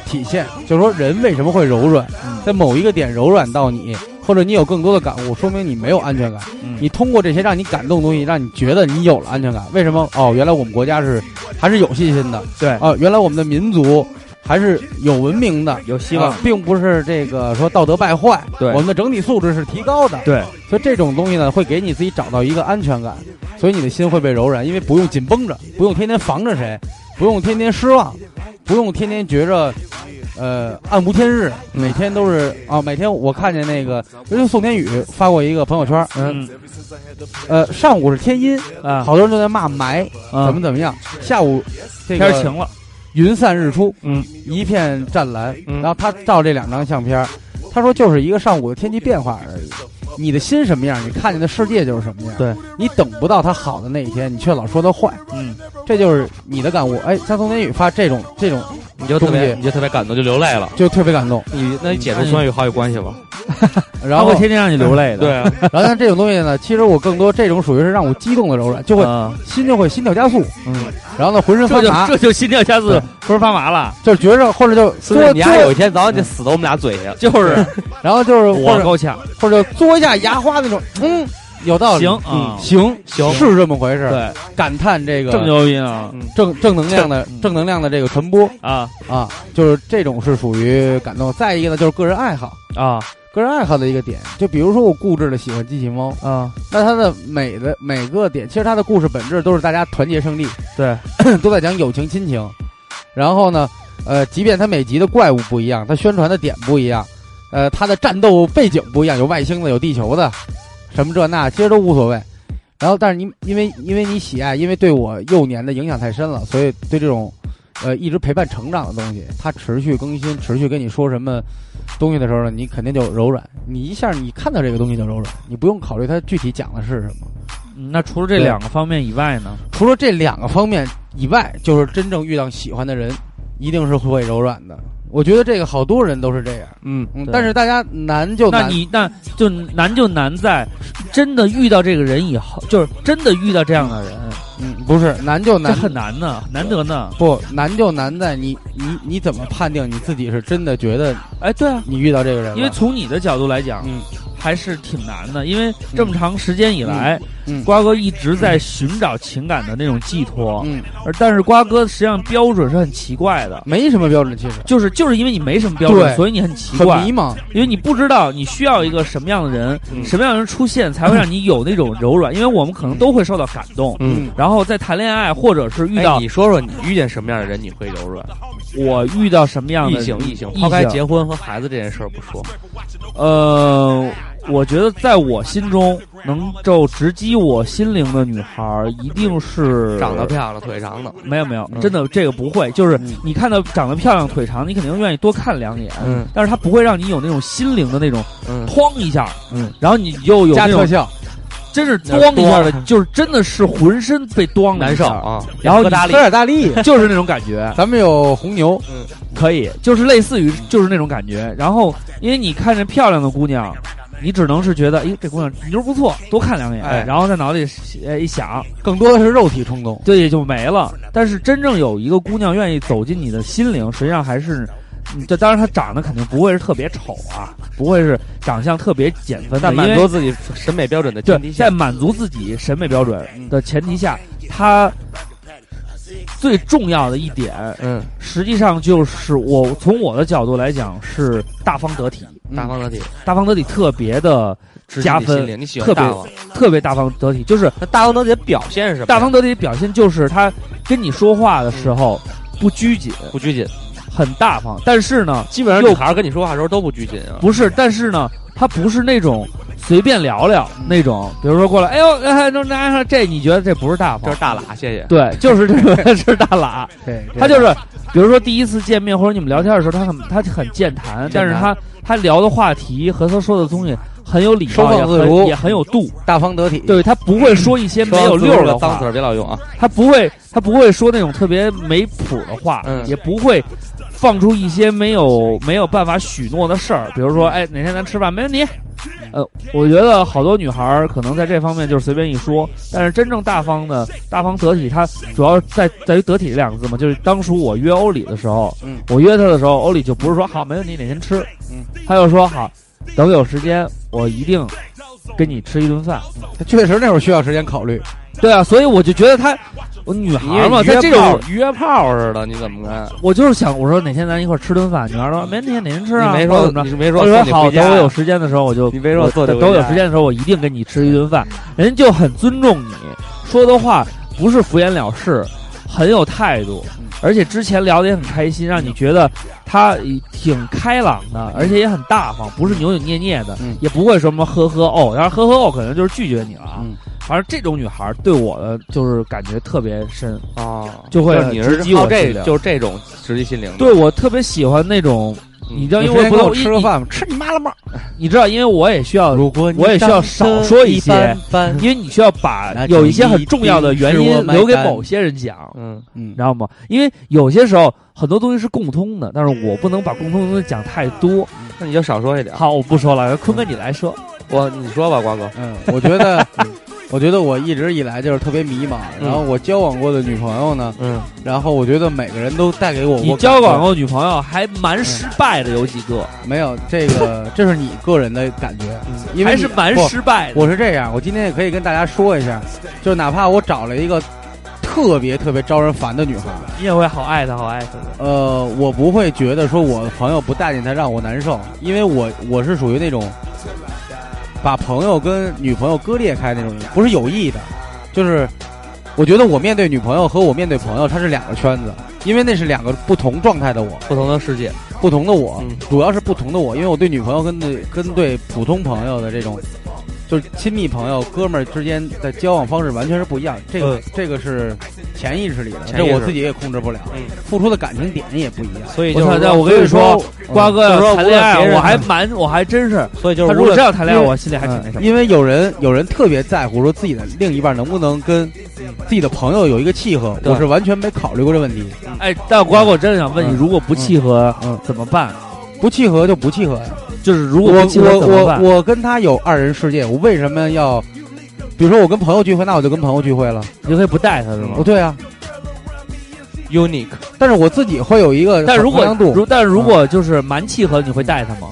Speaker 6: 体现，就是说人为什么会柔软，
Speaker 2: 嗯
Speaker 6: 在某一个点柔软到你，或者你有更多的感悟，说明你没有安全感。
Speaker 2: 嗯
Speaker 6: 你通过这些让你感动的东西，让你觉得你有了安全感。为什么？哦，原来我们国家是还是有信心的，
Speaker 2: 对
Speaker 6: 哦，原来我们的民族还是有文明的，
Speaker 2: 有希
Speaker 6: 啊并不是这个说道德败坏，
Speaker 2: 嗯对
Speaker 6: 我们的整体素质是提高的，
Speaker 2: 对，
Speaker 6: 所以这种东西呢，会给你自己找到一个安全感，所以你的心会被柔软，因为不用紧绷着，不用天天防着谁，不用天天失望，不用天天觉着。呃，暗无天日，
Speaker 2: 嗯
Speaker 6: 每天都是啊，每天我看见那个，就是宋天宇发过一个朋友圈，
Speaker 2: 嗯
Speaker 6: 呃，上午是天阴，
Speaker 2: 啊，
Speaker 6: 好多人都在骂霾，怎么
Speaker 2: 嗯，
Speaker 6: 怎么样，下午这
Speaker 2: 天
Speaker 6: 个
Speaker 2: 儿晴了，
Speaker 6: 云散日出，
Speaker 2: 嗯，
Speaker 6: 一片湛蓝。
Speaker 4: 嗯
Speaker 6: 然后他照这两张相片儿，他说就是一个上午的天气变化而已。你的心什么样，你看见的世界就是什么样。
Speaker 2: 对，
Speaker 6: 你等不到它好的那一天，你却老说它坏，
Speaker 2: 嗯，
Speaker 6: 这就是你的感悟。哎，像宋天宇发这种这种，
Speaker 4: 你就特别
Speaker 6: 东西
Speaker 4: 你就特别感动，就流泪了。
Speaker 6: 就特别感动。
Speaker 4: 你那你解除酸与好友关系吧？
Speaker 6: 然
Speaker 2: 他
Speaker 6: 后
Speaker 2: 会，嗯天天让你流泪的。
Speaker 4: 对啊，
Speaker 6: [LAUGHS]
Speaker 4: [LAUGHS]
Speaker 6: 然后像这种东西呢，其实我更多这种属于是让我激动的柔软，就会
Speaker 2: 啊，
Speaker 6: 心就会心跳加速，
Speaker 2: 嗯，
Speaker 6: 然后呢浑身
Speaker 2: 这
Speaker 6: 发
Speaker 2: 就
Speaker 6: 麻，
Speaker 2: 这就心跳加速
Speaker 6: 对
Speaker 2: 不是发麻了，
Speaker 6: 就是觉着或者就
Speaker 4: 所以
Speaker 6: 嘬
Speaker 4: 你还有
Speaker 6: 嘬
Speaker 4: 一，天早晚得死在我们俩嘴下。
Speaker 2: 就是
Speaker 6: 然后就是
Speaker 2: [LAUGHS]
Speaker 6: 或
Speaker 2: 我
Speaker 6: 者
Speaker 2: 够呛。
Speaker 6: 或者嘬一下牙花那种，嗯，有道理，
Speaker 2: 行啊
Speaker 6: 嗯行
Speaker 2: 行
Speaker 6: 是这么回事，，
Speaker 2: 对，嗯
Speaker 6: 感叹这个
Speaker 2: 这么牛逼呢
Speaker 6: 正正能量的正嗯能量的这个传播
Speaker 2: 啊
Speaker 6: 啊，就是这种是属于感动。再一个呢，就是个人爱好，
Speaker 2: 啊
Speaker 6: 个人爱好的一个点，就比如说我固执的喜欢机器猫，
Speaker 2: 啊！
Speaker 6: 那它的每的每个点，其实它的故事本质都是大家团结胜利，
Speaker 2: 对，
Speaker 6: [CLEARS THROAT] 都在讲友情亲情。然后呢，呃，即便它每集的怪物不一样，它宣传的点不一样，呃，它的战斗背景不一样，有外星的，有地球的，什么这那，其实都无所谓。然后，但是你因为因为你喜爱，因为对我幼年的影响太深了，所以对这种，呃，一直陪伴成长的东西，它持续更新，持续跟你说什么东西的时候呢，你肯定就柔软。你一下你看到这个东西就柔软，你不用考虑它具体讲的是什么。
Speaker 2: 嗯那除了这
Speaker 6: 对
Speaker 2: 两个方面以外呢？
Speaker 6: 除了这两个方面以外，就是真正遇到喜欢的人，一定是会柔软的。我觉得这个好多人都是这样，
Speaker 4: 嗯，
Speaker 6: 嗯，
Speaker 2: 对
Speaker 6: 但是大家难就
Speaker 2: 那
Speaker 6: 难，
Speaker 2: 你那就难就难在真的遇到这个人以后，就是真的遇到这样的人，
Speaker 6: 嗯，不是难就
Speaker 2: 这
Speaker 6: 难，
Speaker 2: 很难呢，难得呢。
Speaker 6: 不难就难在你你你怎么判定你自己是真的觉得
Speaker 2: 哎，对啊，
Speaker 6: 你遇到这个人了？
Speaker 2: 因为从你的角度来讲，
Speaker 6: 嗯
Speaker 2: 还是挺难的，因为这么长时间以来，
Speaker 6: 嗯嗯
Speaker 2: 瓜哥一直在寻找情感的那种寄托，
Speaker 6: 嗯，
Speaker 2: 而但是瓜哥实际上标准是很奇怪的，
Speaker 6: 没什么标准，其实
Speaker 2: 就是就是因为你没什么标准，
Speaker 6: 对
Speaker 2: 所以你很奇
Speaker 6: 很
Speaker 2: 怪
Speaker 6: 迷，茫。
Speaker 2: 因为你不知道你需要一个什么样的人，
Speaker 4: 嗯
Speaker 2: 什么样的人出现才会让你有那种柔软，因为我们可能都会受到感动。
Speaker 4: 嗯，
Speaker 2: 然后在谈恋爱，或者是遇
Speaker 4: 哎
Speaker 2: 到
Speaker 4: 你说说你遇见什么样的人你会柔软？
Speaker 2: 我遇到什么样的
Speaker 4: 异性，异性，
Speaker 2: 异
Speaker 4: 抛开
Speaker 2: 性
Speaker 4: 结婚和孩子这件事儿不说，
Speaker 2: 呃，我觉得在我心中能够直击我心灵的女孩儿，一定是
Speaker 4: 长得漂亮，腿长的，
Speaker 2: 没有没有，
Speaker 4: 嗯
Speaker 2: 真的这个不会。就是
Speaker 4: 嗯
Speaker 2: 你看到长得漂亮、腿长，你肯定愿意多看两眼。
Speaker 4: 嗯
Speaker 2: 但是她不会让你有那种心灵的那种
Speaker 4: 嗯，
Speaker 2: 哐一下，
Speaker 4: 嗯，
Speaker 2: 然后你又有
Speaker 6: 加
Speaker 2: 那
Speaker 6: 特
Speaker 2: 种
Speaker 6: 效，
Speaker 2: 真是
Speaker 4: 那
Speaker 2: 咣一下的
Speaker 4: 咣，
Speaker 2: 就是真的是浑身被咣了一
Speaker 4: 难受
Speaker 2: 下，
Speaker 4: 啊，
Speaker 2: 然后
Speaker 4: 喝大
Speaker 2: 你
Speaker 6: 喝
Speaker 4: 力，
Speaker 6: 点大力。
Speaker 2: [LAUGHS] 就是那种感觉，
Speaker 6: 咱们有红牛，
Speaker 2: 可以，就是类似于就是那种感觉。然后因为你看着漂亮的姑娘，你只能是觉得，哎，这姑娘妞儿不错，多看两眼，
Speaker 4: 哎
Speaker 2: 然后在脑子里呃一想，
Speaker 6: 更多的是肉体冲动。
Speaker 2: 对，也就没了。但是真正有一个姑娘愿意走进你的心灵，实际上还是。嗯这当然，她长得肯定不会是特别丑啊，不会是长相特别减分的，
Speaker 4: 但满
Speaker 2: 因为
Speaker 4: 足自己审美标准的前提
Speaker 2: 对，
Speaker 4: 下
Speaker 2: 在，满足自己审美标准的前提下，他最重要的一点，
Speaker 4: 嗯，
Speaker 2: 实际上就是我从我的角度来讲是大方得体，
Speaker 4: 大方得体，
Speaker 2: 大方得体特别的
Speaker 4: 直击
Speaker 2: 嗯加
Speaker 4: 你
Speaker 2: 分
Speaker 4: 心灵，你喜欢
Speaker 2: 特别
Speaker 4: 大方。
Speaker 2: 特别大方得体，就是
Speaker 4: 那大方得体的表现是什么呀？
Speaker 2: 大方得体的表现就是他跟你说话的时候不拘谨，
Speaker 4: 不拘谨，
Speaker 2: 很大方，但是呢，
Speaker 4: 基本上
Speaker 2: 又
Speaker 4: 女孩儿跟你说话的时候都不拘谨啊。
Speaker 2: 不是，但是呢，他不是那种随便聊聊那种，比如说过来，哎呦，哎，那那那这你觉得这不是大
Speaker 4: 这
Speaker 2: 方？
Speaker 4: 是大喇，谢谢。
Speaker 2: 对，就是这个是大喇。
Speaker 6: 对，
Speaker 2: 他就是，比如说第一次见面或者你们聊天的时候，他很他很健谈，但是他他聊的话题和他说的东西很有礼
Speaker 6: 收
Speaker 2: 貌，
Speaker 6: 放
Speaker 2: 也
Speaker 6: 自
Speaker 2: 很
Speaker 6: 如
Speaker 2: 也很有度。
Speaker 6: 大方得体。
Speaker 2: 对他不会说一些没有溜儿的
Speaker 4: 说脏
Speaker 2: 话
Speaker 4: 词，儿别老用啊。
Speaker 2: 他不会他不会说那种特别没谱的话，
Speaker 4: 嗯
Speaker 2: 也不会放出一些没有没有办法许诺的事儿，比如说哎哪天咱吃饭没问题。呃，我觉得好多女孩儿可能在这方面就是随便一说，但是真正大方的大方得体，它主要在在于“得体”这两个字嘛。就是当初我约欧里的时候，
Speaker 6: 嗯
Speaker 2: 我约他的时候，欧里就不是说好没问题哪天吃，
Speaker 6: 嗯，
Speaker 2: 他就说好，等有时间我一定跟你吃一顿饭。
Speaker 6: 他确实那会儿需要时间考虑。
Speaker 2: 对啊，所以我就觉得他，我女孩儿嘛，
Speaker 4: 你约
Speaker 2: 在这种
Speaker 4: 炮约炮似的，你怎么看？
Speaker 2: 我就是想，我说哪天咱一块儿吃顿饭，女孩说没问题，哪天吃啊？
Speaker 4: 嗯你没
Speaker 2: 或者
Speaker 4: 说
Speaker 2: 怎么，着？
Speaker 4: 你没
Speaker 2: 我
Speaker 4: 说
Speaker 2: 说
Speaker 4: 送你
Speaker 2: 好，
Speaker 4: 回家
Speaker 2: 等
Speaker 4: 呀。
Speaker 2: 我有时间的时候，我就
Speaker 4: 你别说
Speaker 2: 我
Speaker 4: 坐嗯
Speaker 2: 等
Speaker 4: 回
Speaker 2: 我有
Speaker 4: 家
Speaker 2: 时间的时候，我一定跟你吃一顿饭。人就很尊重你，说的话不是敷衍了事，很有态度，
Speaker 4: 嗯
Speaker 2: 而且之前聊得也很开心，让你觉得他挺开朗
Speaker 4: 嗯
Speaker 2: 的，而且也很大方，不是扭扭捏捏的，
Speaker 6: 嗯
Speaker 2: 也不会什么呵呵哦，当然呵呵哦可能就是拒绝你了啊。
Speaker 6: 嗯
Speaker 2: 反正这种女孩对我的就是感觉特别深，
Speaker 4: 啊，
Speaker 2: 就会
Speaker 4: 是你是
Speaker 2: 直击
Speaker 4: 靠
Speaker 2: 我
Speaker 4: 这
Speaker 2: 心，灵
Speaker 4: 就是这种直击心灵的。
Speaker 2: 对我特别喜欢那种，
Speaker 4: 嗯，
Speaker 2: 你知道，
Speaker 6: 有
Speaker 2: 因
Speaker 6: 时
Speaker 2: 为
Speaker 6: 间
Speaker 2: 不
Speaker 6: 跟
Speaker 2: 能
Speaker 6: 我吃个饭吧，吃你妈了吗？
Speaker 2: 你知道，因为我也需要，
Speaker 4: 如果
Speaker 2: 我也需要少说一些，因为你需要把
Speaker 6: 那就
Speaker 2: 有一些很重要的原
Speaker 6: 一定是我
Speaker 2: 因
Speaker 6: 买单
Speaker 2: 留给某些人讲，
Speaker 4: 嗯，
Speaker 6: 嗯
Speaker 2: 你知道吗？因为有些时候很多东西是共通的，但是我不能把共通的东西讲太多。
Speaker 6: 嗯
Speaker 4: 那你就少说一点。
Speaker 2: 好，我不说了，坤哥你来说。
Speaker 4: 我你说吧，瓜哥。
Speaker 6: 嗯，我觉得， [LAUGHS] 我觉得我一直以来就是特别迷茫。
Speaker 2: 嗯
Speaker 6: 然后我交往过的女朋友呢，
Speaker 4: 嗯，
Speaker 6: 然后我觉得每个人都带给我
Speaker 2: 你
Speaker 6: 我
Speaker 2: 交往
Speaker 6: 感
Speaker 2: 过女朋友还蛮失败的，有几个，
Speaker 6: 觉没有？这个 [LAUGHS] 这是你个人的感觉，
Speaker 2: 嗯
Speaker 6: 因为
Speaker 2: 还
Speaker 6: 你
Speaker 2: 是蛮
Speaker 6: 不
Speaker 2: 失败的。
Speaker 6: 我是这样，我今天也可以跟大家说一下，就是哪怕我找了一个特别特别招人烦的女孩，
Speaker 2: 你也会好爱他，好爱他的。
Speaker 6: 呃，我不会觉得说我朋友不待见她让我难受，因为我我是属于那种把朋友跟女朋友割裂开那种人，不是有意的，就是我觉得我面对女朋友和我面对朋友，它是两个圈子，因为那是两个不同状态的我，
Speaker 4: 不同的世界。
Speaker 6: 不同的我，
Speaker 4: 嗯
Speaker 6: 主要是不同的我，因为我对女朋友跟对跟对普通朋友的这种，就是亲密朋友、哥们儿之间的交往方式完全是不一样。这个、
Speaker 4: 嗯
Speaker 6: 这个是潜意识里的，
Speaker 4: 潜
Speaker 6: 这
Speaker 4: 意识
Speaker 6: 我自己也控制不了，
Speaker 4: 嗯
Speaker 6: 付出的感情点也不一样。
Speaker 4: 所以
Speaker 2: 我
Speaker 4: 就是
Speaker 2: 操，我
Speaker 4: 说，
Speaker 2: 跟你说
Speaker 6: 所，
Speaker 2: 瓜哥
Speaker 4: 嗯就是
Speaker 2: 要
Speaker 4: 说
Speaker 2: 谈
Speaker 4: 无论
Speaker 2: 恋爱
Speaker 4: 别，人
Speaker 2: 我还蛮，我还真是。
Speaker 4: 所以就
Speaker 2: 他
Speaker 4: 是
Speaker 2: 如
Speaker 4: 无
Speaker 2: 果
Speaker 4: 论嗯
Speaker 2: 这样谈恋爱，
Speaker 6: 因为
Speaker 2: 我心里还挺那什么。
Speaker 6: 嗯因为有人有人特别在乎说自己的另一半能不能跟自己的朋友有一个契合，
Speaker 4: 对
Speaker 6: 我是完全没考虑过这问题。
Speaker 4: 嗯
Speaker 2: 哎，但瓜哥，我真的想问你，
Speaker 6: 嗯
Speaker 2: 如果不契合
Speaker 6: 嗯
Speaker 2: 怎么办？
Speaker 6: 不契合就不契合呀。
Speaker 2: 就是如果
Speaker 6: 我
Speaker 2: 不契合
Speaker 6: 我
Speaker 2: 怎么办？
Speaker 6: 我我跟他有二人世界，我为什么要？比如说我跟朋友聚会，那我就跟朋友聚会了。
Speaker 2: 你就可以不带他是吗
Speaker 6: 哦，？对啊，
Speaker 4: unique，
Speaker 6: 但是我自己会有一个
Speaker 2: 但如
Speaker 6: 衡
Speaker 2: 果
Speaker 4: 嗯
Speaker 6: 量度，
Speaker 2: 如但如果就是蛮契合，你会带他吗？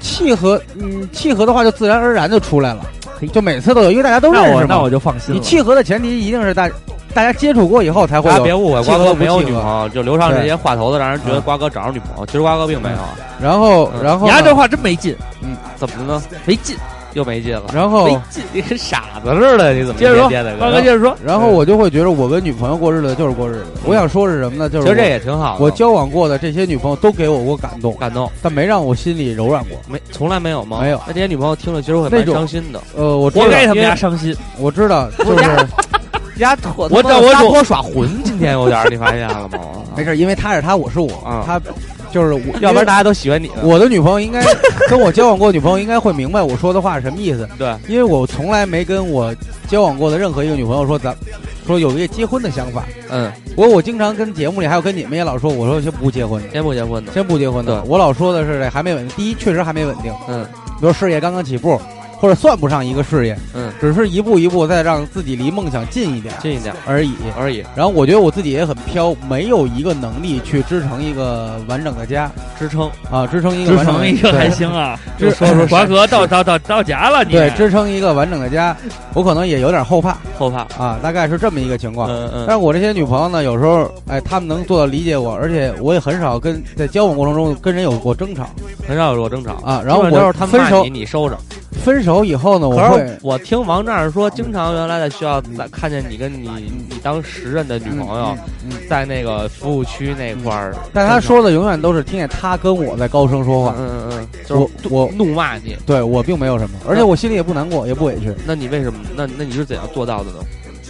Speaker 6: 契合，嗯，契合的话就自然而然就出来了，就每次都有，因为大家都
Speaker 2: 那
Speaker 6: 认
Speaker 2: 我
Speaker 6: 识
Speaker 2: 那
Speaker 6: 嘛
Speaker 2: 我。就放心
Speaker 6: 你
Speaker 2: 了。
Speaker 6: 契合的前提一定是大大家接触过以后才会
Speaker 4: 大家啊别
Speaker 6: 有，
Speaker 4: 误会，
Speaker 6: 契
Speaker 4: 瓜
Speaker 6: 合
Speaker 4: 哥
Speaker 6: 不
Speaker 4: 没有
Speaker 6: 契
Speaker 4: 女
Speaker 6: 合
Speaker 4: 朋友，就流畅这
Speaker 6: 对
Speaker 4: 些话头子，让人觉得瓜哥找着女朋友，其实瓜哥并没有。
Speaker 6: 然后
Speaker 4: 嗯
Speaker 6: 然后
Speaker 2: 你丫
Speaker 6: 呢
Speaker 2: 这话真没劲，
Speaker 4: 怎么了呢？
Speaker 2: 没劲。
Speaker 4: 又没劲了，
Speaker 6: 然后
Speaker 4: 没劲，你跟傻子似的，哦你怎么
Speaker 2: 接着说
Speaker 4: 天天的
Speaker 2: 瓜哥接着说，
Speaker 6: 然
Speaker 4: 嗯
Speaker 6: 后我就会觉得我跟女朋友过日子就是过日子。我想说是什么呢？就
Speaker 4: 其
Speaker 6: 是
Speaker 4: 实嗯这
Speaker 6: 我
Speaker 4: 也挺好的。
Speaker 6: 我交往过的这些女朋友都给我过感动，
Speaker 4: 感动，
Speaker 6: 但没让我心里柔软过。
Speaker 4: 没从来没有吗？
Speaker 6: 没有
Speaker 4: 那这些女朋友听了其实会
Speaker 6: 那
Speaker 4: 蛮
Speaker 6: 种
Speaker 4: 伤心的。
Speaker 6: 呃，我知
Speaker 2: 活
Speaker 6: 道，
Speaker 2: 该他们家伤心。
Speaker 6: 我知道，就是
Speaker 4: 丫妥，
Speaker 2: 我找我
Speaker 4: 撒
Speaker 2: 主
Speaker 4: 泼耍混，今天有点儿你发现了吗
Speaker 6: [LAUGHS] ？没事，因为他是他，我是我
Speaker 4: 嗯，
Speaker 6: 他就是我，
Speaker 4: 要不然大家都喜欢你呢。
Speaker 6: 我的女朋友应该 [LAUGHS] 跟我交往过的女朋友应该会明白我说的话是什么意思，
Speaker 4: 对，
Speaker 6: 因为我从来没跟我交往过的任何一个女朋友说咱说有一个结婚的想法。
Speaker 4: [LAUGHS] 嗯，
Speaker 6: 我我经常跟节目里还有跟你们也老说，我说先不结婚的，
Speaker 4: 结不结婚呢？
Speaker 6: 先不结婚的。
Speaker 4: 对
Speaker 6: 我老说的是这还没稳定，第一确实还没稳定，
Speaker 4: 嗯，
Speaker 6: 比如事业刚刚起步，或者算不上一个事业，
Speaker 4: 嗯，
Speaker 6: 只是一步一步再让自己离梦想近一点
Speaker 4: 近一点
Speaker 6: 而已。
Speaker 4: 而已，
Speaker 6: 然后我觉得我自己也很飘，没有一个能力去支撑一个完整的家
Speaker 4: 支撑。
Speaker 6: 啊，支撑一个
Speaker 2: 只
Speaker 6: 完整
Speaker 2: 成
Speaker 6: 的
Speaker 2: 一个
Speaker 6: 对
Speaker 2: 还行啊，
Speaker 6: 就说说
Speaker 2: 瓜哥到到到到家了，你
Speaker 6: 对，支撑一个完整的家，我可能也有点后怕
Speaker 4: 后怕。
Speaker 6: 啊，大概是这么一个情况。
Speaker 4: 嗯
Speaker 6: 但是我这些女朋友呢，有时候，哎，她们能做到理解我，而且我也很少跟在交往过程中跟人有过争吵
Speaker 4: 很少有我争吵。
Speaker 6: 啊。然
Speaker 4: 基
Speaker 6: 后
Speaker 4: 本都
Speaker 6: 我
Speaker 4: 是他们
Speaker 6: 分
Speaker 4: 骂
Speaker 6: 手
Speaker 4: 你，你收着。
Speaker 6: 分手以后呢，我
Speaker 4: 可是
Speaker 6: 会
Speaker 4: 我听王丈说，经常原来在学校在看见你跟你你当时任的女朋友
Speaker 6: 嗯嗯嗯
Speaker 4: 在那个服务区那块儿，
Speaker 6: 但她说的永远都是听见她跟我在高声说
Speaker 4: 嗯
Speaker 6: 话，
Speaker 4: 嗯嗯，就
Speaker 6: 我
Speaker 4: 是
Speaker 6: 我
Speaker 4: 怒骂你。
Speaker 6: 对我并没有什么，
Speaker 4: 嗯
Speaker 6: 而且我心里也不难过，也不委屈。
Speaker 4: 那你为什么？那那你是怎样做到的呢？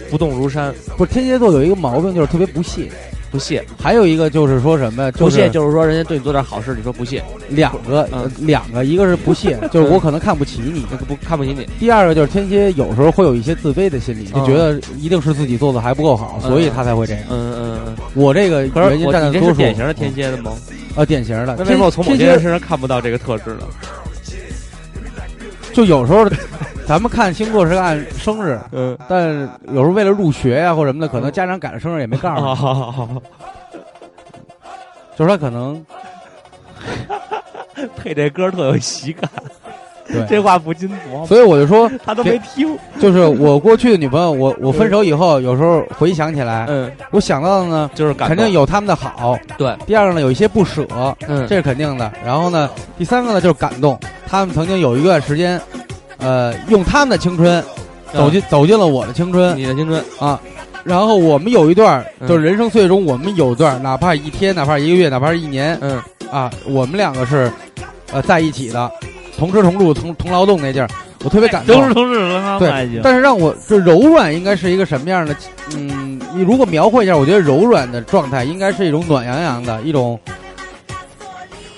Speaker 4: 不动如山，
Speaker 6: 不是天蝎座有一个毛病，就是特别不屑。
Speaker 4: 不屑，
Speaker 6: 还有一个就是说什么呀？
Speaker 4: 不
Speaker 6: 就
Speaker 4: 屑
Speaker 6: 是
Speaker 4: 就是说人家对你做点好事，你说不屑，
Speaker 6: 两个，
Speaker 4: 嗯
Speaker 6: 呃两个，一个是
Speaker 4: [LAUGHS]
Speaker 6: 不屑，就是我可能看不起你，
Speaker 4: 那个不看不起你。
Speaker 6: 第二个就是天蝎有时候会有一些自卑的心理，就觉得一定是自己做的还不够好，
Speaker 4: 嗯
Speaker 6: 所以他才会这样。
Speaker 4: 嗯嗯嗯。
Speaker 6: 我这个
Speaker 4: 可
Speaker 6: 原
Speaker 4: 是
Speaker 6: 因
Speaker 4: 我
Speaker 6: 占
Speaker 4: 你
Speaker 6: 的
Speaker 4: 这
Speaker 6: 多
Speaker 4: 是
Speaker 6: 数，
Speaker 4: 典型的天蝎的吗？
Speaker 6: 啊，典型的。
Speaker 4: 那为什么我从某
Speaker 6: 天
Speaker 4: 些
Speaker 6: 天
Speaker 4: 人
Speaker 6: 蝎
Speaker 4: 身上看不到这个特质呢？
Speaker 6: 就有时候，咱们看星座是按生日，
Speaker 4: [LAUGHS] 嗯。
Speaker 6: 但有时候为了入学呀、或者什么的，可能家长赶上生日也没告
Speaker 4: 啊，好
Speaker 6: 诉
Speaker 4: 好好 [LAUGHS] 好，
Speaker 6: 你，就是他可
Speaker 4: [LAUGHS]
Speaker 6: 能
Speaker 4: 配这歌特有喜感，
Speaker 6: 对。
Speaker 4: 这话不禁琢磨，
Speaker 6: 所以我就说，
Speaker 4: 他都没听。
Speaker 6: 就是我过去的女朋
Speaker 4: [LAUGHS]
Speaker 6: 友，我我分手以后，有时候回想起来，
Speaker 4: 嗯，
Speaker 6: 我想到的呢，
Speaker 4: 就是感
Speaker 6: 肯定有他们的好。
Speaker 4: 对，
Speaker 6: 第二个呢，有一些不舍，
Speaker 4: 嗯，
Speaker 6: 这是肯定的。然后呢，第三个呢就是感动，他们曾经有一段时间，呃，用他们的青春走
Speaker 4: 嗯
Speaker 6: 进、走进了我的青春
Speaker 4: 你的青春，
Speaker 6: 啊。然后我们有一段儿，
Speaker 4: 嗯
Speaker 6: 就是人生岁月中，我们有段儿，哪怕一天，哪怕一个月，哪怕是一年
Speaker 4: 嗯
Speaker 6: 啊，我们两个是，呃，在一起的，同吃同住同同劳动那劲儿，我特别感动
Speaker 2: 哎都。是同事了吗？
Speaker 6: 对
Speaker 2: 已经。
Speaker 6: 但是让我这柔软应该是一个什么样的？嗯，你如果描绘一下，我觉得柔软的状态应该是一种暖洋洋的一种，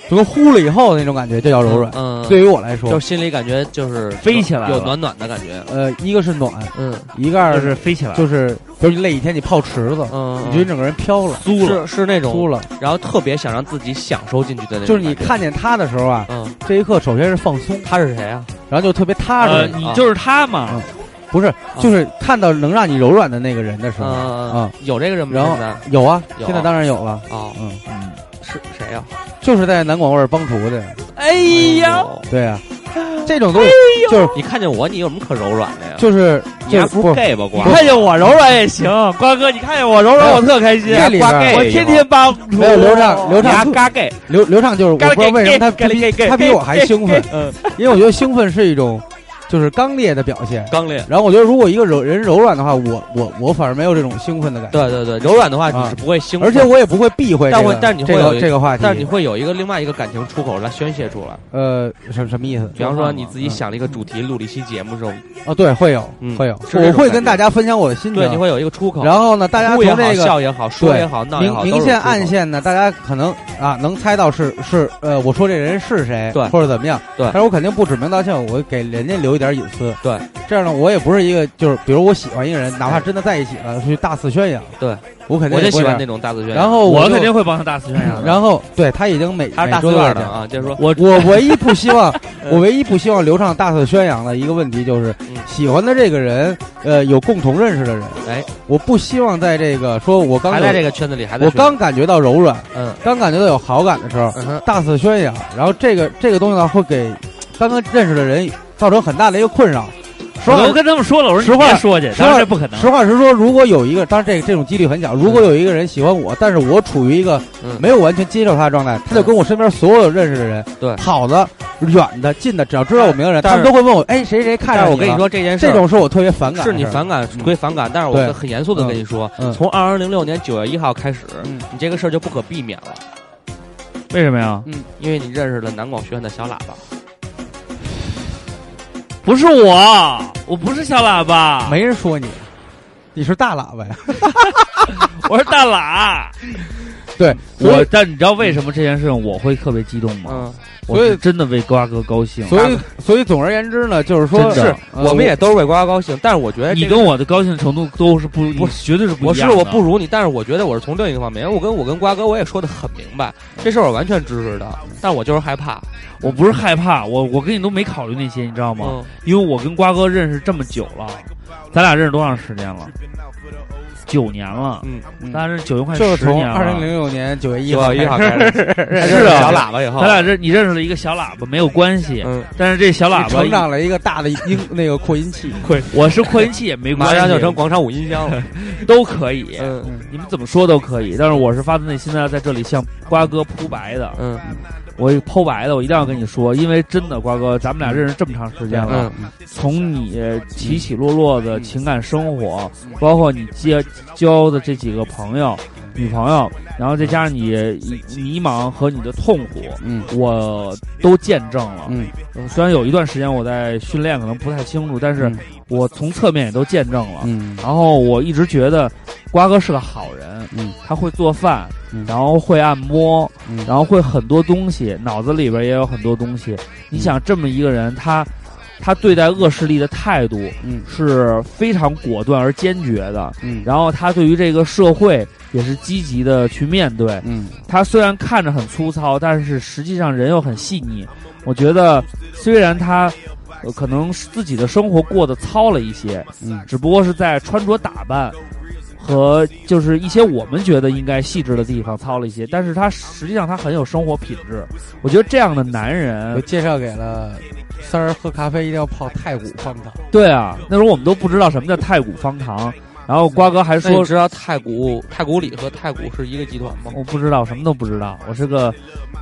Speaker 6: 就跟呼了以后那种感觉，这叫柔软。
Speaker 4: 嗯，
Speaker 6: 对，于我来
Speaker 4: 就
Speaker 6: 说，
Speaker 4: 心里感觉就是
Speaker 2: 飞起来了
Speaker 4: 有暖暖的感觉，
Speaker 6: 呃，一个是暖，
Speaker 4: 嗯
Speaker 6: 一个二
Speaker 2: 就是飞起来了，
Speaker 6: 就是，比如你累一天，你泡池子，
Speaker 4: 嗯，
Speaker 6: 你觉得整个人飘了、
Speaker 2: 租了。
Speaker 4: 是是那种
Speaker 6: 酥了。
Speaker 4: 然后特别想让自己享受进去的那种，
Speaker 6: 就是你，看见他的时候啊，
Speaker 4: 嗯，
Speaker 6: 这一刻首先是放松，
Speaker 4: 他是谁啊？
Speaker 6: 然后就特别踏
Speaker 2: 呃，
Speaker 6: 实。
Speaker 4: 啊
Speaker 2: 你就是他嘛
Speaker 6: 嗯，不是，就是看到能让你柔软的那个人的时候
Speaker 4: 嗯
Speaker 6: 啊，，
Speaker 4: 有这个人吗？
Speaker 6: 然后
Speaker 4: 现在
Speaker 6: 有啊，
Speaker 4: 有
Speaker 6: 现在当然有了。
Speaker 4: 哦，
Speaker 6: 嗯，
Speaker 4: 是谁啊呀？
Speaker 6: 就是在南广味儿帮厨的，
Speaker 4: 哎呀，
Speaker 6: 对啊，这种东
Speaker 4: 哎
Speaker 6: 西就是
Speaker 4: 你看见我，你有什么可柔软的呀？
Speaker 6: 就是
Speaker 4: 你
Speaker 6: 就
Speaker 4: 还
Speaker 6: 是
Speaker 4: 不
Speaker 6: 不
Speaker 4: 是 gay 吧？瓜
Speaker 2: 看见我柔软也行，瓜哥，你看见我柔软，我特开心。
Speaker 6: 这里边
Speaker 4: 瓜 gay
Speaker 2: 我天天帮助
Speaker 6: 没有刘畅，刘
Speaker 4: 你还
Speaker 6: 畅
Speaker 4: 嘎 gay，
Speaker 6: 刘刘畅就是我
Speaker 2: 干
Speaker 6: 不
Speaker 2: 了
Speaker 6: 知道为什么他
Speaker 2: 干了
Speaker 6: 比
Speaker 2: 干了
Speaker 6: 他比我还兴奋，
Speaker 4: 嗯，
Speaker 6: 因为我觉得兴奋是一种就是刚烈的表现。
Speaker 4: 刚烈。
Speaker 6: 然后我觉得如果一个柔人柔软的话，我我我反而没有这种兴奋的感觉，
Speaker 4: 对对对，柔软的话你
Speaker 6: 啊
Speaker 4: 是不会兴奋，
Speaker 6: 而且我也不会避讳这
Speaker 4: 但
Speaker 6: 个
Speaker 4: 会但你会
Speaker 6: 这
Speaker 4: 有
Speaker 6: 个
Speaker 4: 一
Speaker 6: 这个话题，
Speaker 4: 但是你会有一个另外一个感情出口来宣泄出来。
Speaker 6: 呃什什么意思？
Speaker 4: 比方说你
Speaker 6: 嗯
Speaker 4: 自己想了一个主题，录了一期节目之后，
Speaker 6: 啊，对，会有
Speaker 4: 嗯
Speaker 6: 会有，
Speaker 4: 是这种
Speaker 6: 我会
Speaker 4: 感
Speaker 6: 跟
Speaker 4: 觉
Speaker 6: 大家分享我的心情，
Speaker 4: 对，你会有一个出口。
Speaker 6: 然后呢，大家
Speaker 4: 哭
Speaker 6: 从
Speaker 4: 也好
Speaker 6: 这个
Speaker 4: 笑也好，说也好，闹也
Speaker 6: 明
Speaker 4: 好，
Speaker 6: 明
Speaker 4: 都是
Speaker 6: 线
Speaker 4: 出口
Speaker 6: 暗。线呢，大家可能啊能猜到是是呃，我说这人是谁，
Speaker 4: 对
Speaker 6: 或者怎么样，
Speaker 4: 对
Speaker 6: 但是我肯定不指名道姓，我给人家留一点隐私。
Speaker 4: 对，
Speaker 6: 这样呢，我也不是一个就是，比如我喜欢一个人，哪怕真的在一起了，去大肆宣扬。
Speaker 4: 对，
Speaker 6: 我肯定
Speaker 4: 我
Speaker 6: 也
Speaker 4: 就
Speaker 6: 不会
Speaker 4: 喜欢
Speaker 6: 这
Speaker 4: 那
Speaker 6: 样
Speaker 4: 种大字宣
Speaker 6: 然
Speaker 4: 扬，
Speaker 2: 哦
Speaker 6: 后
Speaker 2: 我
Speaker 6: 就
Speaker 2: 肯定会帮他大肆宣扬的。
Speaker 6: 然后对他已经每
Speaker 4: 他是大
Speaker 6: 每周
Speaker 4: 四
Speaker 6: 都
Speaker 4: 段
Speaker 6: 要这
Speaker 4: 的
Speaker 6: 样
Speaker 4: 啊，就是说
Speaker 2: 我
Speaker 4: [LAUGHS]
Speaker 6: 我唯一不希望，我唯一不希望刘畅大肆宣扬的一个问题就是
Speaker 4: 嗯，
Speaker 6: 喜欢的这个人，呃，有共同认识的人，
Speaker 4: 哎，
Speaker 6: 我不希望在这个说我刚
Speaker 4: 还在这个圈子里，还在
Speaker 6: 我
Speaker 4: 圈
Speaker 6: 刚感觉到柔软，
Speaker 4: 嗯
Speaker 6: 刚感觉到有好感的时候，
Speaker 4: 嗯哼
Speaker 6: 大肆宣扬，然后这个这个东西呢，会给刚刚认识的人造成很大的一个困扰。实
Speaker 2: 我
Speaker 6: 话
Speaker 2: 都跟他们说了，我说
Speaker 6: 实话
Speaker 2: 你别说去，
Speaker 6: 实话
Speaker 2: 当然这不可能。
Speaker 6: 实话实说，如果有一个，当然这这种几率很小，如果有一个人喜欢我，但是我处于一个
Speaker 4: 嗯
Speaker 6: 没有完全接受他的状态，他就跟我身边所有认识的人，
Speaker 4: 对
Speaker 6: 好的、远的、近的，只要知道我名的人，
Speaker 4: 但
Speaker 6: 他
Speaker 4: 是
Speaker 6: 们都会问我，哎，谁谁看
Speaker 4: 但
Speaker 6: 上
Speaker 4: 是我跟
Speaker 6: 你
Speaker 4: 你
Speaker 6: 了，
Speaker 4: 啊说这件事儿
Speaker 6: 这种是我特别反感的
Speaker 4: 是
Speaker 6: 事儿，
Speaker 4: 你反感归反感，但是
Speaker 6: 对
Speaker 4: 我很严肃的跟你说
Speaker 6: 嗯嗯，
Speaker 4: 从二零零六年九月一号开始，
Speaker 6: 嗯
Speaker 4: 你这个事儿就不可避免了，
Speaker 2: 为什么呀？
Speaker 6: 嗯
Speaker 4: 因为你认识了南广学院的小喇叭。
Speaker 2: 不是我，我不是小喇叭，
Speaker 6: 没人说你，你是大喇叭呀。
Speaker 2: 我是大喇。
Speaker 6: 对，所以
Speaker 2: 我但你知道为什么这件事情我会特别激动吗？
Speaker 4: 嗯，
Speaker 2: 我
Speaker 6: 所以
Speaker 2: 是真的为瓜哥高兴。
Speaker 6: 所以所以总而言之呢，就是说，
Speaker 2: 真的
Speaker 4: 是，
Speaker 6: 呃
Speaker 4: 我们也都是为国家高兴，但是我觉得
Speaker 2: 你
Speaker 4: 这个
Speaker 2: 跟我的高兴程度都是不，
Speaker 4: 不
Speaker 2: 绝对是不
Speaker 4: 我
Speaker 2: 一
Speaker 4: 是
Speaker 2: 样的。
Speaker 4: 我不如你，但是我觉得我是从另一个方面，因为我跟我跟瓜哥我也说的很明白，这事儿我完全支持的，但我就是害怕。
Speaker 2: 我不是害怕，我我跟你都没考虑那些，你知道吗？
Speaker 4: 嗯，
Speaker 2: 因为我跟瓜哥认识这么久了，咱俩认识多长时间了？九年了，
Speaker 4: 嗯，
Speaker 2: 咱俩认识九年快
Speaker 6: 呃就是
Speaker 2: 十
Speaker 6: 从
Speaker 2: 年了。
Speaker 6: 二零零六年九月一
Speaker 4: 九
Speaker 6: 号
Speaker 4: 号一号
Speaker 6: 开
Speaker 4: 开 [LAUGHS] 始，
Speaker 6: 始，
Speaker 2: 是啊
Speaker 4: 小喇叭以后，
Speaker 2: 咱俩认你认识了一个小喇叭没有关系，
Speaker 4: 嗯，
Speaker 2: 但是这小喇
Speaker 6: 你成
Speaker 2: 叭
Speaker 6: 长了一个大的音那个扩音器。
Speaker 2: 我是扩音器也没关
Speaker 4: 马
Speaker 2: 系，
Speaker 4: 上就成广场舞音箱了。
Speaker 2: [LAUGHS] 都可以，
Speaker 4: 嗯
Speaker 2: 你们怎么说都可以。但是我是发自内心的要在这里向瓜哥铺白的，
Speaker 4: 嗯
Speaker 2: 我剖白的，我一定要跟你说，因为真的瓜哥，咱们俩认识这么长时间了，
Speaker 4: 嗯，
Speaker 2: 从你起起落落的情感生活，
Speaker 6: 嗯
Speaker 2: 包括你结交的这几个朋友、女朋友，然后再加上你迷茫和你的痛苦，
Speaker 6: 嗯
Speaker 2: 我都见证了。
Speaker 6: 嗯
Speaker 2: 虽然有一段时间我在训练，可能不太清楚，但是
Speaker 6: 嗯
Speaker 2: 我从侧面也都见证了。
Speaker 6: 嗯
Speaker 2: 然后我一直觉得瓜哥是个好人，
Speaker 6: 嗯
Speaker 2: 他会做饭，
Speaker 6: 嗯
Speaker 2: 然后会按摩，
Speaker 6: 嗯
Speaker 2: 然后会很多东西，脑子里边也有很多东西。你想，这么一个人，他他对待恶势力的态度
Speaker 6: 嗯
Speaker 2: 是非常果断而坚决的，
Speaker 6: 嗯
Speaker 2: 然后他对于这个社会也是积极的去面对。
Speaker 6: 嗯
Speaker 2: 他虽然看着很粗糙，但是实际上人又很细腻。我觉得，虽然他、呃可能自己的生活过得糙了一些，
Speaker 6: 嗯
Speaker 2: 只不过是在穿着打扮和就是一些我们觉得应该细致的地方糙了一些，但是他实际上他很有生活品质。我觉得这样的男
Speaker 6: 我
Speaker 2: 人，
Speaker 6: 介绍给了三儿，喝咖啡一定要泡太古方糖。
Speaker 2: 对啊，那时候我们都不知道什么叫太古方糖，然后瓜哥还
Speaker 4: 那你
Speaker 2: 说
Speaker 4: 知道太古太古里和太古是一个集团吗？
Speaker 2: 我不知道，什么都不知道，我是个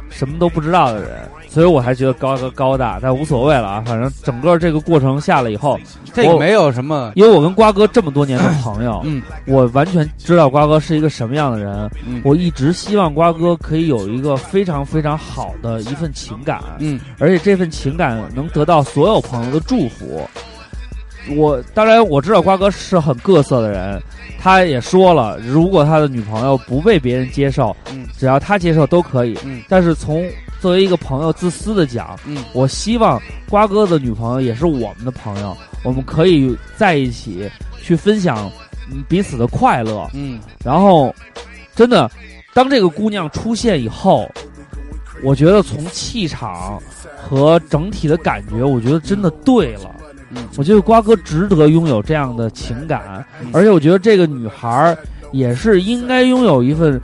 Speaker 2: 什么都不知道的人，所以我还觉得高哥高大，但无所谓了啊。反正整个这个过程下来以后，
Speaker 6: 这个
Speaker 2: 我
Speaker 6: 没有什么，，
Speaker 2: 因为我跟瓜哥这么多年的朋友
Speaker 6: 嗯
Speaker 2: 我完全知道瓜哥是一个什么样的人。
Speaker 6: 嗯
Speaker 2: 我一直希望瓜哥可以有一个非常非常好的一份情感，
Speaker 6: 嗯
Speaker 2: 而且这份情感能得到所有朋友的祝福。我当然我知道瓜哥是很各色的人，他也说了，如果他的女朋友不被别人接受，
Speaker 6: 嗯
Speaker 2: 只要他接受都可以。
Speaker 6: 嗯
Speaker 2: 但是从作为一个朋友自私的讲，
Speaker 6: 嗯
Speaker 2: 我希望瓜哥的女朋友也是我们的朋友，我们可以在一起去分享嗯彼此的快乐。
Speaker 6: 嗯
Speaker 2: 然后，真的，当这个姑娘出现以后，我觉得从气场和整体的感觉，我觉得真的对了。
Speaker 6: 嗯
Speaker 2: 我觉得瓜哥值得拥有这样的情感，而且我觉得这个女孩儿也是应该拥有一份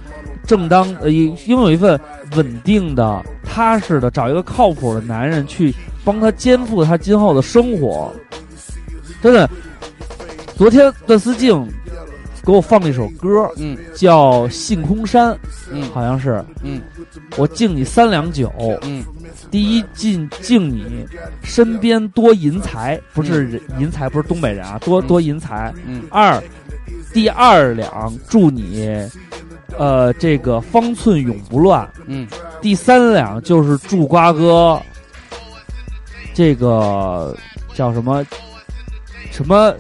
Speaker 2: 正当呃，一拥有一份稳定的、踏实的，找一个靠谱的男人去帮她肩负她今后的生活。真的，昨天的思静给我放了一首歌，
Speaker 6: 嗯，
Speaker 2: 叫《性空山》，
Speaker 6: 嗯
Speaker 2: 好像是，
Speaker 6: 嗯，
Speaker 2: 我敬你三两酒，
Speaker 6: 嗯，
Speaker 2: 第一敬敬你身边多银财，不是人银财，不是东北人啊，多
Speaker 6: 嗯
Speaker 2: 多银财，
Speaker 6: 嗯
Speaker 2: 二，第二两祝你，呃，这个方寸永不乱，
Speaker 6: 嗯，
Speaker 2: 第三两就是祝瓜哥，这个叫什么？什么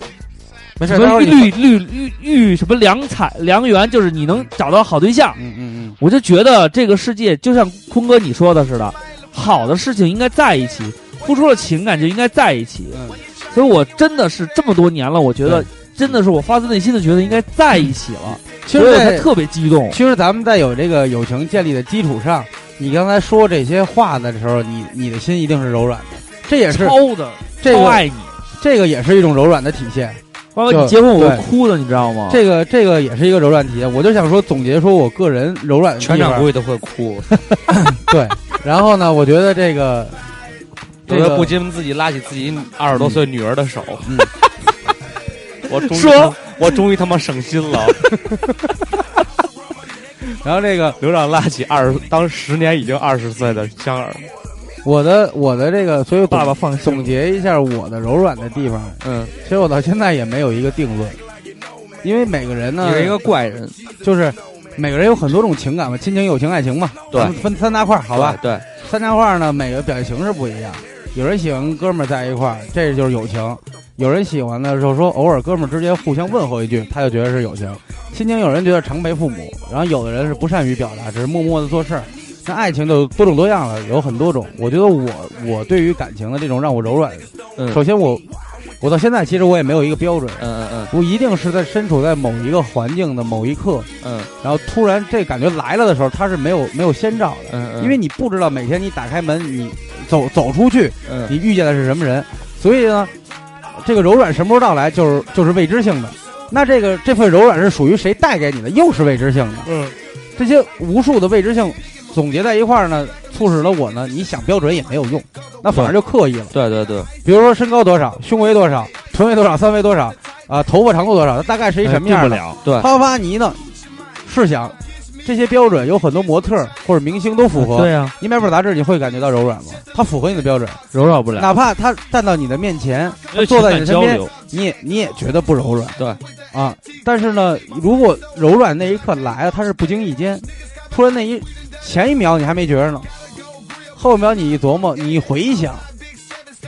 Speaker 6: 没事，
Speaker 2: 什
Speaker 6: 待会
Speaker 2: 么
Speaker 6: 儿你
Speaker 2: 绿绿绿绿什么良彩良缘，就是你能找到好对象。
Speaker 6: 嗯嗯
Speaker 2: 我就觉得这个世界就像坤哥你说的似的，好的事情应该在一起，付出了情感就应该在一起。
Speaker 6: 嗯
Speaker 2: 所以我真的是这么多年了，我觉得真的是我发自内心的觉得应该在一起了，
Speaker 6: 其
Speaker 2: 所
Speaker 6: 实
Speaker 2: 以我才
Speaker 6: 在，
Speaker 2: 特别激动。
Speaker 6: 其实咱们在有这个友情建立的基础上，你刚才说这些话的时候，你你的心一定是柔软的，这也是
Speaker 2: 超的，
Speaker 6: 这
Speaker 2: 超
Speaker 6: 个
Speaker 2: 爱你。
Speaker 6: 这个也是一种柔软的体现，
Speaker 2: 包括
Speaker 6: 就
Speaker 2: 你结婚，我
Speaker 6: 对
Speaker 2: 哭的，你知
Speaker 4: 啊
Speaker 2: 道吗？
Speaker 6: 这个这个也是一个柔软体现。我就想说，总结说我个人柔软的地
Speaker 4: 全
Speaker 6: 方
Speaker 4: 场估计都会哭，
Speaker 6: 对，然后呢，我觉得这个这
Speaker 4: 有的
Speaker 6: 个
Speaker 4: 不禁自己拉起自己二十多岁女儿的手。
Speaker 6: 嗯
Speaker 4: [LAUGHS] 我终于
Speaker 2: 说，
Speaker 4: 我终于他妈省心了。 [LAUGHS]
Speaker 6: 然后这个
Speaker 4: 刘让拉起二十，当十年已经二十岁的香儿，
Speaker 6: 我的我的这个，所以我
Speaker 2: 爸爸放心
Speaker 6: 总结一下我的柔软的地方，
Speaker 4: 嗯，
Speaker 6: 其实我到现在也没有一个定论，因为每个人呢，
Speaker 4: 你是一个怪人，
Speaker 6: 就是每个人有很多种情感嘛，亲情、友情、爱情嘛，
Speaker 4: 对
Speaker 6: 咱们分三大块儿，好吧？
Speaker 4: 对，
Speaker 6: 三大块儿呢，每个表现形式不一样，有人喜欢跟哥们儿在一块儿，这就是友情；有人喜欢的时候说偶尔哥们儿之间互相问候一句，他就觉得是友情；亲情有人觉得常陪父母，然后有的人是不善于表达，只是默默的做事儿。那爱情就多种多样了，有很多种。我觉得我我对于感情的这种让我柔软，
Speaker 4: 嗯
Speaker 6: 首先我我到现在其实我也没有一个标准，
Speaker 4: 嗯嗯
Speaker 6: 我一定是在身处在某一个环境的某一刻，
Speaker 4: 嗯
Speaker 6: 然后突然这感觉来了的时候，它是没有没有先兆的，
Speaker 4: 嗯嗯，
Speaker 6: 因为你不知道每天你打开门，你走走出去，
Speaker 4: 嗯
Speaker 6: 你遇见的是什么人，所以呢，这个柔软什么时候到来，就是就是未知性的。那这个这份柔软是属于谁带给你的，又是未知性的。
Speaker 4: 嗯，
Speaker 6: 这些无数的未知性总结在一块儿呢，促使了我呢，你想标准也没有用，那反而就刻意了。
Speaker 4: 对对对，
Speaker 6: 比如说身高多少，胸围多少，臀围多少，三围多少，啊、头发长度多少，它大概是一什么样
Speaker 2: 哎定不
Speaker 6: 的？
Speaker 2: 了，
Speaker 4: 对
Speaker 6: 啪啪啪，你呢？试想，这些标准有很多模特儿或者明星都符合。
Speaker 2: 对呀，
Speaker 6: 你买本杂志，你会感觉到柔软吗？它符合你的标准，
Speaker 2: 柔软不了，
Speaker 6: 哪怕他站到你的面前，
Speaker 2: 因为
Speaker 6: 坐
Speaker 2: 情
Speaker 6: 在你
Speaker 2: 感
Speaker 6: 身
Speaker 2: 交
Speaker 6: 边
Speaker 2: 流，
Speaker 6: 你也你也觉得不柔软。
Speaker 4: 对，
Speaker 6: 啊，但是呢，如果柔软那一刻来了，它是不经意间，突然那一前一秒你还没觉着呢，后一秒你一琢磨，你一回想，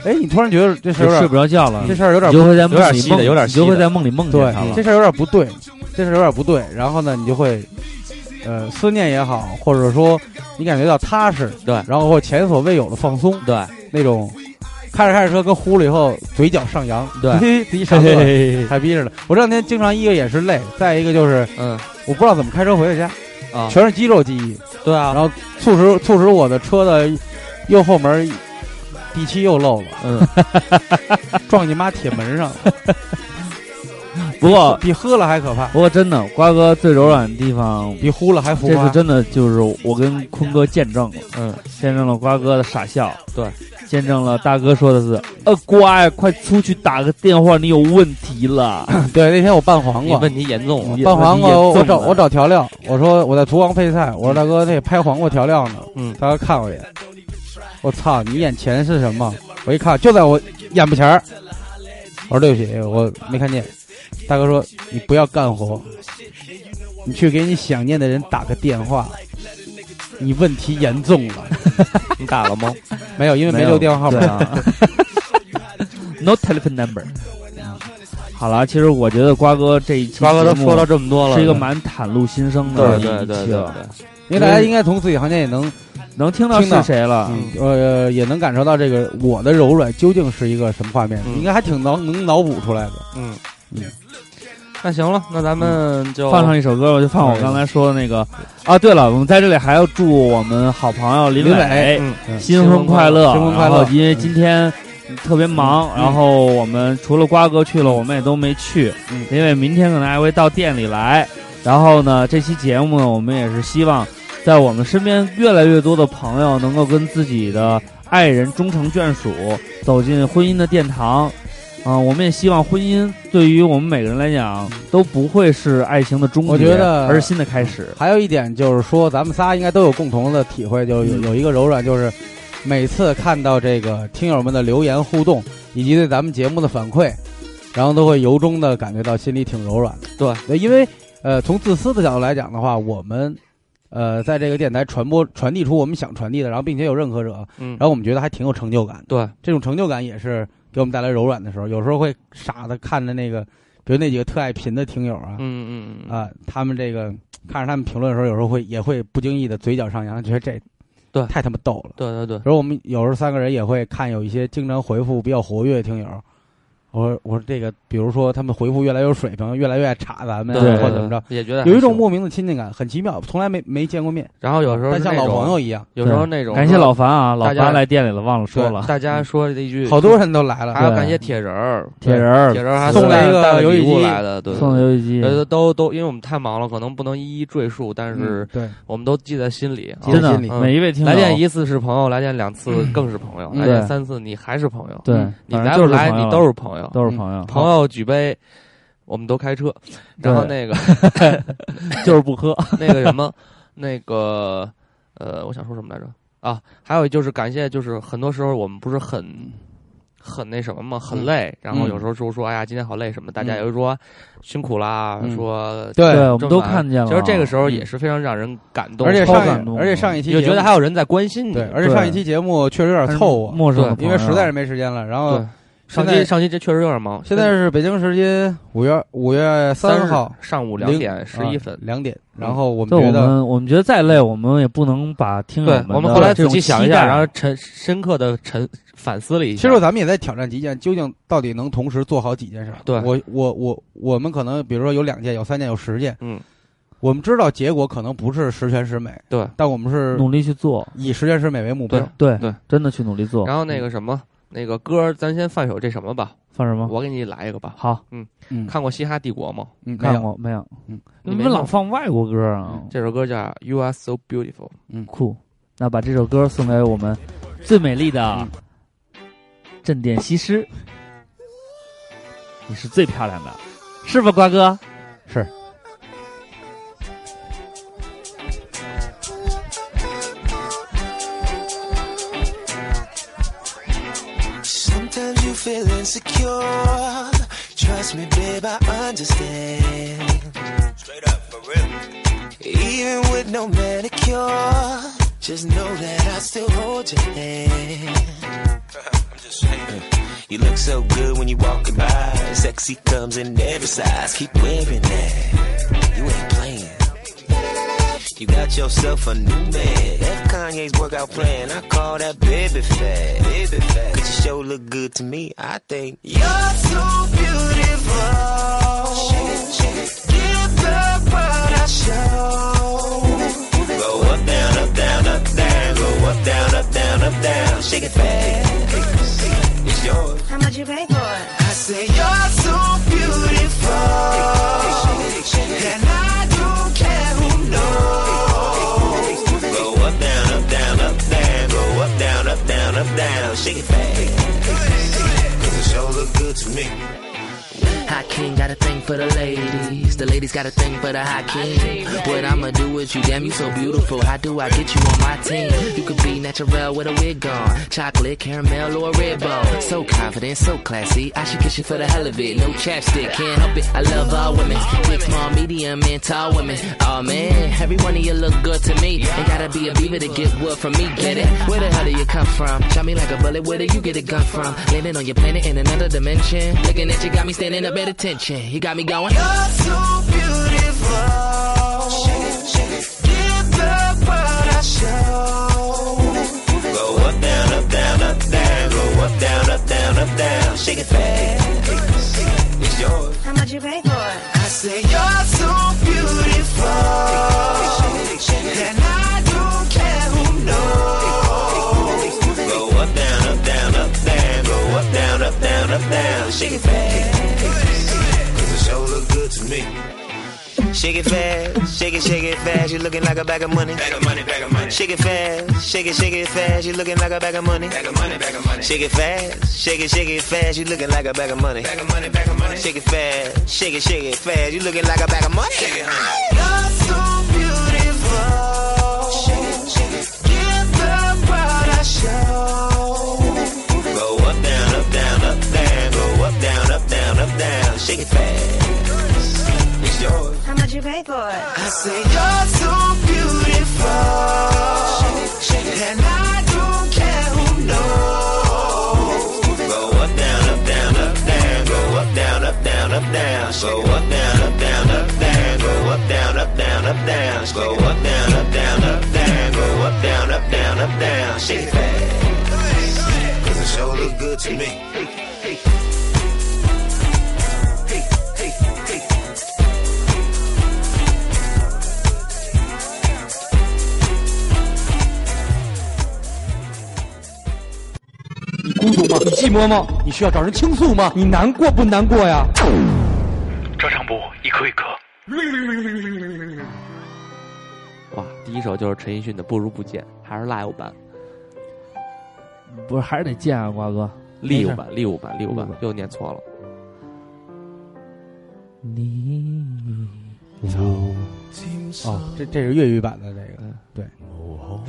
Speaker 6: 哎，你突然觉得这事儿
Speaker 2: 就
Speaker 6: 有
Speaker 2: 睡
Speaker 6: 点，
Speaker 2: 不着觉了
Speaker 6: 这，事儿有点
Speaker 2: 你就会在
Speaker 4: 有点
Speaker 2: 梦里
Speaker 4: 稀的
Speaker 2: 梦，
Speaker 4: 有点
Speaker 2: 你
Speaker 4: 稀
Speaker 2: 就会
Speaker 4: 的
Speaker 2: 在梦里梦见他
Speaker 6: 对，
Speaker 2: 了
Speaker 6: 这。事儿有点不对，这事儿有点不对。然后呢，你就会，呃，思念也好，或者说你感觉到踏实，
Speaker 4: 对
Speaker 6: 然后或前所未有的放松，
Speaker 4: 对
Speaker 6: 那种开着开着车跟呼了以后，嘴角上扬，
Speaker 4: 对
Speaker 6: 嘿，自
Speaker 4: 嘿
Speaker 6: 己上
Speaker 4: 嘿
Speaker 6: 乐，
Speaker 4: 嘿嘿，
Speaker 6: 太逼着了。我这两天经常一个也是累，再一个就是
Speaker 4: 嗯
Speaker 6: 我不知道怎么开车回的家，
Speaker 4: 啊，
Speaker 6: 全是肌肉记忆，
Speaker 4: 对啊，
Speaker 6: 然后促使促使我的车的右后门底漆又漏了，
Speaker 4: 嗯，
Speaker 6: [LAUGHS] 撞你妈铁门上了，
Speaker 2: 不
Speaker 4: 哦
Speaker 2: 过，
Speaker 6: 比喝了还可怕，
Speaker 2: 不过真的，瓜哥最柔软的地方，
Speaker 6: 比呼了还浮
Speaker 2: 这
Speaker 6: 夸
Speaker 2: 次。真的就是我跟坤哥见证了，
Speaker 4: 嗯，
Speaker 2: 见证了瓜哥的傻笑，
Speaker 4: 对，
Speaker 2: 见证了大哥说的是，呃，瓜呀，快出去打个电话，你有问题了。
Speaker 6: 对，那天我拌
Speaker 4: [LAUGHS]
Speaker 6: 黄
Speaker 4: 你
Speaker 6: 瓜，
Speaker 4: 问题严重了，
Speaker 6: 拌黄瓜，
Speaker 2: 也也
Speaker 6: 我我
Speaker 2: 中
Speaker 6: 找
Speaker 2: 了
Speaker 6: 我找调料，我说我在厨房配菜，我说大哥，那拍黄瓜调料呢，
Speaker 4: 嗯
Speaker 6: 大哥看我一眼，我操，你眼前是什么？我一看就在我眼巴前儿，我说对不起，我没看见。大哥说你不要干活，你去给你想念的人打个电话，你问题严重
Speaker 2: [LAUGHS]
Speaker 6: 了，
Speaker 4: 你打了吗？
Speaker 6: 没有，因为没留电话号
Speaker 2: 对
Speaker 6: 码。
Speaker 2: 啊 [LAUGHS] ，No telephone number。好了，其实我觉得瓜哥这一期
Speaker 4: 瓜哥都
Speaker 2: 节目
Speaker 4: 说到这么多了，
Speaker 2: 是一个蛮袒露心声
Speaker 4: 对对
Speaker 2: 的
Speaker 4: 对嗯
Speaker 2: 一期
Speaker 4: 对
Speaker 2: 了，，
Speaker 6: 因为大家应该从自己行业也能，
Speaker 2: 能听到
Speaker 6: 听到
Speaker 2: 是谁了？
Speaker 6: 嗯呃，也能感受到这个我的柔软究竟是一个什么画面，
Speaker 4: 嗯
Speaker 6: 应该还挺能能脑补出来的。
Speaker 4: 嗯嗯。那行了，那咱们就
Speaker 2: 放上一首歌，我就放我刚才说的那个啊。对了，我们在这里还要祝我们好朋友林
Speaker 6: 林
Speaker 2: 伟
Speaker 4: 嗯
Speaker 2: 新婚快乐，嗯
Speaker 6: 新婚快
Speaker 2: 然
Speaker 6: 乐
Speaker 2: 后因为今天特别忙，然后我们除了瓜哥去了，我们也都没去，
Speaker 6: 嗯
Speaker 2: 因为明天可能还会到店里来。然后呢，这期节目呢，我们也是希望在我们身边越来越多的朋友能够跟自己的爱人终成眷属，走进婚姻的殿堂。啊、我们也希望婚姻对于我们每个人来讲都不会是爱情的终结，
Speaker 6: 我觉得
Speaker 2: 而是新的开始。
Speaker 6: 还有一点就是说，咱们仨应该都有共同的体会，就
Speaker 4: 嗯
Speaker 6: 有有一个柔软，就是每次看到这个听友们的留言互动，以及对咱们节目的反馈，然后都会由衷的感觉到心里挺柔软的。
Speaker 4: 对
Speaker 6: 对，因为呃，从自私的角度来讲的话，我们呃在这个电台传播传递出我们想传递的，然后并且有认可者，
Speaker 4: 嗯
Speaker 6: 然，后我们觉得还挺有成就感的。
Speaker 4: 对，嗯
Speaker 6: 这种成就感也是给我们带来柔软的时候，有时候会傻的看着那个，比如那几个特爱贫的听友啊，
Speaker 4: 嗯嗯嗯，
Speaker 6: 啊，他们这个看着他们评论的时候，有时候会也会不经意的嘴角上扬，觉得这
Speaker 4: 对
Speaker 6: 太他妈逗了。
Speaker 4: 对对对，
Speaker 6: 然后我们有时候三个人也会看有一些经常回复比较活跃的听友，我说我说这个，比如说他们回复越来越有水平，越来越爱查咱们呀，啊
Speaker 4: 对
Speaker 6: 或者怎么着，，
Speaker 4: 也觉得
Speaker 6: 有一种
Speaker 4: 莫。
Speaker 6: 莫名的亲近感，很奇妙，从来没没见过面，
Speaker 4: 然后有时候
Speaker 6: 但
Speaker 4: 是
Speaker 6: 像
Speaker 4: 那
Speaker 6: 老
Speaker 4: 种
Speaker 6: 朋友，一样。
Speaker 4: 有时候那种
Speaker 2: 感谢老嗯樊啊，老
Speaker 4: 嗯大家
Speaker 2: 樊来店里了，忘了说
Speaker 4: 对
Speaker 2: 了。
Speaker 4: 大家说的一句，
Speaker 6: 好多人都来了，
Speaker 4: 还要感谢铁人儿，
Speaker 2: 铁人儿
Speaker 4: 铁人儿还
Speaker 6: 送了一个
Speaker 4: 带
Speaker 6: 游戏
Speaker 4: 礼物
Speaker 6: 机
Speaker 4: 来的，对，
Speaker 2: 送的游戏机，
Speaker 4: 呃，都都，因为我们太忙了，可能不能一一赘述，但是
Speaker 6: 嗯对，
Speaker 4: 我们都记在心里。
Speaker 6: 记
Speaker 4: 啊
Speaker 2: 真的
Speaker 6: 心里
Speaker 4: 嗯
Speaker 2: 每一位听友
Speaker 4: 来电一次是朋友，来电两次更是朋友，
Speaker 6: 嗯
Speaker 4: 来电
Speaker 2: 哦对
Speaker 4: 三次你还是朋友，
Speaker 2: 对
Speaker 6: 嗯，
Speaker 4: 你
Speaker 2: 反
Speaker 4: 来
Speaker 2: 正
Speaker 4: 不
Speaker 2: 就是
Speaker 4: 来
Speaker 2: 朋友
Speaker 4: 你都是朋友。
Speaker 2: 都是朋友，
Speaker 4: 朋友举杯，我们都开车，然后那个嗯
Speaker 2: [LAUGHS] 就是
Speaker 4: [LAUGHS]
Speaker 2: 不喝。
Speaker 4: 那个什么，那个呃，我想说什么来着啊？还有就是感谢，就是很多时候我们不是很很那什么嘛，很累，然后有时候说说哎呀今天好累什么的，大家
Speaker 6: 嗯
Speaker 4: 有时候说辛苦啦，
Speaker 6: 嗯
Speaker 4: 说
Speaker 6: 对
Speaker 2: 对，我们
Speaker 4: 正
Speaker 2: 都
Speaker 4: 反
Speaker 2: 看见了。
Speaker 4: 其实这个时候也是非常让人感动，
Speaker 6: 而且
Speaker 2: 超
Speaker 6: 上
Speaker 2: 感动
Speaker 6: 一而且上一期
Speaker 4: 就觉
Speaker 6: 节
Speaker 4: 得
Speaker 6: 目
Speaker 4: 还有人在关心你。
Speaker 6: 对，而且上一期节目确实有点凑合，
Speaker 2: 陌生的
Speaker 4: 啊对
Speaker 2: 朋
Speaker 6: 因
Speaker 2: 友，啊
Speaker 6: 为实在是没时间了。然后
Speaker 4: 对上
Speaker 6: 哦现在
Speaker 4: 期上期这确实有点忙，
Speaker 6: 现在是北京时间五月五月三
Speaker 4: 三
Speaker 6: 号啊
Speaker 4: 上午两点十一分。嗯
Speaker 6: 两点，然后我
Speaker 2: 就
Speaker 6: 们
Speaker 2: 我
Speaker 6: 觉得
Speaker 2: 们我们觉得再累，我们也不能把听友
Speaker 4: 对我们
Speaker 2: 们的
Speaker 4: 后来仔
Speaker 2: 这种
Speaker 4: 细想一
Speaker 2: 期
Speaker 4: 下，
Speaker 2: 待
Speaker 4: 然后沉深刻的沉反思了一
Speaker 6: 其
Speaker 4: 下。
Speaker 6: 实咱们也在挑战极限，究竟到底能同时做好几件事儿？
Speaker 4: 对
Speaker 6: 我我我我们可能比如说有两件，有三件，有十件，
Speaker 4: 嗯，
Speaker 6: 我们知道结果可能不是十全十美，
Speaker 4: 对，
Speaker 6: 但我们是
Speaker 2: 努力去做，
Speaker 6: 以十全十美为目标
Speaker 4: 对。
Speaker 2: 对
Speaker 4: 嗯对，
Speaker 2: 真的去努力做。嗯
Speaker 4: 然后那个什么，那个歌儿咱先放首这什么吧，
Speaker 2: 放什么？
Speaker 4: 我给你来一个吧。
Speaker 2: 好，
Speaker 6: 嗯，
Speaker 4: 看过《嘻哈帝国》吗？
Speaker 6: 嗯，没
Speaker 2: 看
Speaker 6: 有，
Speaker 2: 过没有？
Speaker 6: 嗯
Speaker 2: 你
Speaker 4: 你没嗯
Speaker 2: 们老
Speaker 4: 看
Speaker 2: 放外国歌啊？
Speaker 4: 这首歌叫《You Are So Beautiful》。
Speaker 2: 酷，那把这首歌送给我们最美丽
Speaker 4: 嗯
Speaker 2: 的镇店西施，你是最漂亮的，是吧，瓜哥？
Speaker 6: 是。
Speaker 9: Sometimes you feel insecure. Trust me, babe, I understand. Straight up, for real. Even with no manicure, just know that I still hold your hand. [LAUGHS] I'm just saying. [LAUGHS] You look so good when you walking by. Sexy comes in every size. Keep wearing that. You ain't playing. You got yourself a new man. That's Kanye's workout plan. I call that baby fat. Baby fat. Cause your show look good to me. I think you're so beautiful. Give up what I show. Go up, down, up, down, up, down. Go up, down, up, down, up, down. Shake it fast. It's yours.
Speaker 5: How much you pay for it?
Speaker 9: I say you're so beautiful, and I don't care who knows. Go up, down, up, down, up, down. Go up, down, up, down, up, down. Shake it fast, 'cause it sure look good to me.
Speaker 10: Hot King got a thing for the ladies. The ladies got a thing for the Hot King. What I'ma do is you, damn, you so beautiful. How do I get you on my team? You could be natural with a wig on, chocolate, caramel, or a red bone. So confident, so classy. I should kiss you for the hell of it. No chapstick, can't help it. I love all women, big, small, medium, and tall women. Oh man, every one of you look good to me. Ain't gotta be a beaver to get wood from me. Get it? Where the hell do you come from? Shot me like a bullet. Where do you get a gun from? Landing on your planet in another dimension. Looking at you got me standing up at attention. You got me going.
Speaker 9: You're so beautiful. Give up what I show. Go up, down, up, down, up, down. Go up, down, up, down, up, down. Shake it fast. It's yours.
Speaker 5: How much you pay for it?
Speaker 9: I say you're so beautiful, and I don't care who knows. Go up, down, up, down, up, down. Go up, down, up, down, up, down. Shake it fast, 'cause it sure look good to me. Shake it fast, shake it, shake it fast. You're looking like a bag of money. Bag of money, bag of money. Shake it fast, shake it, shake it fast. You're looking like a bag of money. Bag of money, bag of money. Shake it fast, shake it, shake it fast. You're looking like a bag of money. Bag of money, bag of money. Shake it fast, shake it, shake it fast. You're looking like a bag of money. Shake it, You're so beautiful. Give them what I show. Go up, down, up, down, up, down. Go up, down, up, down, up, down. Shake it fast. It's yours.
Speaker 5: How much you pay for it?
Speaker 9: I say you're so beautiful, and I don't care who knows. Go up, down, up, down, up, down. Go up, down, up, down, up, down. Go up, down, up, down, up, down. Go up, down, up, down, up, down. Go up, down, up, down, up, down. Go up, down, up, down, up,
Speaker 8: to me.
Speaker 6: 孤独吗？你寂寞吗？你需要找人倾诉吗？你难过不难过呀？
Speaker 11: 照常补，一颗一颗。
Speaker 4: 哇，第一首就是陈奕迅的《不如不见》，还是 live 版、
Speaker 2: 不是还是得见啊，瓜哥。
Speaker 4: live
Speaker 2: 没事
Speaker 4: 版、live 版、live 版，又念错了。
Speaker 2: 你
Speaker 6: 哦，这这是粤语版的这个，
Speaker 4: 嗯
Speaker 6: 对，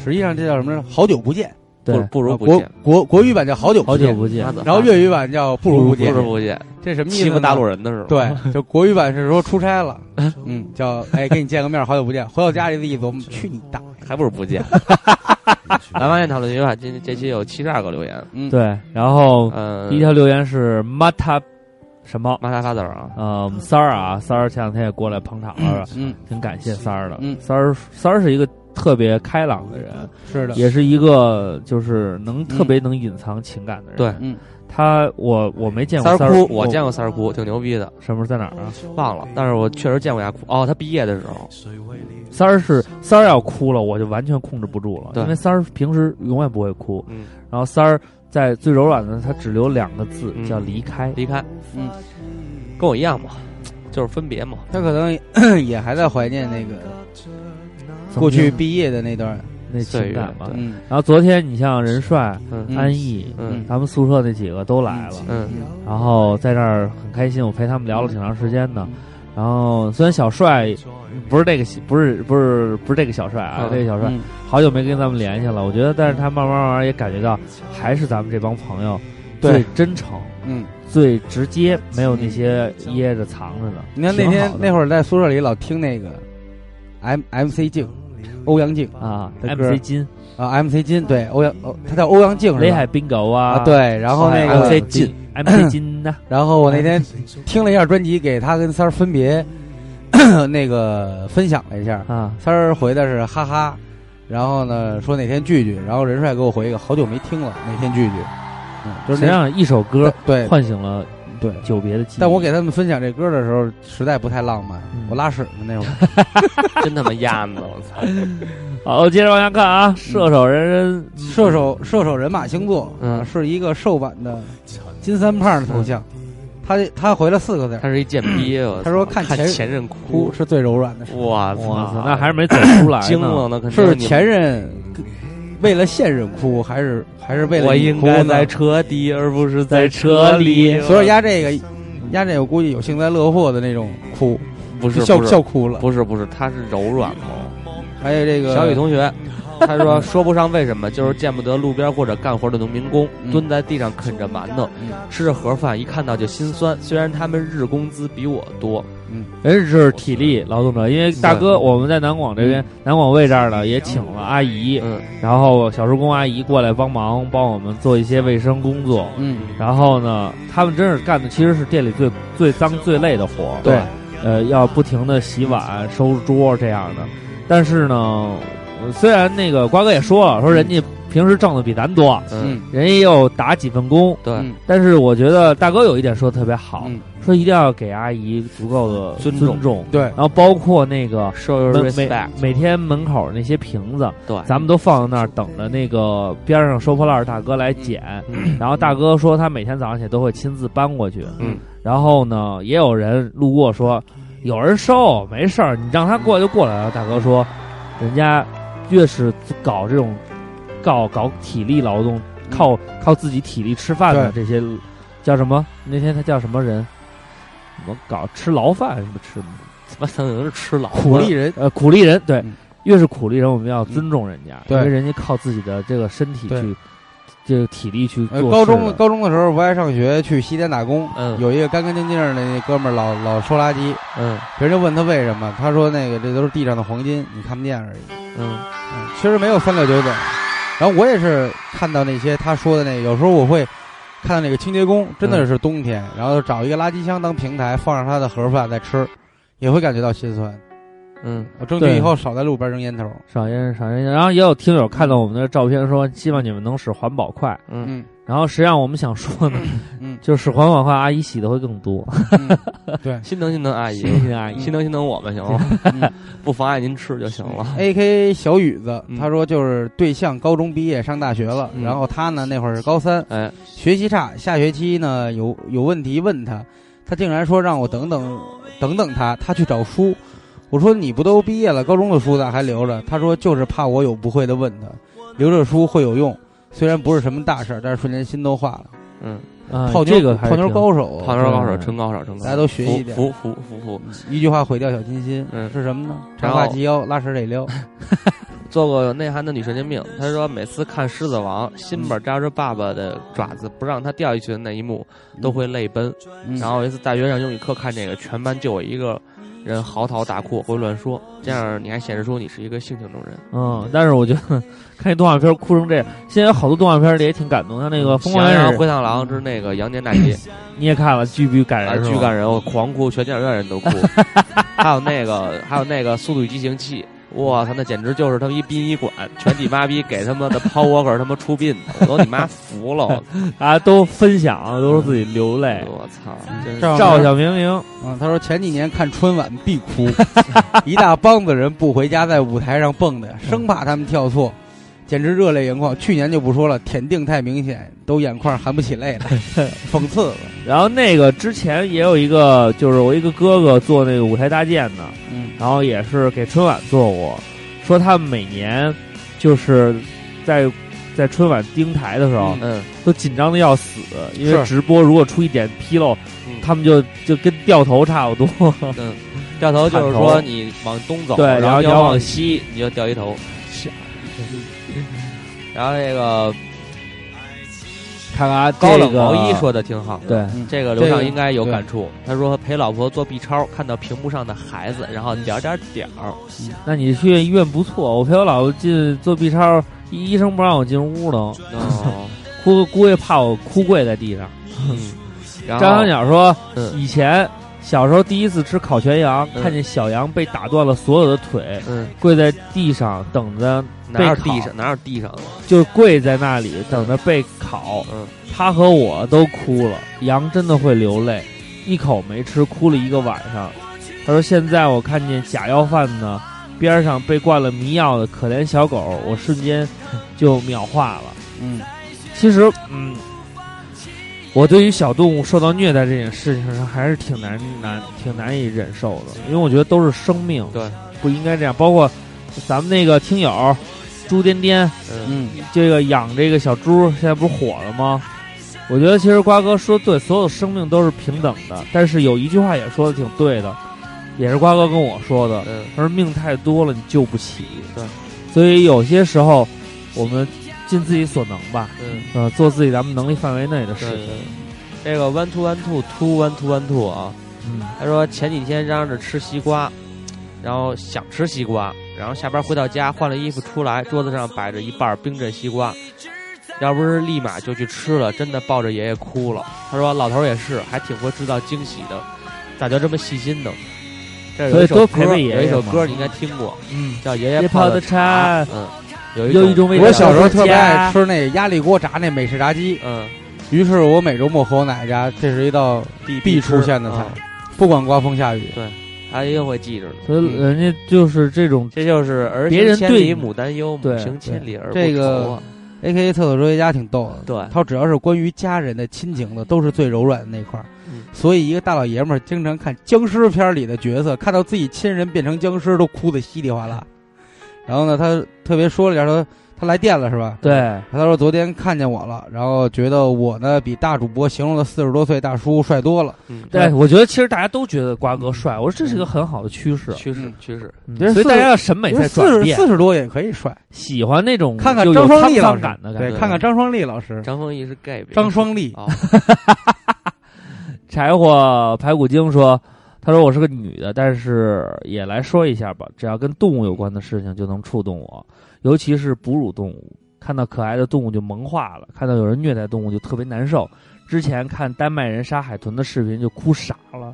Speaker 6: 实际上这叫什么？好久不见，
Speaker 4: 对不不如
Speaker 6: 啊
Speaker 4: 不见
Speaker 6: 国国国语版叫好久不见
Speaker 2: 好久不见
Speaker 6: 然后粤语版叫不如见，
Speaker 4: 不如不 [LAUGHS] 见
Speaker 6: 这什么意思呢？
Speaker 4: 欺负大陆人的是吗
Speaker 6: 对，就国语版是说出差了，嗯，叫哎跟你见个面，好久不见，回到家里的意思，我们去你大爷，
Speaker 4: 还不如不 [LAUGHS] 见。来发现讨论区吧，今这期有七十二个留言。
Speaker 6: 嗯
Speaker 2: 对，然后
Speaker 4: 呃
Speaker 2: 第一条留言是 Mata 什么
Speaker 4: 马达发子儿啊，
Speaker 2: 呃，我们三儿啊，三儿前两天也过来捧场了，
Speaker 6: 嗯，
Speaker 2: 挺感谢三儿的。
Speaker 6: 嗯
Speaker 2: 三儿三儿是一个特别开朗的人，
Speaker 6: 是的，
Speaker 2: 也是一个就是能特别能隐藏情感的人。
Speaker 4: 嗯对
Speaker 6: 嗯，
Speaker 2: 他我我没见
Speaker 4: 三
Speaker 2: 过
Speaker 4: 儿
Speaker 2: 三
Speaker 4: 哭，哦我见过嗯三儿哭，挺牛逼的，
Speaker 2: 什么时候在哪儿啊？
Speaker 4: 忘了，但是我确实见过他哭。哦，他毕业的时候，
Speaker 2: 三儿是三儿要哭了，我就完全控制不住了，
Speaker 4: 对
Speaker 2: 因为三儿平时永远不会哭，
Speaker 4: 嗯，
Speaker 2: 然后三儿在最柔软的，他只留两个字、
Speaker 4: 嗯
Speaker 2: 叫离开。
Speaker 4: 离开，
Speaker 6: 嗯，
Speaker 4: 跟我一样嘛，就是分别嘛。
Speaker 6: 他可能也还在怀念那个过去毕业的那段，
Speaker 2: 那情感
Speaker 4: 岁月
Speaker 2: 嘛。
Speaker 4: 对
Speaker 6: 嗯
Speaker 2: 然后昨天你像任帅、
Speaker 4: 嗯
Speaker 2: 安逸，
Speaker 4: 嗯
Speaker 2: 咱们宿舍那几个都来了，
Speaker 4: 嗯
Speaker 2: 然后在这儿很开心，我陪他们聊了挺长时间的。然后虽然小帅不是这个，不是不是不是这个小帅啊，
Speaker 4: 嗯
Speaker 2: 这个小帅
Speaker 6: 嗯
Speaker 2: 好久没跟咱们联系了，我觉得，但是他慢慢慢慢也感觉到，还是咱们这帮朋友
Speaker 6: 对
Speaker 2: 最真诚、
Speaker 6: 嗯，
Speaker 2: 最直接，没有那些掖着藏着的。
Speaker 6: 你看那天那
Speaker 2: 会
Speaker 6: 会儿在宿舍里老听那个 M M C 静，欧阳靖
Speaker 2: 啊
Speaker 6: 的歌
Speaker 2: ，MC 金、
Speaker 6: 啊 M C 金对欧阳，哦他叫欧阳靖
Speaker 2: 雷
Speaker 6: 是
Speaker 2: 海
Speaker 6: 吧？
Speaker 2: 冰狗
Speaker 6: 啊
Speaker 2: 啊，
Speaker 6: 对，然后那个嗯
Speaker 2: MC 金、MC 金呐，
Speaker 6: 然后我那天听了一下专辑，给他跟三儿分别 [COUGHS] 那个分享了一下。
Speaker 2: 啊，
Speaker 6: 三儿回的是哈哈，然后呢说哪天聚聚，然后任帅给我回一个好久没听了，哪天聚聚，嗯，就
Speaker 2: 实
Speaker 6: 是
Speaker 2: 际
Speaker 6: 那
Speaker 2: 上一首歌
Speaker 6: 对
Speaker 2: 唤醒了
Speaker 6: 对。
Speaker 2: 久别的记忆。
Speaker 6: 但我给他们分享这歌的时候，实在不太浪漫，
Speaker 2: 嗯
Speaker 6: 我拉屎呢那会儿。
Speaker 4: 嗯真他妈鸭子，我操！
Speaker 2: 好，接着往下看啊，射手人人
Speaker 6: 射手射手人马星座，
Speaker 4: 嗯
Speaker 6: 是一个瘦版的金三胖的头像，他他回了四个字儿
Speaker 4: 他是一贱逼，我操
Speaker 6: 他说看
Speaker 4: 看
Speaker 6: 前
Speaker 4: 前任
Speaker 6: 哭
Speaker 4: 哭，嗯
Speaker 6: 是最柔软的时候，
Speaker 4: 我
Speaker 2: 哇
Speaker 4: 操
Speaker 2: 塞，，那还是没走出来呢。
Speaker 4: 惊了呢，肯定
Speaker 6: 是
Speaker 4: 你
Speaker 6: 前任为了现任哭，还是还是为了
Speaker 4: 我
Speaker 6: 你
Speaker 4: 应
Speaker 6: 哭
Speaker 4: 该
Speaker 6: 呢
Speaker 4: 在车底，而不是
Speaker 2: 在
Speaker 4: 车
Speaker 2: 车里
Speaker 6: 所以压这个，压这个估计有幸灾乐祸的那种哭，
Speaker 4: 不是
Speaker 6: 笑
Speaker 4: 不是
Speaker 6: 笑哭了。
Speaker 4: 不是不是，他是柔软嘛。
Speaker 6: 还有这个
Speaker 4: 小雨同学，他说说不上为什么，就是见不得路边或者干活的农民工
Speaker 6: 嗯
Speaker 4: 蹲在地上啃着馒头，
Speaker 6: 嗯
Speaker 4: 吃着盒饭，一看到就心酸。虽然他们日工资比我多，
Speaker 2: 人哎是体力劳动者，因为大哥，我们在南广这边，南广卫这儿呢也请了阿姨，
Speaker 4: 嗯，
Speaker 2: 然后小时工阿姨过来帮忙，帮我们做一些卫生工作。
Speaker 6: 嗯，
Speaker 2: 然后呢，他们真是干的其实是店里最最脏最累的活儿，
Speaker 6: 对，嗯
Speaker 2: 呃，要不停的洗碗、收桌这样的。但是呢，呃虽然那个瓜哥也说了，说人家平时挣的比咱多，
Speaker 4: 嗯，
Speaker 2: 人家也有打几份工，
Speaker 4: 对，
Speaker 6: 嗯
Speaker 2: 但是我觉得大哥有一点说的特别好，
Speaker 6: 嗯
Speaker 2: 说一定要给阿姨足够的
Speaker 4: 尊重
Speaker 2: 重，重
Speaker 6: 对
Speaker 2: 然后包括那个
Speaker 4: show your
Speaker 2: 门每
Speaker 4: respect，
Speaker 2: 每天门口那些瓶子，
Speaker 4: 对，
Speaker 2: 咱们都放在那儿等着那个边上收破烂儿大哥来捡。
Speaker 4: 嗯
Speaker 2: 然后大哥说他每天早上起来都会亲自搬过去。
Speaker 4: 嗯，
Speaker 2: 然后呢，也有人路过说有人收没事儿，你让他过就过来了。然后大哥说，人家越是搞这种搞搞体力劳
Speaker 4: 嗯
Speaker 2: 动，靠靠自己体力吃饭的这些叫什么？那天他叫什么人？怎么搞吃牢饭什么吃吗？
Speaker 4: 他妈可能是吃老
Speaker 6: 苦力人，
Speaker 2: 呃，苦力人对
Speaker 6: 嗯，
Speaker 2: 越是苦力人，我们要尊重人家，
Speaker 6: 对
Speaker 2: 因为人家靠自己的这个身体
Speaker 6: 对
Speaker 2: 去，这个体力去
Speaker 6: 呃，
Speaker 2: 做
Speaker 6: 高
Speaker 2: 事
Speaker 6: 中
Speaker 2: 的
Speaker 6: 高中的时候不爱上学，去西单打工，
Speaker 4: 嗯
Speaker 6: 有一个干干净净的那哥们儿老老收垃圾，
Speaker 4: 嗯
Speaker 6: 别人就问他为什么，他说那个这都是地上的黄金，你看不见而已。
Speaker 4: 嗯
Speaker 6: 嗯，其实没有三六九等。然后我也是看到那些他说的那个，有时候我会看到那个清洁工，真的
Speaker 4: 嗯
Speaker 6: 是冬天，然后找一个垃圾箱当平台，放上他的盒饭再吃，也会感觉到心酸。
Speaker 4: 嗯，
Speaker 6: 我争取
Speaker 2: 对
Speaker 6: 以后少在路边扔烟头。嗯
Speaker 2: 赏烟赏烟，然后也有听友看到我们的照片说，希望你们能使环保快。
Speaker 4: 嗯，
Speaker 2: 然后实际上我们想说呢，
Speaker 6: 嗯
Speaker 2: 就是使唤碗筷阿姨洗的会更多。
Speaker 6: 对
Speaker 4: 心疼心疼阿姨，
Speaker 2: 心疼心疼阿姨 [LAUGHS]
Speaker 4: 心疼心疼我们行
Speaker 6: [LAUGHS]
Speaker 4: 吗？不妨碍您 [LAUGHS] 吃就行了。嗯
Speaker 6: A K 小雨子，他说就是对象高中毕业上大学了，然后他呢那会儿是高三，
Speaker 4: 哎，
Speaker 6: 学习差，下学期呢有有问题问他，他竟然说让我等等等等他，他去找书。我说你不都毕业了，高中的书咋还留着？他说就是怕我有不会的问他，留着书会有用。虽然不是什么大事儿，但是瞬间心都化了。
Speaker 4: 嗯，
Speaker 2: 啊
Speaker 6: 泡妞
Speaker 2: 这个还
Speaker 6: 泡妞
Speaker 2: 挺
Speaker 6: 高手，
Speaker 4: 泡妞高手，纯高手，纯高手，
Speaker 6: 哦嗯大家都学一点嗯
Speaker 4: 服服服服服。
Speaker 6: 一句话毁掉小清新，
Speaker 4: 嗯
Speaker 6: 是什么呢？
Speaker 4: 然
Speaker 6: 长
Speaker 4: 后
Speaker 6: 发及腰，拉屎得撩。
Speaker 4: 做过内涵的女神经病，她说每次看《狮子王》，辛
Speaker 6: 嗯
Speaker 4: 巴扎着爸爸的爪子不让他掉下去的那一幕，都会泪奔。
Speaker 6: 嗯
Speaker 4: 然后有一次大学上英语课看这个，全班就我一个人嚎啕大哭，会乱说，这样你还显示出你是一个性情中人。
Speaker 2: 嗯，但是我觉得看一动画片哭成这样，现在有好多动画片里也挺感动，像那
Speaker 6: 嗯
Speaker 2: 个《疯狂
Speaker 4: 喜
Speaker 2: 原
Speaker 4: 羊
Speaker 2: 始
Speaker 4: 羊》灰太狼之那个羊年大吉，
Speaker 2: 你也看了，巨逼感
Speaker 4: 啊，
Speaker 2: 人，
Speaker 4: 巨感人，我狂哭，全电影院人
Speaker 2: [LAUGHS]
Speaker 4: 都哭。还有那个，还有那个《速度与激情七》，我操，那简直就是他们一殡仪馆，全你妈逼给他妈的 Paul Walker 他妈出殡，我都你妈服了，我
Speaker 2: 人，大家啊都分享，都说自己流泪。
Speaker 4: 我操，真是嗯
Speaker 6: 赵
Speaker 2: 哎赵小明明，
Speaker 6: 嗯，他说前几年看春晚必哭， [LAUGHS] 一大帮子人不回家，在舞台上蹦的，生怕他们跳错，简直热泪盈眶。去年就不说了，舔腚太明显，都眼眶含不起泪来，讽刺了。
Speaker 2: 然后那个之前也有一个，就是我一个哥哥做那个舞台搭建的，
Speaker 6: 嗯
Speaker 2: 然后也是给春晚做过，说他们每年就是在在春晚盯台的时候，
Speaker 4: 嗯，
Speaker 2: 都紧张的要死，因为
Speaker 6: 是
Speaker 2: 直播如果出一点纰漏，
Speaker 4: 嗯
Speaker 2: 他们就就跟掉头差不多。
Speaker 4: 嗯，掉头就是说你往东走，
Speaker 2: 对
Speaker 4: 然
Speaker 2: 然后
Speaker 4: 后你
Speaker 2: 要
Speaker 4: 要往
Speaker 2: 往
Speaker 4: 西，你就掉一头。然后那个
Speaker 2: [LAUGHS] 看 [LAUGHS] 看啊
Speaker 4: 高冷
Speaker 2: 这个
Speaker 4: 毛衣说的挺好的，
Speaker 2: 对，
Speaker 6: 嗯
Speaker 4: 这个刘畅应该有感触。他说陪老婆做 B 超，看到屏幕上的孩子，然后点儿点儿点儿。
Speaker 2: 嗯那你去医院不错，我陪我老婆进做 B 超，医医生不让我进屋都，
Speaker 4: 哦，
Speaker 2: 估估计怕我哭跪在地上。
Speaker 4: 嗯然
Speaker 2: 张小
Speaker 4: 后
Speaker 2: 鸟说，
Speaker 4: 嗯
Speaker 2: 以前小时候第一次吃烤全羊，
Speaker 4: 嗯
Speaker 2: 看见小羊被打断了所有的腿，
Speaker 4: 嗯，
Speaker 2: 跪在地上等着
Speaker 4: 哪有
Speaker 2: 被烤
Speaker 4: 地上哪有地上的？
Speaker 2: 就跪在那里等着被烤。
Speaker 4: 嗯，
Speaker 2: 他和我都哭了，羊真的会流泪，一口没吃，哭了一个晚上。他说：“现在我看见假药贩呢，边上被灌了迷药的可怜小狗，我瞬间就秒化了。
Speaker 6: 嗯，”
Speaker 2: 其实，嗯，我对于小动物受到虐待这件事情上还是挺难难挺难以忍受的，因为我觉得都是生命，
Speaker 4: 对，
Speaker 2: 不应该这样。包括咱们那个听友朱颠颠，
Speaker 4: 嗯，
Speaker 6: 嗯，
Speaker 2: 这个养这个小猪现在不是火了吗？我觉得其实瓜哥说对，所有生命都是平等的，但是有一句话也说的挺对的，也是瓜哥跟我说的，
Speaker 4: 嗯
Speaker 2: 他说命太多了，你救不起。
Speaker 4: 对，
Speaker 2: 所以有些时候我们尽自己所能吧，
Speaker 4: 嗯，
Speaker 2: 呃，做自己咱们能力范围内的
Speaker 4: 对
Speaker 2: 事
Speaker 4: 对
Speaker 2: 情。
Speaker 4: 对。这个 one two one two two one two one two 啊，
Speaker 2: 嗯，
Speaker 4: 他说前几天嚷嚷着吃西瓜，然后想吃西瓜，然后下班回到家换了衣服出来，桌子上摆着一半冰镇西瓜，要不是立马就去吃了，真的抱着爷爷哭了。他说老头儿也是，还挺会制造惊喜的，咋就这么细心呢？这有一首
Speaker 2: 所以多
Speaker 4: 歌
Speaker 2: 陪陪爷爷
Speaker 4: 有一首
Speaker 2: 嘛
Speaker 4: 歌你应该听过，
Speaker 2: 嗯，
Speaker 4: 叫《爷爷
Speaker 2: 爷
Speaker 4: 泡
Speaker 2: 泡
Speaker 4: 的
Speaker 2: 的
Speaker 4: 茶》。
Speaker 2: 茶
Speaker 4: 嗯，有一
Speaker 2: 有一种味道
Speaker 6: 我小时候特别爱吃那鸭力锅炸那美式炸鸡，
Speaker 4: 嗯
Speaker 6: 于是我每周末和我奶奶家，这是一道
Speaker 4: 必
Speaker 6: 必出现的
Speaker 4: 吃
Speaker 6: 菜
Speaker 4: 嗯，
Speaker 6: 不管刮风下雨。
Speaker 4: 他一定会记着的。嗯
Speaker 2: 所以人家就是这种，
Speaker 4: 这就是儿
Speaker 2: 别
Speaker 4: 行
Speaker 2: 人
Speaker 4: 千
Speaker 2: 对
Speaker 4: 里
Speaker 2: 你
Speaker 4: 母担忧，母
Speaker 2: 对
Speaker 4: 行千里而不
Speaker 6: 这个
Speaker 4: 愁啊。
Speaker 6: A K A 厕所哲学家挺逗的，
Speaker 4: 对
Speaker 6: 他只要是关于家人的亲情的，都是最柔软的那块儿。
Speaker 4: 嗯
Speaker 6: 所以一个大老爷们儿经常看僵尸片儿里的角色，看到自己亲人变成僵尸都哭得稀里哗啦。然后呢，他特别说了一下，说他来电了是吧？
Speaker 2: 对，
Speaker 6: 他说昨天看见我了，然后觉得我呢比大主播形容的四十多岁大叔帅多了。
Speaker 4: 嗯，
Speaker 2: 对，哎我觉得其实大家都觉得瓜哥帅，我说这是一个很好的趋势，
Speaker 4: 趋势
Speaker 6: 嗯
Speaker 4: 趋势，
Speaker 2: 嗯
Speaker 6: 其实
Speaker 2: 所以大
Speaker 6: 四
Speaker 2: 家的审美
Speaker 6: 因为
Speaker 2: 在
Speaker 6: 四
Speaker 2: 转
Speaker 6: 十
Speaker 2: 变，
Speaker 6: 四十多也可以帅，
Speaker 2: 喜欢那种
Speaker 6: 看看
Speaker 2: 就
Speaker 6: 张
Speaker 2: 有
Speaker 6: 双立
Speaker 2: 沧
Speaker 6: 老
Speaker 2: 桑
Speaker 6: 师
Speaker 2: 感的感觉
Speaker 6: 对，。看看张双立老师，
Speaker 4: 张丰毅是 gay 呗
Speaker 6: 张双立，
Speaker 4: 啊，
Speaker 2: 柴火排骨精说：“他说我是个女的，但是也来说一下吧，只要跟动物有关的事情就能触动我，尤其是哺乳动物。看到可爱的动物就萌化了，看到有人虐待动物就特别难受。之前看丹麦人杀海豚的视频就哭傻了。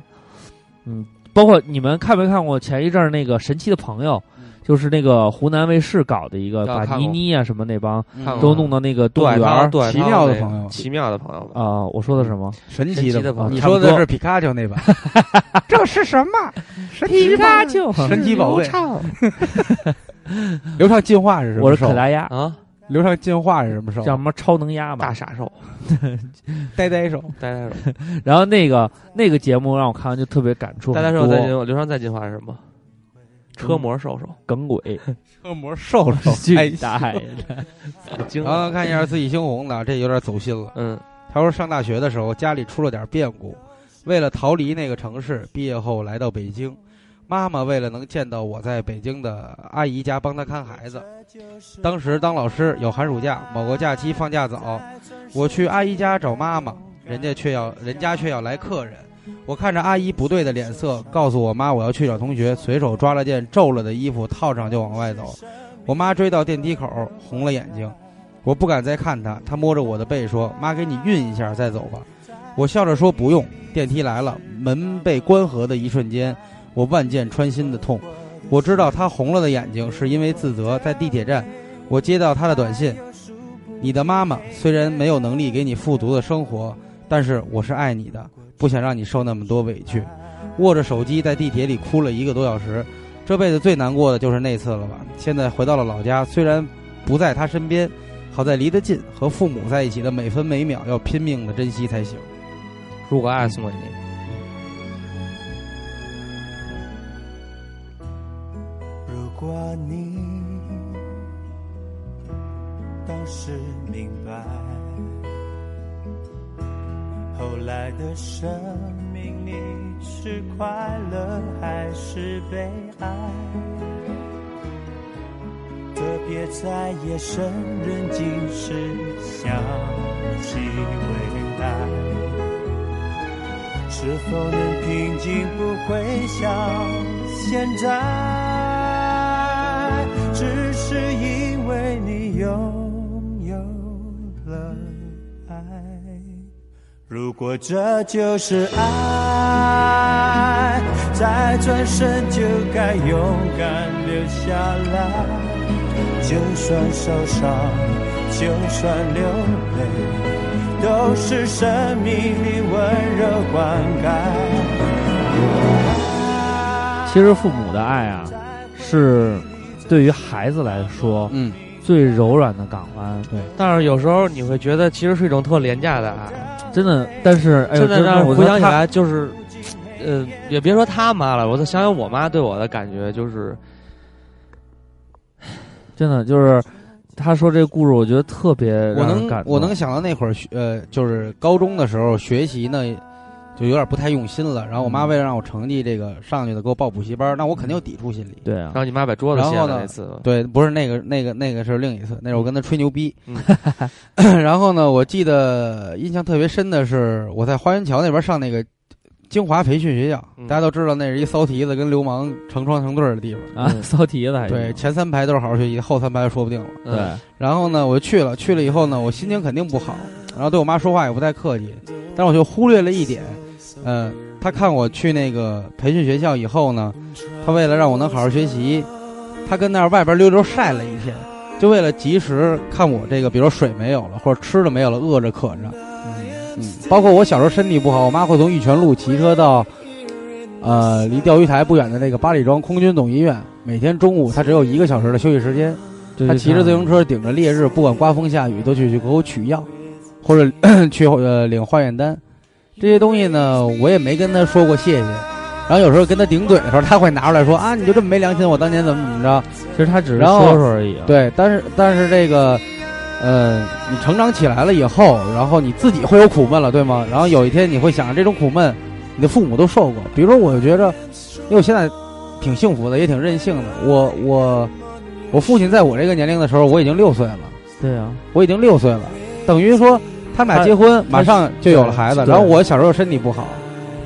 Speaker 2: 嗯，包括你们看没看过前一阵儿那个《神奇的朋友》，就是那个湖南卫视搞的一个，
Speaker 4: 啊
Speaker 2: 把
Speaker 4: 看过
Speaker 2: 倪妮啊什么那帮
Speaker 4: 看过
Speaker 2: 都弄到那个动物
Speaker 4: 对，
Speaker 2: 园
Speaker 4: 他
Speaker 2: 儿。
Speaker 4: 对
Speaker 6: 奇妙的
Speaker 4: 他有那个
Speaker 6: 朋友
Speaker 4: 奇妙的朋友吧，
Speaker 2: 啊，我说的是什么？
Speaker 6: 神
Speaker 4: 神奇
Speaker 6: 奇
Speaker 4: 的
Speaker 6: 的
Speaker 4: 朋友
Speaker 6: 你
Speaker 2: 差不
Speaker 6: 说
Speaker 2: 多
Speaker 6: 的是皮卡丘那版，这是什么？神奇
Speaker 2: 皮卡
Speaker 6: 宝贝
Speaker 2: 丘
Speaker 6: 神奇宝贝
Speaker 2: 是流畅，
Speaker 6: [LAUGHS] 流畅进化是什么？
Speaker 2: 我是可达鸭，
Speaker 4: 啊，
Speaker 6: 流畅进化是什么兽？
Speaker 2: 叫什么超能鸭吧？
Speaker 4: 大傻兽，
Speaker 6: 呆呆
Speaker 2: [LAUGHS]
Speaker 6: 兽。
Speaker 4: 呆 [LAUGHS] 呆兽，
Speaker 2: 然后那个那个节目让我看完就特别感触
Speaker 4: 呆
Speaker 2: 很多，
Speaker 4: 呆兽在进化，流畅再进化是什么？车模兽兽，
Speaker 2: 耿
Speaker 6: [LAUGHS]
Speaker 2: 鬼，
Speaker 6: 恶魔兽兽 [LAUGHS] 哎
Speaker 2: 巨，大爷！
Speaker 4: 惊
Speaker 6: 然后
Speaker 4: 了，
Speaker 6: 看一下自己猩红的，这有点走心了。
Speaker 4: 嗯，
Speaker 6: 他说上大学的时候家里出了点变故，为了逃离那个城市，毕业后来到北京。妈妈为了能见到我在北京的阿姨家帮她看孩子，当时当老师有寒暑假，某个假期放假早，我去阿姨家找妈妈，人家却要人家却要来客人。我看着阿姨不对的脸色，告诉我妈我要去找同学，随手抓了件皱了的衣服套上就往外走。我妈追到电梯口，红了眼睛。我不敢再看他，他摸着我的背说：“妈，给你熨一下再走吧。”我笑着说：“不用。”电梯来了，门被关合的一瞬间，我万箭穿心的痛。我知道他红了的眼睛是因为自责。在地铁站，我接到他的短信：“你的妈妈虽然没有能力给你富足的生活，但是我是爱你的，不想让你受那么多委屈。”握着手机在地铁里哭了一个多小时，这辈子最难过的就是那次了吧。现在回到了老家，虽然不在他身边，好在离得近，和父母在一起的每分每秒要拼命的珍惜才行。
Speaker 4: 如果爱送给你，
Speaker 12: 如果你当时明白，后来的生命你是快乐还是悲哀？特别在夜深人静时想起未来，是否能平静不会想现在？只是因为你拥有了爱，如果这就是爱，再转身就该勇敢留下来，就算受伤，就算流泪。都是生命里温柔灌溉。
Speaker 2: 其实父母的爱啊，是对于孩子来说
Speaker 6: 嗯，
Speaker 2: 最柔软的港湾。对，
Speaker 4: 但是有时候你会觉得其实是一种特廉价的啊爱，
Speaker 2: 真的。但是哎呦，
Speaker 4: 真的让
Speaker 2: 我
Speaker 4: 人回
Speaker 2: 觉
Speaker 4: 想
Speaker 2: 得
Speaker 4: 起
Speaker 2: 他
Speaker 4: 来就是，呃，也别说他妈了，我再想想我妈对我的感觉就是，
Speaker 2: 真的就是他说这个故事，我觉得特别
Speaker 6: 我
Speaker 2: 让人
Speaker 6: 能
Speaker 2: 感动
Speaker 6: 我能想到那会儿学呃，就是高中的时候学习呢，就有点不太用心了。然后我妈为了让我成绩这个上去的，给我报补习班，那我肯定有抵触心理。
Speaker 2: 对啊
Speaker 4: 然，后你妈把桌子掀
Speaker 6: 然后
Speaker 4: 了
Speaker 6: 呢
Speaker 4: 那次，
Speaker 6: 对，不是那个那个那个是另一次，那是我跟他吹牛逼。
Speaker 4: 嗯
Speaker 6: [LAUGHS] 然后呢，我记得印象特别深的是我在花园桥那边上那个精华培训学校，
Speaker 4: 嗯
Speaker 6: 大家都知道那是一骚蹄子跟流氓成双成对儿的地方。
Speaker 2: 啊， [LAUGHS] 骚蹄子还行
Speaker 6: 对，嗯前三排都是好好学习，后三排说不定了。
Speaker 2: 对，
Speaker 6: 然后呢，我就去了，去了以后呢，我心情肯定不好，然后对我妈说话也不太客气，但是我就忽略了一点，呃，她看我去那个培训学校以后呢，她为了让我能好好学习，她跟那儿外边溜溜晒了一天，就为了及时看我这个，比如说水没有了，或者吃的没有了，饿着渴着，嗯，包括我小时候身体不好，我妈会从玉泉路骑车到。呃，离钓鱼台不远的那个八里庄空军总医院，每天中午她只有一个小时的休息时间，
Speaker 2: 就
Speaker 6: 他
Speaker 2: 去
Speaker 6: 骑着
Speaker 2: 看
Speaker 6: 自行车，顶着烈日，不管刮风下雨，都去去给我取药，或者 [COUGHS] 咳去呃领化验单。这些东西呢，我也没跟他说过谢谢。然后有时候跟他顶嘴的时候，他会拿出来说啊，你就这么没良心，我当年怎么怎么着？
Speaker 2: 其实他只是
Speaker 6: 然后
Speaker 2: 说说而已啊。
Speaker 6: 对，但是但是这个，呃，你成长起来了以后，然后你自己会有苦闷了，对吗？然后有一天你会想，这种苦闷，你的父母都受过。比如说，我觉着，因为我现在挺幸福的，也挺任性的。我我我父亲在我这个年龄的时候，我已经六岁了。
Speaker 2: 对啊，
Speaker 6: 我已经六岁了，等于说他们俩结婚马上就有了孩子，
Speaker 2: 对
Speaker 6: 然后我小时候身体不好，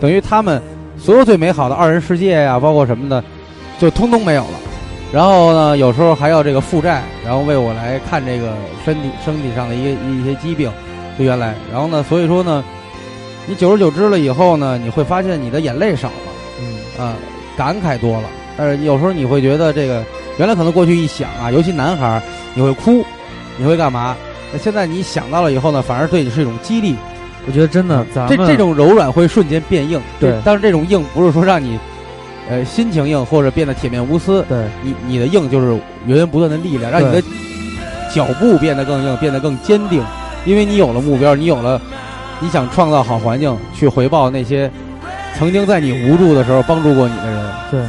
Speaker 6: 等于他们所有最美好的二人世界呀、包括什么的，就通通没有了。然后呢，有时候还要这个负债，然后为我来看这个身体身体上的一个一些疾病，就原来，然后呢，所以说呢，你久而久之了以后呢，你会发现你的眼泪少了，
Speaker 2: 嗯，
Speaker 6: 啊、感慨多了，但是有时候你会觉得这个原来可能过去一想啊，尤其男孩儿，你会哭，你会干嘛？那现在你想到了以后呢，反而对你是一种激励。
Speaker 2: 我觉得真的，咱
Speaker 6: 这
Speaker 2: 们
Speaker 6: 这种柔软会瞬间变硬，
Speaker 2: 对
Speaker 6: 这但是这种硬不是说让你，呃，心情硬或者变得铁面无私，
Speaker 2: 对，
Speaker 6: 你你的硬就是源源不断的力量，让你的脚步变得更硬，变得更坚定，因为你有了目标，你有了你想创造好环境，去回报那些曾经在你无助的时候帮助过你的人，
Speaker 2: 对，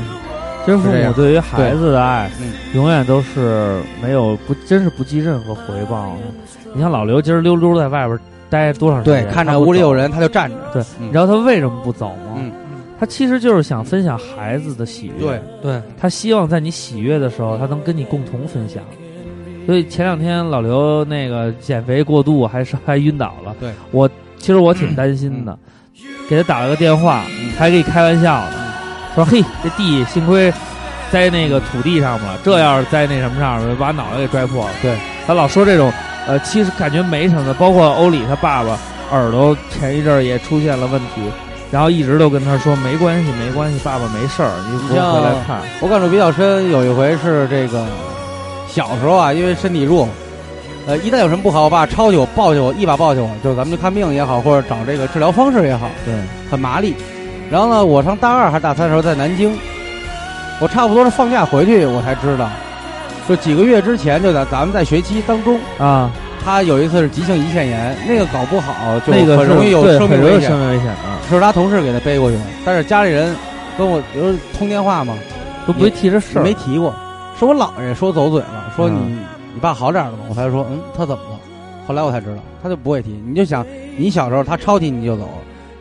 Speaker 2: 其实父
Speaker 6: 是这
Speaker 2: 母
Speaker 6: 样
Speaker 2: 对于孩子的爱
Speaker 6: 对嗯，
Speaker 2: 永远都是没有不，真是不计任何回报的。你像老刘今儿溜溜在外边待多长时间？
Speaker 6: 对看着
Speaker 2: 他不
Speaker 6: 屋里
Speaker 2: 走
Speaker 6: 有人他就站着
Speaker 2: 对，
Speaker 6: 嗯
Speaker 2: 你知道他为什么不走吗？
Speaker 6: 嗯
Speaker 2: 他其实就是想分享孩子的喜悦。
Speaker 6: 对对，
Speaker 2: 他希望在你喜悦的时候，他能跟你共同分享。所以前两天老刘那个减肥过度还是还晕倒了。
Speaker 6: 对，
Speaker 2: 我其实我挺担心的，给他打了个电话，
Speaker 6: 嗯
Speaker 2: 还给你开玩笑呢，说嘿，这地幸亏栽那个土地上了，这要是栽那什么上了，把脑袋给拽破了。
Speaker 6: 嗯对，
Speaker 2: 他老说这种，呃，其实感觉没什么的。包括欧里他爸爸耳朵前一阵儿也出现了问题，然后一直都跟他说没关系，没关系，爸爸没事儿，你不用回来看。
Speaker 6: 我感触比较深，有一回是这个小时候啊，因为身体弱，呃，一旦有什么不好，我爸抄起我，抱起我，一把抱起我，就是咱们去看病也好，或者找这个治疗方式也好，
Speaker 2: 对，
Speaker 6: 很麻利。然后呢，我上大二还是大三的时候在南京，我差不多是放假回去，我才知道，就几个月之前就在咱们在学期当中
Speaker 2: 啊，
Speaker 6: 他有一次是急性胰腺炎，那个搞不好就
Speaker 2: 那个
Speaker 6: 很
Speaker 2: 是
Speaker 6: 容易有
Speaker 2: 对
Speaker 6: 生命
Speaker 2: 很容易
Speaker 6: 危
Speaker 2: 有
Speaker 6: 险，
Speaker 2: 生命危险啊
Speaker 6: 是他同事给他背过去的，但是家里人跟我就是通电话嘛，
Speaker 2: 都不会提这事儿
Speaker 6: 没提过，是我姥爷说走嘴了，说你、
Speaker 2: 嗯
Speaker 6: 你爸好点儿了吗？我才说嗯，他怎么了？后来我才知道，他就不会提。你就想，你小时候他抄起你就走，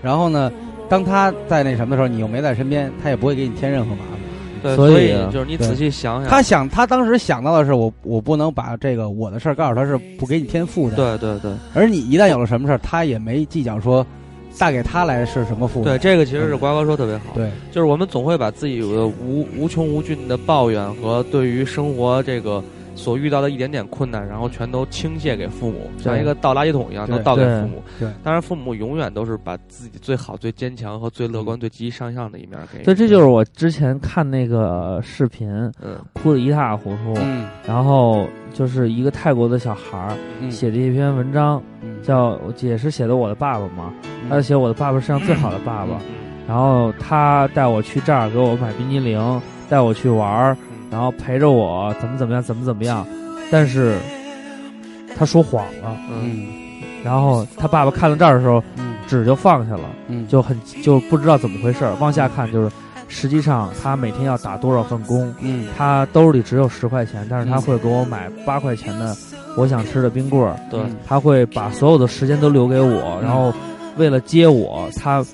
Speaker 6: 然后呢，当他在那什么的时候，你又没在身边，他也不会给你添任何麻烦。
Speaker 4: 对所以所以就是你仔细想想
Speaker 6: 他想他当时想到的是我，我不能把这个我的事儿告诉他，是不给你添负担。
Speaker 4: 对对对。
Speaker 6: 而你一旦有了什么事儿，他也没计较说带给他来是什么负
Speaker 4: 对，
Speaker 6: 担。
Speaker 4: 这个其实是瓜瓜说特别好。
Speaker 6: 对，
Speaker 4: 就是我们总会把自己的无无穷无尽的抱怨和对于生活这个所遇到的一点点困难，然后全都倾泻给父母，像一个倒垃圾桶一样，
Speaker 6: 对
Speaker 4: 都倒给父母。
Speaker 6: 对对
Speaker 4: 当然父母永远都是把自己最好、最坚强和最乐观、最积极向上的一面给。
Speaker 2: 对，这就是我之前看那个视频，哭得一塌糊涂。
Speaker 4: 嗯
Speaker 2: 然后就是一个泰国的小孩儿、
Speaker 4: 嗯
Speaker 2: 写的一篇文章，
Speaker 6: 嗯
Speaker 2: 叫也是写的我的爸爸嘛，他就写我的爸爸是世上最好的爸
Speaker 4: 嗯
Speaker 2: 爸。然后他带我去这儿，给我买冰激凌，带我去玩儿，然后陪着我怎么怎么样，怎么怎么样。但是他说谎了，
Speaker 4: 嗯，
Speaker 2: 然后他爸爸看到这儿的时候，纸就放下了，
Speaker 6: 嗯，
Speaker 2: 就很就不知道怎么回事儿。往下看就是，实际上他每天要打多少份工，
Speaker 6: 嗯，
Speaker 2: 他兜里只有十块钱，但是他
Speaker 4: 嗯
Speaker 2: 会给我买八块钱的我想吃的冰棍儿，
Speaker 4: 对
Speaker 2: 他会把所有的时间都留给我，然后为了接我，他。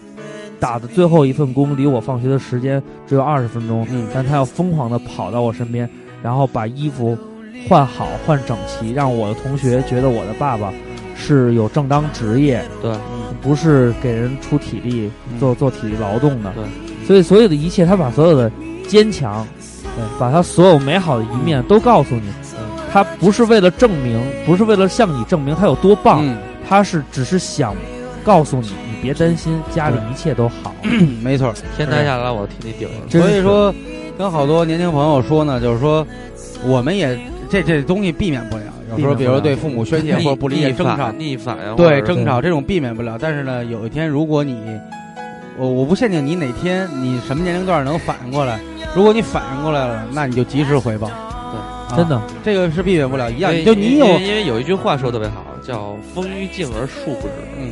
Speaker 2: 打的最后一份工离我放学的时间只有二十分钟，
Speaker 4: 嗯
Speaker 2: 但他要疯狂的跑到我身边，然后把衣服换好、换整齐，让我的同学觉得我的爸爸是有正当职业，
Speaker 4: 对，嗯
Speaker 2: 不是给人出体力做做体力劳动的，
Speaker 4: 对，
Speaker 2: 所以所有的一切，他把所有的坚强，对，把他所有美好的一
Speaker 4: 嗯
Speaker 2: 面都告诉你，他不是为了证明，不是为了向你证明他有多棒，
Speaker 6: 啊
Speaker 2: 他是只是想告诉你，你别担心，家里一切都好，
Speaker 6: [CLEARS THROAT] 没错，
Speaker 4: 天塌下来我替你顶着。
Speaker 6: 所以说，跟好多年轻朋友说呢，就是说，我们也这这东西避免不了。有时候，比如说对父母宣泄或者不理解争吵，
Speaker 4: 逆反呀，或者
Speaker 6: 对
Speaker 4: 是
Speaker 6: 争吵这种避免不了。但是呢，有一天如果你，我我不限定你哪天你什么年龄段能反应过来，如果你反应过来了，那你就及时回报。对
Speaker 2: 啊真的
Speaker 6: 这个是避免不了一样。
Speaker 4: 因为
Speaker 6: 就你有
Speaker 4: 因为因为有一句话说得特别好，叫“风于静而树不止”。
Speaker 6: 嗯，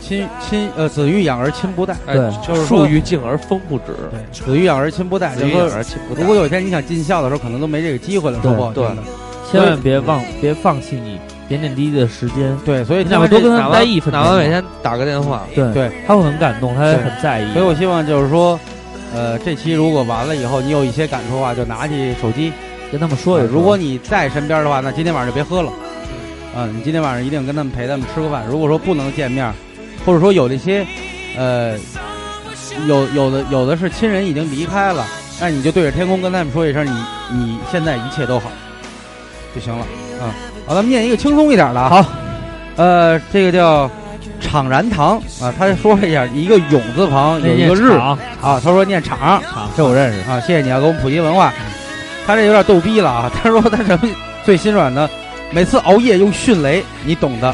Speaker 6: 亲亲呃，子欲养而亲不待，
Speaker 4: 哎对就是说树欲静而风不止
Speaker 6: 对，子欲养而亲不待，
Speaker 4: 子欲
Speaker 6: 就是说
Speaker 4: 养而亲不待
Speaker 6: 如果有一天你想尽孝的时候，可能都没这个机会了，说不好听的。
Speaker 2: 千万别忘，别放弃你点点滴滴的时间。
Speaker 6: 对，所以
Speaker 2: 你哪怕多跟他待一嗯分钟，
Speaker 4: 哪怕每天打个电话，
Speaker 2: 对
Speaker 6: 对，
Speaker 2: 他会很感动，他也
Speaker 6: 对
Speaker 2: 很在意。
Speaker 6: 所以我希望就是说，呃，这期如果完了以后，你有一些感触的话，就拿起手机
Speaker 2: 跟他们哎说一
Speaker 6: 啊
Speaker 2: 说
Speaker 6: 如果你在身边的话，那今天晚上就别喝了。嗯，你今天晚上一定跟他们陪他们吃个饭。如果说不能见面，或者说有这些，呃，有有的有的是亲人已经离开了，那你就对着天空跟他们说一声，你你现在一切都好就行了。啊，好，咱们念一个轻松一点的啊。好，呃，这个叫怅然堂啊，他说了一下，一个永字旁有一
Speaker 2: 念
Speaker 6: 个日
Speaker 2: 场
Speaker 6: 啊啊，他说念场，这我认识啊，谢谢你啊，给我们普及文化。他这有点逗逼了啊！他说他什么最心软的，每次熬夜用迅雷，你懂的。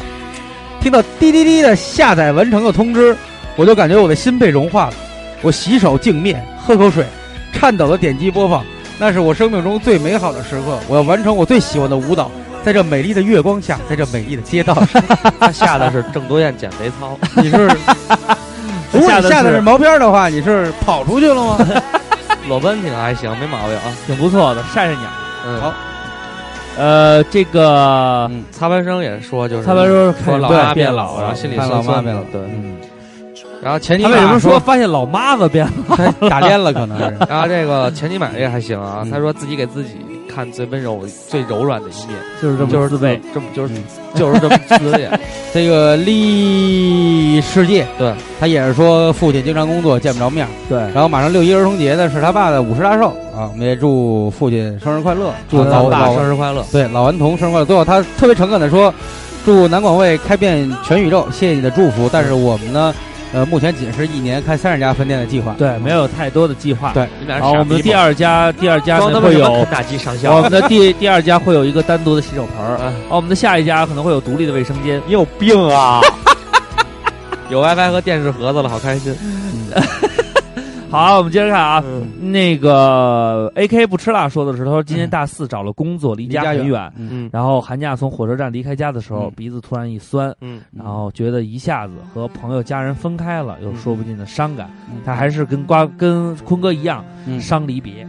Speaker 6: 听到滴滴滴的下载完成的通知，我就感觉我的心被融化了。我洗手净面，喝口水，颤抖的点击播放，那是我生命中最美好的时刻。我要完成我最喜欢的舞蹈，在这美丽的月光下，在这美丽的街道上。
Speaker 4: 他下的是郑多燕减肥操，
Speaker 6: [LAUGHS] 你 [LAUGHS] 是？如果你下的是毛边的话，你是跑出去了吗？
Speaker 4: 裸奔挺还行，没毛病啊，
Speaker 2: 挺不错的，晒晒鸟。
Speaker 4: 嗯，
Speaker 6: 好。
Speaker 2: 呃，这个
Speaker 4: 擦班生也说，就是
Speaker 2: 擦班生
Speaker 4: 说
Speaker 2: 看
Speaker 4: 嗯老
Speaker 2: 对
Speaker 4: 妈变
Speaker 2: 变
Speaker 4: 老，
Speaker 2: 老
Speaker 4: 然后
Speaker 2: 了
Speaker 4: 心里
Speaker 6: 看
Speaker 4: 酸
Speaker 6: 老妈
Speaker 4: 酸
Speaker 6: 变
Speaker 4: 的
Speaker 6: 老，
Speaker 4: 对。
Speaker 6: 嗯
Speaker 4: 然后前几
Speaker 13: 他为什
Speaker 4: 晚
Speaker 13: 么
Speaker 4: 说
Speaker 13: 说发现老妈子变了？
Speaker 6: 打脸了，可能是。
Speaker 4: 然后这个前几买这还行啊，他说自己给自己看最温柔、最柔软的一面，
Speaker 13: 就是这么
Speaker 4: 就是
Speaker 13: 自卑，
Speaker 4: 这么就是就是这么自恋。
Speaker 6: 这个历世界，
Speaker 4: 对
Speaker 6: 他也是说父亲经常工作见不着面儿，
Speaker 13: 对，
Speaker 6: 然后马上六一儿童节呢是他爸的五十大寿啊，我们也祝父亲生日快乐，
Speaker 4: 祝
Speaker 6: 老
Speaker 4: 咱爸
Speaker 6: 老
Speaker 4: 生日快乐
Speaker 6: 对老顽童生日快乐。最后他特别诚恳的说，祝南广卫开遍全宇宙，谢谢你的祝福。但是我们呢，呃，目前仅是一年开三十家分店的计划，
Speaker 2: 对，没有太多的计划。
Speaker 6: 对
Speaker 4: 你们俩是
Speaker 2: 然后
Speaker 4: 傻
Speaker 2: 我
Speaker 4: 逼
Speaker 2: 们
Speaker 4: 吗
Speaker 2: 第二家，第二家
Speaker 4: 光他
Speaker 2: 呢
Speaker 4: 们
Speaker 2: 会
Speaker 4: 什么
Speaker 2: 有
Speaker 4: 肯塔基上校，
Speaker 2: 我们的第第二家会有一个单独的洗手盆儿，
Speaker 4: 啊
Speaker 2: 然后我们的下一家可能会有独立的卫生间。
Speaker 4: 你有病
Speaker 2: [LAUGHS]
Speaker 4: 啊！有 WiFi 和电视盒子了，好开心。
Speaker 2: [LAUGHS] 好，我们接着看啊，
Speaker 4: 嗯
Speaker 2: 那个 AK 不吃辣说的是，他说今年大四找了工作，离
Speaker 6: 离家
Speaker 2: 很
Speaker 6: 远
Speaker 2: 远，
Speaker 4: 嗯
Speaker 2: 然后寒假从火车站离开家的时候，
Speaker 6: 嗯
Speaker 2: 鼻子突然一酸，
Speaker 4: 嗯，
Speaker 2: 然后觉得一下子和朋友家人分开了，
Speaker 4: 嗯
Speaker 2: 有说不尽的伤感。
Speaker 6: 嗯
Speaker 2: 他还是跟瓜跟坤哥一样，
Speaker 6: 嗯
Speaker 2: 伤离别。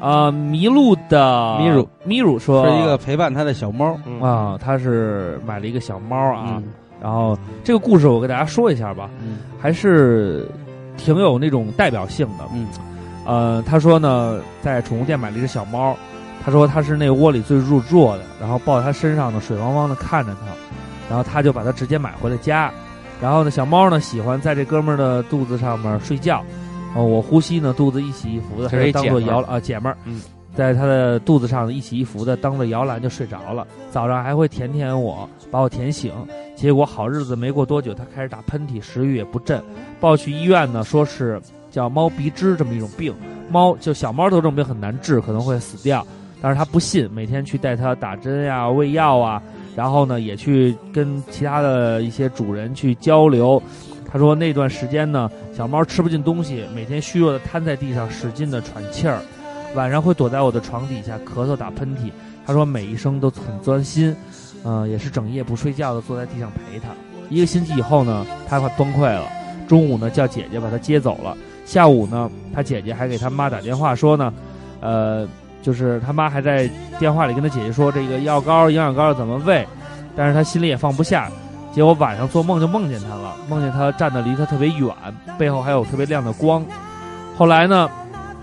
Speaker 2: 呃，麋鹿的
Speaker 6: 麋鹿
Speaker 2: 麋鹿说
Speaker 6: 是一个陪伴他的小猫，
Speaker 4: 嗯
Speaker 2: 啊，他是买了一个小猫啊，然后这个故事我给大家说一下吧，
Speaker 6: 嗯
Speaker 2: 还是挺有那种代表性的。
Speaker 6: 嗯
Speaker 2: 呃，他说呢，在宠物店买了一只小猫，他说它是那窝里最弱弱的，然后抱在它身上呢，水汪汪的看着它，然后他就把它直接买回了家。然后呢，小猫呢喜欢在这哥们儿的肚子上面睡觉，呃，我呼吸呢肚子一起一伏的，
Speaker 4: 这是一
Speaker 2: 当做
Speaker 4: 姐们儿
Speaker 2: 摇啊姐们儿，
Speaker 4: 嗯
Speaker 2: 在它的肚子上一起一伏的当做摇篮就睡着了。早上还会舔舔我，把我舔醒。结果好日子没过多久，它开始打喷嚏，食欲也不振，抱去医院呢，说是叫猫鼻支这么一种病，猫就小猫头这种病很难治，可能会死掉。但是他不信，每天去带它打针呀、喂药啊，然后呢也去跟其他的一些主人去交流。他说那段时间呢，小猫吃不进东西，每天虚弱的瘫在地上，使劲的喘气儿，晚上会躲在我的床底下咳嗽打喷嚏。他说每一声都很钻心，嗯、也是整夜不睡觉的坐在地上陪它。一个星期以后呢，他快崩溃了。中午呢叫姐姐把他接走了，下午呢他姐姐还给他妈打电话说呢，呃，就是他妈还在电话里跟他姐姐说这个药膏、营养膏怎么喂，但是他心里也放不下。结果晚上做梦就梦见他了，梦见他站的离他特别远，背后还有特别亮的光。后来呢，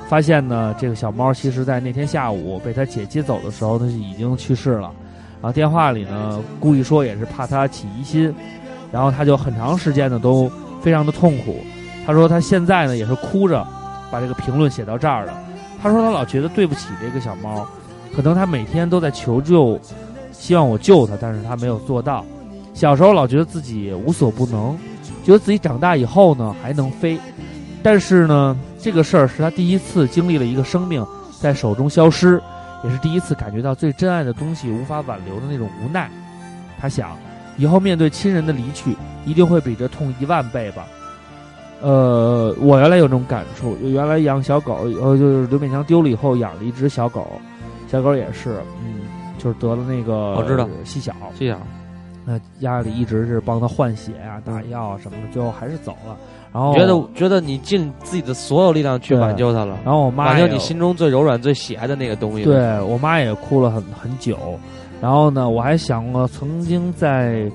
Speaker 2: 发现呢这个小猫其实在那天下午被他姐接走的时候，它是已经去世了。然后电话里呢故意说也是怕他起疑心，然后他就很长时间呢都非常的痛苦。他说他现在呢也是哭着把这个评论写到这儿的。他说他老觉得对不起这个小猫，可能他每天都在求救，希望我救他，但是他没有做到。小时候老觉得自己无所不能，觉得自己长大以后呢还能飞，但是呢这个事儿是他第一次经历了一个生命在手中消失，也是第一次感觉到最珍爱的东西无法挽留的那种无奈。他想，以后面对亲人的离去，一定会比这痛一万倍吧。呃，我原来有这种感触，原来养小狗，呃，就是刘勉强丢了以后养了一只小狗，小狗也是，嗯，就是得了那个
Speaker 4: 我知道
Speaker 2: 细小，
Speaker 4: 这样，
Speaker 2: 那家里一直是帮他换血啊、打药啊什么的，最后还是走了。然后
Speaker 4: 觉得觉得你尽自己的所有力量去
Speaker 2: 对
Speaker 4: 挽救他了，
Speaker 2: 然后我妈
Speaker 4: 挽救
Speaker 2: 也
Speaker 4: 你心中最柔软、最喜爱的那个东西。
Speaker 2: 对我妈也哭了很很久。然后呢，我还想过曾经在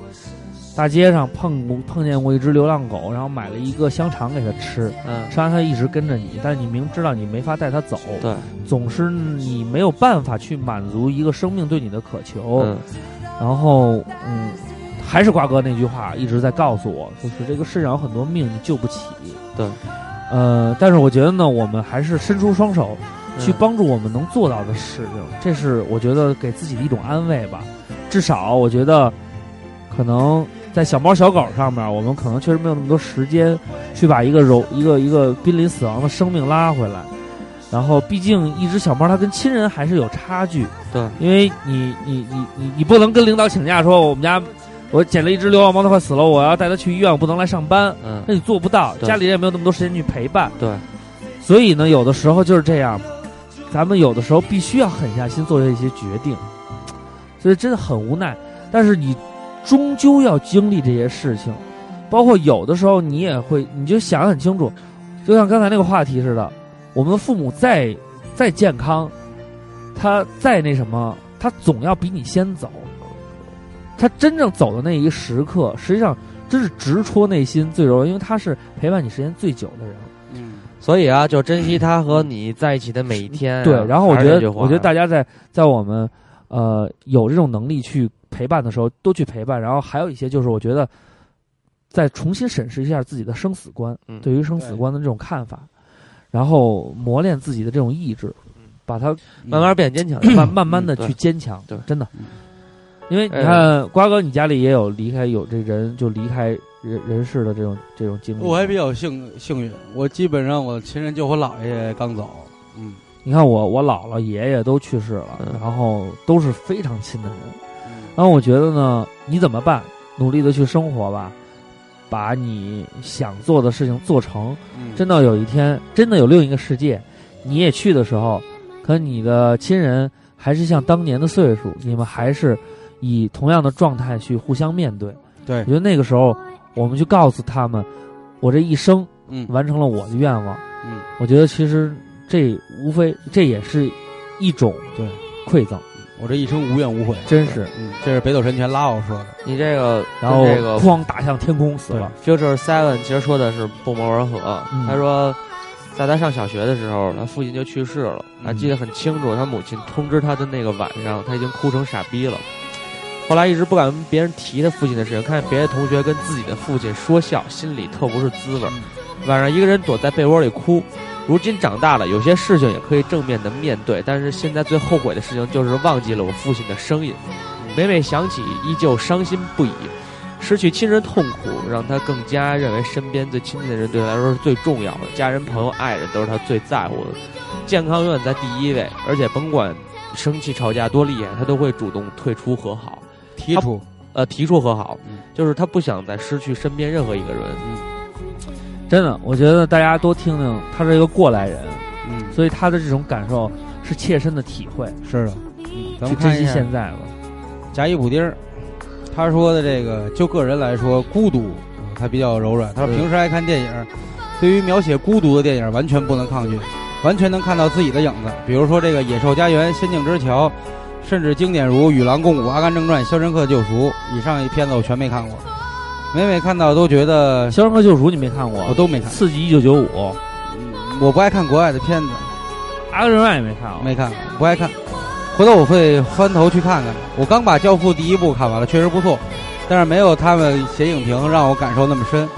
Speaker 2: 大街上碰过碰见过一只流浪狗，然后买了一个香肠给它吃，
Speaker 4: 嗯，
Speaker 2: 吃完它一直跟着你，但是你明知道你没法带它走，
Speaker 4: 对，
Speaker 2: 总是你没有办法去满足一个生命对你的渴求。
Speaker 4: 嗯，
Speaker 2: 然后，嗯，还是瓜哥那句话一直在告诉我，就是这个世上有很多命你救不起。
Speaker 4: 对，
Speaker 2: 呃，但是我觉得呢，我们还是伸出双手去
Speaker 4: 嗯
Speaker 2: 帮助我们能做到的事情，这是我觉得给自己的一种安慰吧。至少我觉得，可能在小猫小狗上面，我们可能确实没有那么多时间去把一个柔一个一个濒临死亡的生命拉回来。然后，毕竟一只小猫它跟亲人还是有差距，
Speaker 4: 对，
Speaker 2: 因为你你你你你不能跟领导请假说我们家我捡了一只流浪猫，它快死了，我要带它去医院，我不能来上班，
Speaker 4: 嗯
Speaker 2: 那你做不到，
Speaker 4: 对
Speaker 2: 家里人也没有那么多时间去陪伴，
Speaker 4: 对，
Speaker 2: 所以呢，有的时候就是这样，咱们有的时候必须要狠下心做一些决定，所以真的很无奈。但是你终究要经历这些事情，包括有的时候你也会，你就想很清楚，就像刚才那个话题似的，我们的父母再再健康，他再那什么，他总要比你先走。他真正走的那一时刻，实际上真是直戳内心最柔，因为他是陪伴你时间最久的人。
Speaker 4: 所以啊，就珍惜他和你在一起的每一天啊、
Speaker 2: 对，然后我
Speaker 4: 还
Speaker 2: 觉
Speaker 4: 是那句
Speaker 2: 得，
Speaker 4: 话
Speaker 2: 我觉得大家在在我们呃有这种能力去陪伴的时候，都去陪伴。然后还有一些就是，我觉得再重新审视一下自己的生死观，
Speaker 4: 嗯
Speaker 2: 对于生死观的这种看法，然后磨练自己的这种意志，把它
Speaker 4: 慢慢变坚强
Speaker 2: 慢慢慢
Speaker 4: 嗯
Speaker 2: 的
Speaker 4: 嗯对
Speaker 2: 去坚强。
Speaker 4: 对嗯
Speaker 2: 真的，因为你
Speaker 4: 哎
Speaker 2: 看瓜哥，你家里也有离开有这人就离开人人世的这种这种经历。
Speaker 6: 我还比较幸幸运，我基本上我亲人就我姥爷刚走，嗯，
Speaker 2: 你看我我姥姥爷爷都去世了，然后都是非常亲的人。然后我觉得呢，你怎么办？努力的去生活吧，把你想做的事情做成。
Speaker 6: 嗯
Speaker 2: 真到有一天，真的有另一个世界，你也去的时候，可你的亲人还是像当年的岁数，你们还是以同样的状态去互相面对。
Speaker 6: 对
Speaker 2: 我觉得那个时候，我们去告诉他们，我这一生，
Speaker 6: 嗯
Speaker 2: 完成了我的愿望。
Speaker 6: 嗯，
Speaker 2: 我觉得其实这无非这也是一种对馈赠，
Speaker 6: 我这一生无怨无悔，
Speaker 2: 真是，
Speaker 6: 嗯，这是北斗神拳拉我说的，
Speaker 4: 你这个
Speaker 2: 然后
Speaker 4: 跟这个
Speaker 2: 哐打向天空死了。
Speaker 4: Future Seven 其实说的是不谋而合。
Speaker 2: 嗯
Speaker 4: 他说，在他上小学的时候，他父亲就去世了，还记得很清楚。他母亲通知他的那个晚上，他已经哭成傻逼了。后来一直不敢跟别人提他父亲的事情，看见别的同学跟自己的父亲说笑，心里特不是滋味儿。晚上一个人躲在被窝里哭。如今长大了，有些事情也可以正面的面对，但是现在最后悔的事情就是忘记了我父亲的声音，每每想起，依旧伤心不已。失去亲人痛苦，让他更加认为身边最亲近的人对他来说是最重要的，家人、朋友、爱人都是他最在乎的，健康永远在第一位。而且甭管生气、吵架多厉害，他都会主动退出和好，
Speaker 6: 提出，
Speaker 4: 呃，提出和好，就是他不想再失去身边任何一个人。
Speaker 2: 真的，我觉得大家多听听，他是一个过来人，
Speaker 6: 嗯
Speaker 2: 所以他的这种感受是切身的体会。
Speaker 6: 是的，咱
Speaker 2: 去珍
Speaker 6: 们看
Speaker 2: 惜
Speaker 6: 一下
Speaker 2: 现在吧。
Speaker 6: 甲乙补丁儿，他说的这个，就个人来说，孤独嗯他比较柔软。他说
Speaker 2: 对
Speaker 6: 平时爱看电影儿，对于描写孤独的电影儿完全不能抗拒，完全能看到自己的影子。比如说这个《野兽家园》《仙境之桥》，甚至经典如《与狼共舞》《阿甘正传》《肖申克救赎》。以上一片子我全没看过，每每看到都觉得
Speaker 2: 《肖申克救赎》你没看过？
Speaker 6: 我都没看
Speaker 2: 刺激一九九五》，
Speaker 6: 我不爱看国外的片子，
Speaker 2: 《阿甘正传》也没看啊过。
Speaker 6: 没看，不爱看。回头我会翻头去看看的。我刚把《教父》第一部看完了，确实不错，但是没有他们写影评让我感受那么深。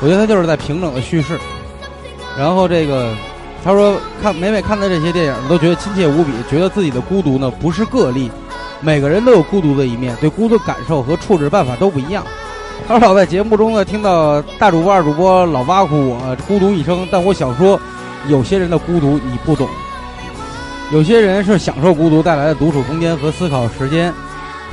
Speaker 6: 我觉得他就是在平整的叙事。然后这个，他说看每每看到这些电影，都觉得亲切无比，觉得自己的孤独呢不是个例，每个人都有孤独的一面，对孤独的感受和处置办法都不一样。他说老在节目中呢听到大主播、二主播老挖苦我孤独一生，但我想说，有些人的孤独你不懂。有些人是享受孤独带来的独处空间和思考时间，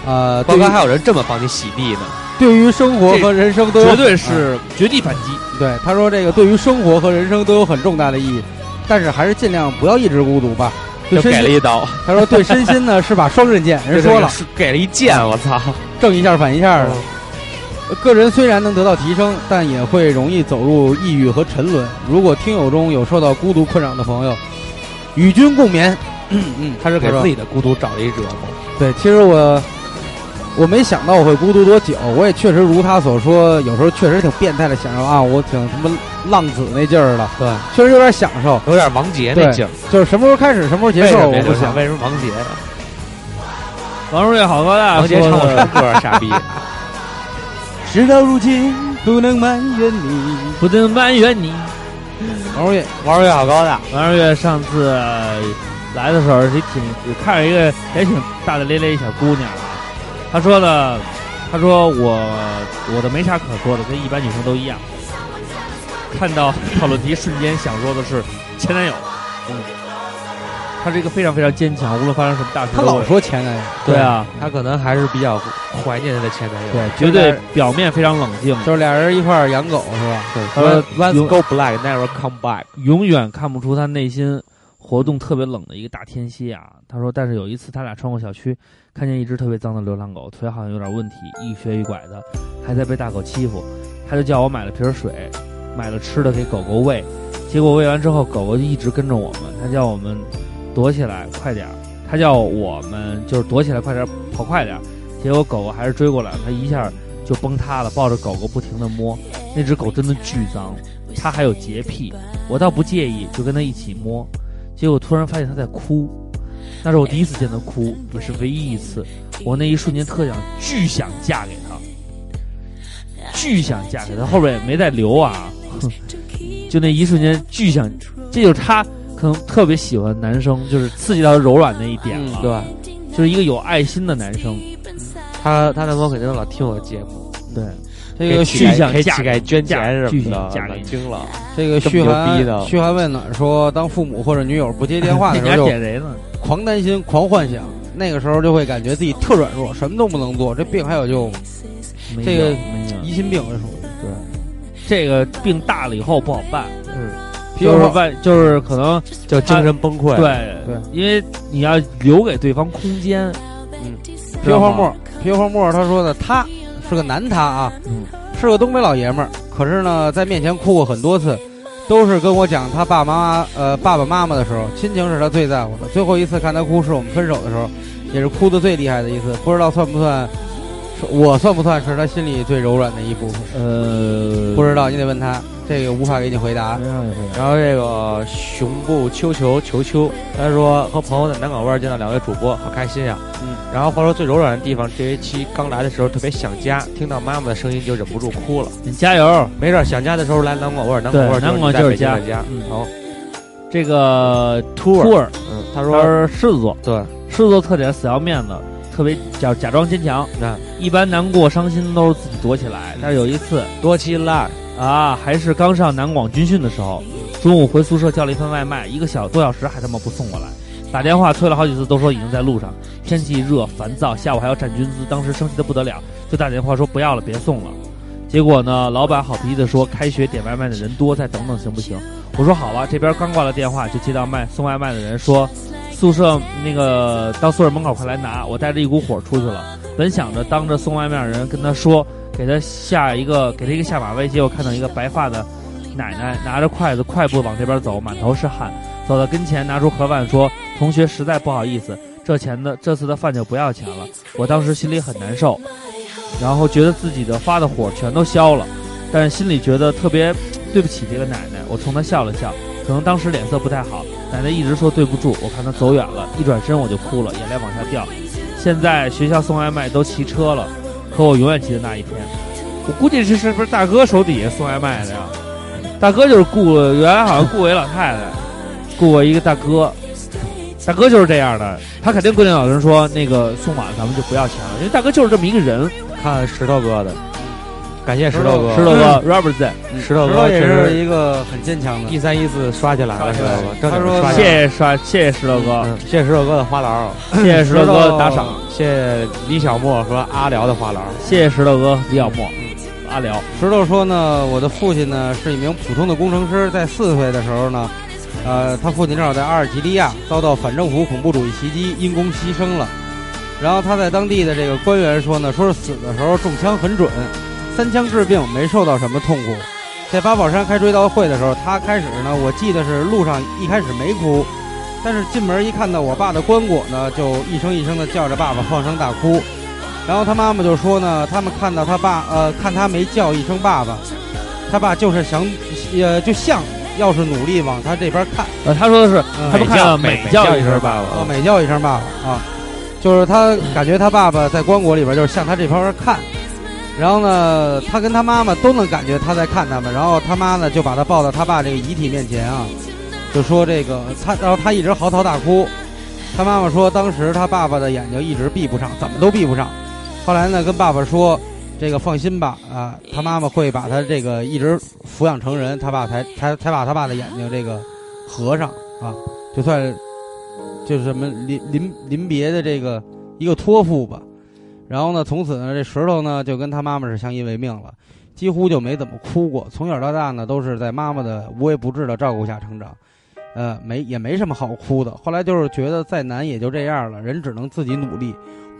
Speaker 6: 呃，
Speaker 4: 包
Speaker 6: 对于
Speaker 4: 括还有人这么帮你洗地呢，
Speaker 6: 对于生活和人生都有
Speaker 4: 这绝对是
Speaker 6: 绝地反击。对，他说这个对于生活和人生都有很重大的意义，但是还是尽量不要一直孤独吧。对
Speaker 4: 就
Speaker 6: 身
Speaker 4: 给
Speaker 6: 心
Speaker 4: 了一刀。
Speaker 6: 他说对身心呢是把双刃剑，人说了
Speaker 4: 是给了嗯一剑，我操！
Speaker 6: 正一下反一下的。
Speaker 4: 嗯
Speaker 6: 个人虽然能得到提升，但也会容易走入抑郁和沉沦。如果听友中有受到孤独困扰的朋友，与君共勉。 [CLEARS THROAT] 嗯，
Speaker 4: 他是给
Speaker 6: 他说
Speaker 4: 自己的孤独找了一折磨。
Speaker 6: 对，其实我我没想到我会孤独多久，我也确实如他所说，有时候确实挺变态的享受啊，我挺他妈浪子那劲儿了，
Speaker 4: 对，
Speaker 6: 确实有点享受，
Speaker 4: 有点王杰那劲儿，
Speaker 6: 对就是什么时候开始，什么时候结束，我不想。
Speaker 4: 为什么王杰呢？
Speaker 2: 王瑞好多大
Speaker 4: 王杰
Speaker 2: 说
Speaker 4: 唱过
Speaker 2: 的
Speaker 4: 什么歌啊？傻逼！
Speaker 6: 直到如今不能埋怨你，
Speaker 2: [LAUGHS] 不能埋怨你。
Speaker 6: 王瑞，
Speaker 4: 王瑞好高大。
Speaker 2: 王瑞月上次呃来的时候，也挺也看着一个也挺大大咧咧一小姑娘啊。她说的，她说我我的没啥可说的，跟一般女生都一样。看到讨论题瞬间想说的是前男友，嗯，他是一个非常非常坚强，无论发生什么大事
Speaker 4: 他
Speaker 2: [LAUGHS] 都
Speaker 4: 老
Speaker 2: 会
Speaker 4: 说前男友
Speaker 2: 对啊，
Speaker 4: 他可能还是比较怀念他的前男友，
Speaker 2: 对，绝对表面非常冷静，
Speaker 4: 就是俩人一块儿养狗是吧？对，
Speaker 2: 呃
Speaker 4: 说 Let's
Speaker 2: 永
Speaker 4: go black, never come back。
Speaker 2: 永远看不出他内心活动特别冷的一个大天蝎啊。他说，但是有一次他俩穿过小区，看见一只特别脏的流浪狗，腿好像有点问题，一瘸一拐的，还在被大狗欺负。他就叫我买了瓶水，买了吃的给狗狗喂。结果喂完之后，狗狗就一直跟着我们，他叫我们躲起来，快点儿。他叫我们就是躲起来，快点儿跑快点儿。结果狗狗还是追过来了，他一下就崩塌了，抱着狗狗不停的摸。那只狗真的巨脏，它还有洁癖，我倒不介意，就跟它一起摸。结果突然发现它在哭，那是我第一次见它哭，也是唯一一次。我那一瞬间特想巨想嫁给它，巨想嫁给他，后边也没再留啊， [LAUGHS] 哼就那一瞬间巨想，这就是他可能特别喜欢男生，就是刺激到柔软那一点了，嗯对吧？就是一个有爱心的男生，
Speaker 4: 他他男朋友肯定老听我节目，
Speaker 2: 对，
Speaker 4: 这个
Speaker 2: 巨想
Speaker 4: 给
Speaker 2: 嫁
Speaker 4: 乞丐捐钱
Speaker 2: 巨
Speaker 4: 什么
Speaker 2: 想
Speaker 4: 的，
Speaker 2: 嫁
Speaker 4: 我
Speaker 2: 给
Speaker 4: 惊 [LAUGHS] 了。
Speaker 6: 这个
Speaker 4: 这
Speaker 6: 嘘
Speaker 4: 么牛逼的
Speaker 6: 寒嘘寒问暖说，当父母或者女友不接电话的时
Speaker 2: 你
Speaker 6: 候，
Speaker 4: [LAUGHS]
Speaker 2: 还
Speaker 6: 就
Speaker 2: 点谁呢
Speaker 6: 狂担心、狂幻想，那个时候就会感觉自己特软弱，什么都不能做。这病还有就
Speaker 2: 没
Speaker 6: 这个
Speaker 2: 有没有
Speaker 6: 疑心病是属于
Speaker 2: 对，这个病大了以后不好办，
Speaker 4: 嗯，
Speaker 2: 就是万就是可能
Speaker 4: 叫精神崩溃
Speaker 2: 对
Speaker 4: 对，
Speaker 2: 因为你要留给对方空间，
Speaker 4: 嗯，
Speaker 6: 皮油泡沫，皮油泡沫，他说呢，他是个男他啊，是个东北老爷们儿，可是呢，在面前哭过很多次，都是跟我讲他爸妈妈呃爸爸妈妈的时候，亲情是他最在乎的。最后一次看他哭是我们分手的时候，也是哭的最厉害的一次，不知道算不算，是我算不算是他心里最柔软的一部分？
Speaker 2: 呃
Speaker 6: 不知道，你得问他，这个无法给你回答。啊
Speaker 4: 然后这个熊布秋球球球，他说和朋友在南港湾见到两位主播，好开心呀、
Speaker 6: 嗯，
Speaker 4: 然后话说最柔软的地方，这一期刚来的时候特别想家，听到妈妈的声音就忍不住哭了。
Speaker 2: 你加油，
Speaker 4: 没事儿，想家的时候来南广味儿，南广味儿
Speaker 2: 对南广
Speaker 4: 就
Speaker 2: 就是是
Speaker 4: 你在
Speaker 2: 家
Speaker 4: 北京的家。
Speaker 2: 嗯
Speaker 4: 好，
Speaker 2: 这个
Speaker 4: 兔儿
Speaker 2: 兔儿，
Speaker 4: 嗯，
Speaker 2: 他
Speaker 4: 他说
Speaker 2: 是狮子座，
Speaker 4: 对，
Speaker 2: 狮子座特点死要面子，特别假假装坚强，
Speaker 4: 那
Speaker 2: 一般难过伤心都是自己躲起来，但是有一次
Speaker 4: 躲起来
Speaker 2: 啊，还是刚上南广军训的时候，中午回宿舍叫了一份外卖，一个小多小时还他妈不送过来，打电话催了好几次，都说已经在路上，天气热烦躁，下午还要站军姿，当时生气的不得了，就打电话说不要了，别送了。结果呢，老板好脾气的说，开学点外卖的人多，再等等行不行？我说好吧，啊这边刚挂了电话，就接到卖送外卖的人说，宿舍那个到宿舍门口快来拿。我带着一股火出去了，本想着当着送外卖的人跟他说，给他下一个给他一个下马威，结果看到一个白发的奶奶拿着筷子快步往这边走，满头是汗，走到跟前拿出盒饭说：“同学，实在不好意思，这钱的这次的饭就不要钱了。”我当时心里很难受，然后觉得自己的发的火全都消了，但是心里觉得特别对不起这个奶奶。我冲她笑了笑，可能当时脸色不太好，奶奶一直说对不住。我看她走远了，一转身我就哭了，眼泪往下掉。现在学校送外卖都骑车了，可我永远记得那一天。我估计这是不是大哥手底下送外卖的呀？大哥就是雇了，原来好像雇过一老太太，雇过一个大哥，大哥就是这样的，他肯定规定老人说那个送晚了咱们就不要钱了，因为大哥就是这么一个人。
Speaker 4: 看石头哥的，感谢石头哥，啊嗯
Speaker 2: 石头哥 Robert 在，
Speaker 4: 石头
Speaker 6: 石头
Speaker 4: 哥
Speaker 6: 也
Speaker 4: 确
Speaker 6: 是
Speaker 4: 实
Speaker 6: 一个很坚强的
Speaker 4: 一三一四刷起来了，石头哥，正
Speaker 6: 他
Speaker 4: 经
Speaker 6: 说
Speaker 4: 刷起
Speaker 2: 谢
Speaker 4: 来了
Speaker 2: 谢刷，谢谢石头哥，
Speaker 4: 嗯谢谢石头哥的花篮儿，
Speaker 2: 谢谢石头哥打赏，
Speaker 4: 谢谢李小莫和阿辽的花啊篮儿，
Speaker 2: 谢谢石头哥李小莫，阿辽，
Speaker 6: 石头说呢，我的父亲呢是一名普通的工程师，在四岁的时候呢，呃，他父亲正好在阿尔及利亚遭到反政府恐怖主义袭击，因公牺牲了。然后他在当地的这个官员说呢，说是死的时候中枪很准，三枪致病，没受到什么痛苦。在八宝山开追悼会的时候，他开始呢，我记得是路上一开始没哭，但是进门一看到我爸的棺椁呢，就一声一声的叫着爸爸，放声大哭。然后他妈妈就说呢，他们看到他爸，呃，看他没叫一声爸爸，他爸就是想，呃，就像要是努力往他这边看，
Speaker 2: 呃，他说的是
Speaker 6: 嗯
Speaker 2: 他不看到
Speaker 4: 每
Speaker 2: 每
Speaker 4: 每
Speaker 2: 叫
Speaker 4: 叫
Speaker 2: 一
Speaker 4: 一
Speaker 2: 声
Speaker 4: 声
Speaker 2: 吧，
Speaker 4: 爸爸
Speaker 6: 啊，每叫一声爸爸啊，就是他感觉他爸爸在棺椁里边就是向他这方面看，然后呢，他跟他妈妈都能感觉他在看他们，然后他妈呢就把他抱到他爸这个遗体面前啊，就说这个他，然后他一直嚎啕大哭，他妈妈说当时他爸爸的眼睛一直闭不上，怎么都闭不上，后来呢跟爸爸说。这个放心吧，啊，他妈妈会把他这个一直抚养成人，他爸才才才把他爸的眼睛这个合上啊，就算就是什么临临临别的这个一个托付吧。然后呢，从此呢，这石头呢就跟他妈妈是相依为命了，几乎就没怎么哭过。从小到大呢，都是在妈妈的无微不至的照顾下成长，呃，没也没什么好哭的。后来就是觉得再难也就这样了，人只能自己努力。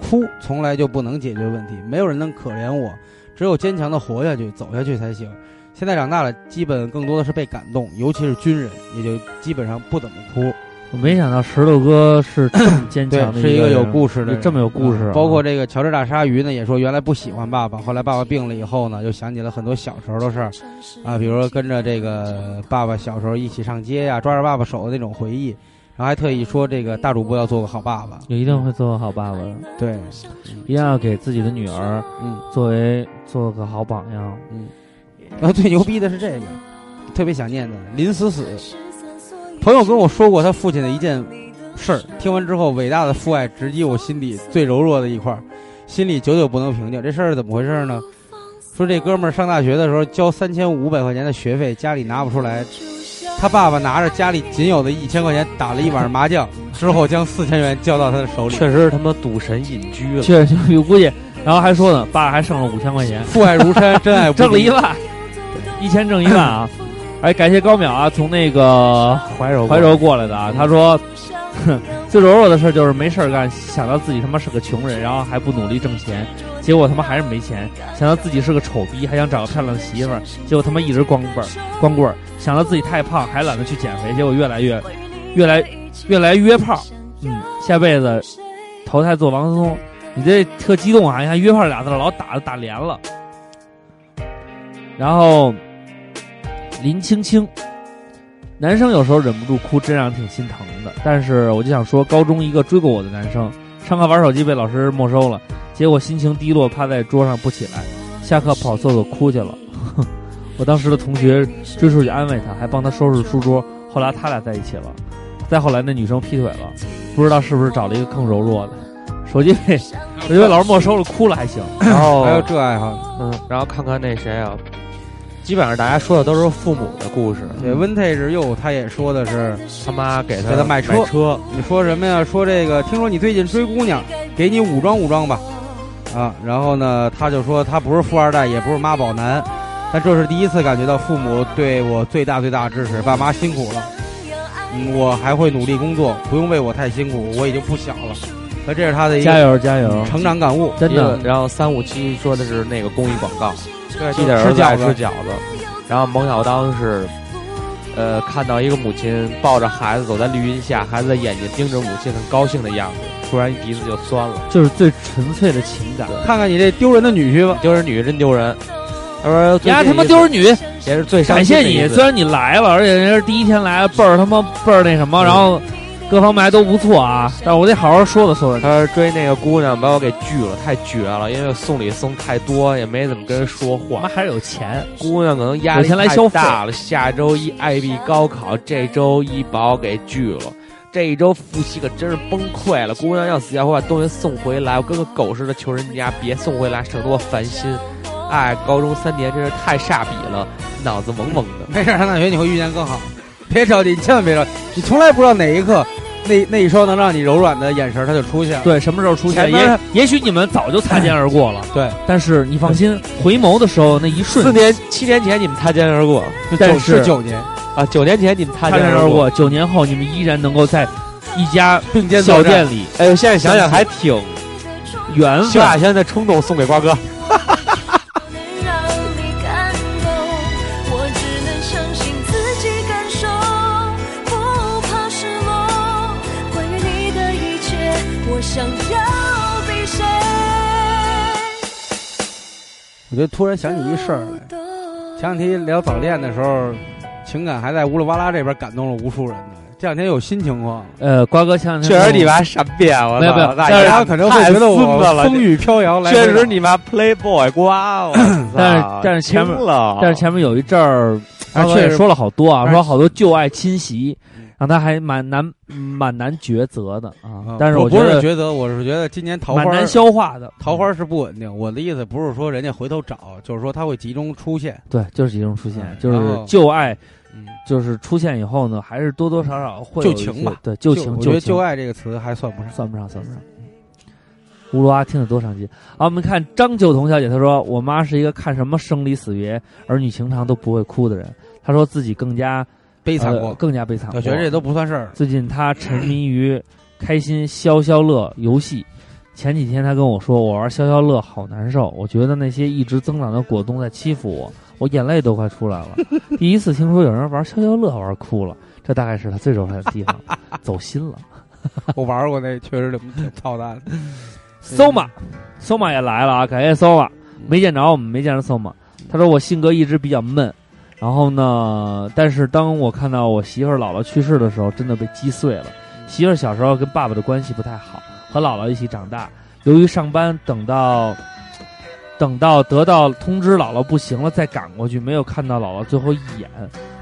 Speaker 6: 哭从来就不能解决问题，没有人能可怜我，只有坚强的活下去、走下去才行。现在长大了，基本更多的是被感动，尤其是军人，也就基本上不怎么哭。
Speaker 2: 我没想到石头哥是这么坚
Speaker 6: 对
Speaker 2: 强，的，
Speaker 6: 是
Speaker 2: 一
Speaker 6: 一个有
Speaker 2: 人
Speaker 6: 故事的
Speaker 2: 就
Speaker 6: 人，
Speaker 2: 这么有故事
Speaker 6: 嗯
Speaker 2: 啊，
Speaker 6: 包括这个乔治大鲨鱼呢，也说原来不喜欢爸爸，后来爸爸病了以后呢，又想起了很多小时候的事儿，啊，比如说跟着这个爸爸小时候一起上街呀、抓着爸爸手的那种回忆，然后还特意说这个大主播要做个好爸爸。
Speaker 2: 也一定会做个好爸爸的。
Speaker 6: 对，
Speaker 2: 一定要给自己的女儿，
Speaker 6: 嗯，
Speaker 2: 作为做个好榜样，
Speaker 6: 嗯。然后最牛逼的是这个，特别想念的林思思，朋友跟我说过他父亲的一件事儿，听完之后，伟大的父爱直击我心底最柔弱的一块儿，心里久久不能平静。这事儿是怎么回事呢？说这哥们儿上大学的时候交三千五百块钱的学费，家里拿不出来，他爸爸拿着家里仅有的一千块钱打了一晚上麻将，之后将四千元交到他的手里。
Speaker 4: 确实是他妈赌神隐居啊了，
Speaker 2: 确实有估计。然后还说呢，爸还剩了五千块钱，
Speaker 6: 父爱如山，
Speaker 2: [LAUGHS]
Speaker 6: 真爱无敌
Speaker 2: 挣了一万，一千挣一万啊！哎，感谢高淼啊，从那个
Speaker 6: [LAUGHS]
Speaker 4: 怀柔
Speaker 2: 怀柔过来的啊，他说。哼最柔弱的事儿就是没事儿干，想到自己他妈是个穷人，然后还不努力挣钱，结果他妈还是没钱；想到自己是个丑逼，还想找个漂亮的媳妇儿，结果他妈一直光棍儿光棍儿；想到自己太胖，还懒得去减肥，结果越来越越来越来约炮。嗯，下辈子投胎做王思聪，你这特激动啊！你看约炮俩字儿老打打连了。然后林青青，男生有时候忍不住哭，真让人挺心疼的。但是我就想说，高中一个追过我的男生，上课玩手机被老师没收了，结果心情低落，趴在桌上不起来，下课跑厕所哭去了。我当时的同学追出去安慰他，还帮他收拾书桌。后来他俩在一起了，再后来那女生劈腿了，不知道是不是找了一个更柔弱的。手机被手机被老师没收了，哭了还行。
Speaker 4: [LAUGHS] 然后
Speaker 6: 还有这爱好，
Speaker 4: 嗯，然后看看那谁啊，基本上大家说的都是父母的故事，
Speaker 6: 对，Vintage 又他也说的是
Speaker 4: 他妈给他
Speaker 6: 给他
Speaker 4: 买
Speaker 6: 买车。
Speaker 4: 车
Speaker 6: 你说什么呀？说这个，听说你最近追姑娘，给你武装武装吧。啊，然后呢，他就说他不是富二代，也不是妈宝男，但这是第一次感觉到父母对我最大最大的支持，爸妈辛苦了。嗯，我还会努力工作，不用为我太辛苦，我已经不小了。那这是他的一个
Speaker 2: 加油加油！
Speaker 6: 成长感悟，
Speaker 2: 真的
Speaker 4: 然后三五七说的是那个公益广告，
Speaker 2: 嗯
Speaker 6: 对
Speaker 4: 记得儿
Speaker 6: 吃
Speaker 4: 子爱
Speaker 6: 饺
Speaker 4: 吃
Speaker 6: 子
Speaker 4: 饺子。然后蒙小当是，呃，看到一个母亲抱着孩子走在绿荫下，孩子的眼睛盯着母亲，很高兴的样子，突然一鼻子就酸了。
Speaker 2: 就是最纯粹的情感。
Speaker 6: 看看你这丢人的女婿吧，
Speaker 4: 丢人女婿真丢人。他说最近一次：“
Speaker 2: 呀，他妈丢人女！
Speaker 4: 也是最伤
Speaker 2: 感
Speaker 4: 心
Speaker 2: 谢
Speaker 4: 的一
Speaker 2: 你，
Speaker 4: 次
Speaker 2: 虽然你来了，而且人家是第一天来，倍儿他妈倍儿那什么，然后各方面还都不错啊。但是我得好好说的说的。
Speaker 4: 他说追那个姑娘把我给拒了，太绝了，因为送礼送太多，也没怎么跟人说
Speaker 2: 我
Speaker 4: 话
Speaker 2: 们。还是有钱，
Speaker 4: 姑娘可能压
Speaker 2: 有
Speaker 4: 力
Speaker 2: 钱来
Speaker 4: 太
Speaker 2: 消费
Speaker 4: 大了，下周一 IB 高考，这周一把我给拒了。这一周复习可真是崩溃了，姑娘要死要活把东西送回来，我跟个狗似的求人家别送回来，省得我烦心。哎，高中三年真是太煞笔了，脑子嗡嗡的。
Speaker 6: 没事，上大学你会遇见更好。别着急，你千万别着急，你从来不知道哪一刻，那那一双能让你柔软的眼神，它就出现了。
Speaker 2: 对，什么时候出现？
Speaker 6: 前面
Speaker 2: 也也许你们早就擦肩而过了，
Speaker 6: 对，
Speaker 2: 但是你放心，回眸的时候那一瞬
Speaker 4: 四，年七年前你们擦肩而过
Speaker 2: 但
Speaker 6: 是
Speaker 2: 是
Speaker 6: 九年，
Speaker 4: 啊，九年前你们擦
Speaker 2: 擦
Speaker 4: 肩
Speaker 2: 肩
Speaker 4: 而
Speaker 2: 而
Speaker 4: 过
Speaker 2: 过，。九年后你们依然能够在一家
Speaker 6: 并肩作
Speaker 2: 小
Speaker 6: 战
Speaker 2: 店里
Speaker 4: 哎呦，现在想想还挺
Speaker 2: 缘
Speaker 4: 萧
Speaker 2: 分。
Speaker 4: 亚轩的冲动送给瓜 [LAUGHS] 哥。
Speaker 14: 让你感动，我只能相信自己感受，不怕失落。关于你的一切，我想要比谁
Speaker 6: 我就突然想起一事儿来，前两天聊早恋的时候，情感还在乌里哇啦这边感动了无数人呢。这两天有新情况，
Speaker 2: 呃，瓜哥前两天
Speaker 4: 确实
Speaker 2: 跟我
Speaker 4: 你妈闪变，我操
Speaker 2: 没有没有
Speaker 4: 大
Speaker 2: 但
Speaker 15: 哎
Speaker 2: 是
Speaker 4: 爷
Speaker 6: 大家可能会觉
Speaker 4: 太孙
Speaker 6: 得
Speaker 4: 子
Speaker 6: 我
Speaker 4: 了
Speaker 6: 风雨飘摇，来
Speaker 4: 确实你妈 Playboy 瓜，我操
Speaker 2: 但是但是前面
Speaker 4: 惊了，
Speaker 2: 但是前面有一阵儿，
Speaker 6: 啊
Speaker 2: 他
Speaker 6: 确
Speaker 2: 也
Speaker 6: 实
Speaker 2: 说了好多啊，
Speaker 6: 但是嗯
Speaker 2: 说好多旧爱侵袭，然让他还蛮难蛮难抉择的啊
Speaker 6: 啊。
Speaker 2: 但是
Speaker 6: 我
Speaker 2: 觉
Speaker 6: 不
Speaker 2: 得
Speaker 6: 是觉得，我是觉得今年桃花
Speaker 2: 蛮难消化的，
Speaker 6: 桃花是不稳定。我的意思不是说人家回头找，就是说它会集中出现。
Speaker 2: 对，就是集中出现
Speaker 6: 嗯，
Speaker 2: 就是
Speaker 6: 然后
Speaker 2: 旧爱，就是出现以后呢，还是多多少少会有
Speaker 6: 旧
Speaker 2: 一
Speaker 6: 情
Speaker 2: 些
Speaker 6: 吧，
Speaker 2: 对，旧情，
Speaker 6: 我觉得“
Speaker 2: 情
Speaker 6: 旧爱”这个词还算不上，
Speaker 2: 算不上，算不上。乌鲁哇听得多伤心啊！我们看张九彤小姐，她说：“我妈是一个看什么生离死别、儿女情长都不会哭的人。”她说自己更加
Speaker 6: 悲惨
Speaker 2: 呃
Speaker 6: 过
Speaker 2: 更加悲惨过。
Speaker 6: 我觉得这都不算事儿。
Speaker 2: 最近她沉迷于开心消消乐游戏。前几天她跟我说：“我玩消消乐好难受，我觉得那些一直增长的果冻在欺负我，我眼泪都快出来了。”第一次听说有人玩消消乐玩哭了，这大概是她最柔软的地方，走心了。
Speaker 6: [LAUGHS] 我玩过那，确实挺操蛋的。
Speaker 2: 搜马，搜嗯马也来了啊！感谢搜马，没见着我嗯们，没见着搜马。他说我性格一直比较闷，然后呢，但是当我看到我媳妇儿姥姥去世的时候，真的被击碎了。媳妇儿小时候跟爸爸的关系不太好，和姥姥一起长大。由于上班，等到等到得到通知姥姥不行了再赶过去，没有看到姥姥最后一眼。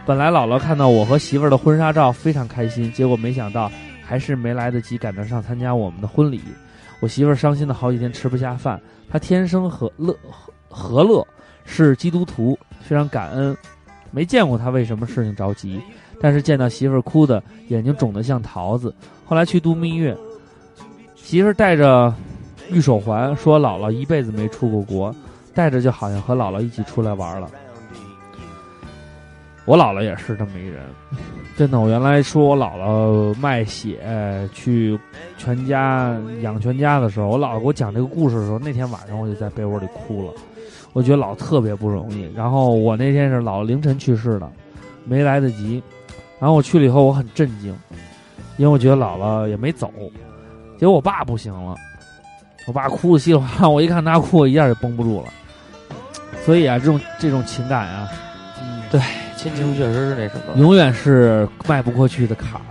Speaker 2: 本来姥姥看到我和媳妇儿的婚纱照非常开心，结果没想到还是没来得及赶得上参加我们的婚礼。我媳妇儿伤心了好几天吃不下饭，她天生和乐和和乐是基督徒，非常感恩，没见过她为什么事情着急，但是见到媳妇儿哭的眼睛肿得像桃子。后来去度蜜月，媳妇儿带着玉手环，说姥姥一辈子没出过国，带着就好像和姥姥一起出来玩了。我姥姥也是这么一人，真的，我原来说我姥姥卖血去全家养全家的时候，我姥姥给我讲这个故事的时候，那天晚上我就在被窝里哭了，我觉得姥特别不容易。然后我那天是姥凌晨去世的，没来得及。然后我去了以后，我很震惊，因为我觉得姥姥也没走。结果我爸不行了，我爸哭的稀里哗啦，我一看他哭，我一下就绷不住了。所以啊，这种这种情感啊，对，
Speaker 4: 亲情确实是那什么。
Speaker 2: 永远是迈不过去的坎儿。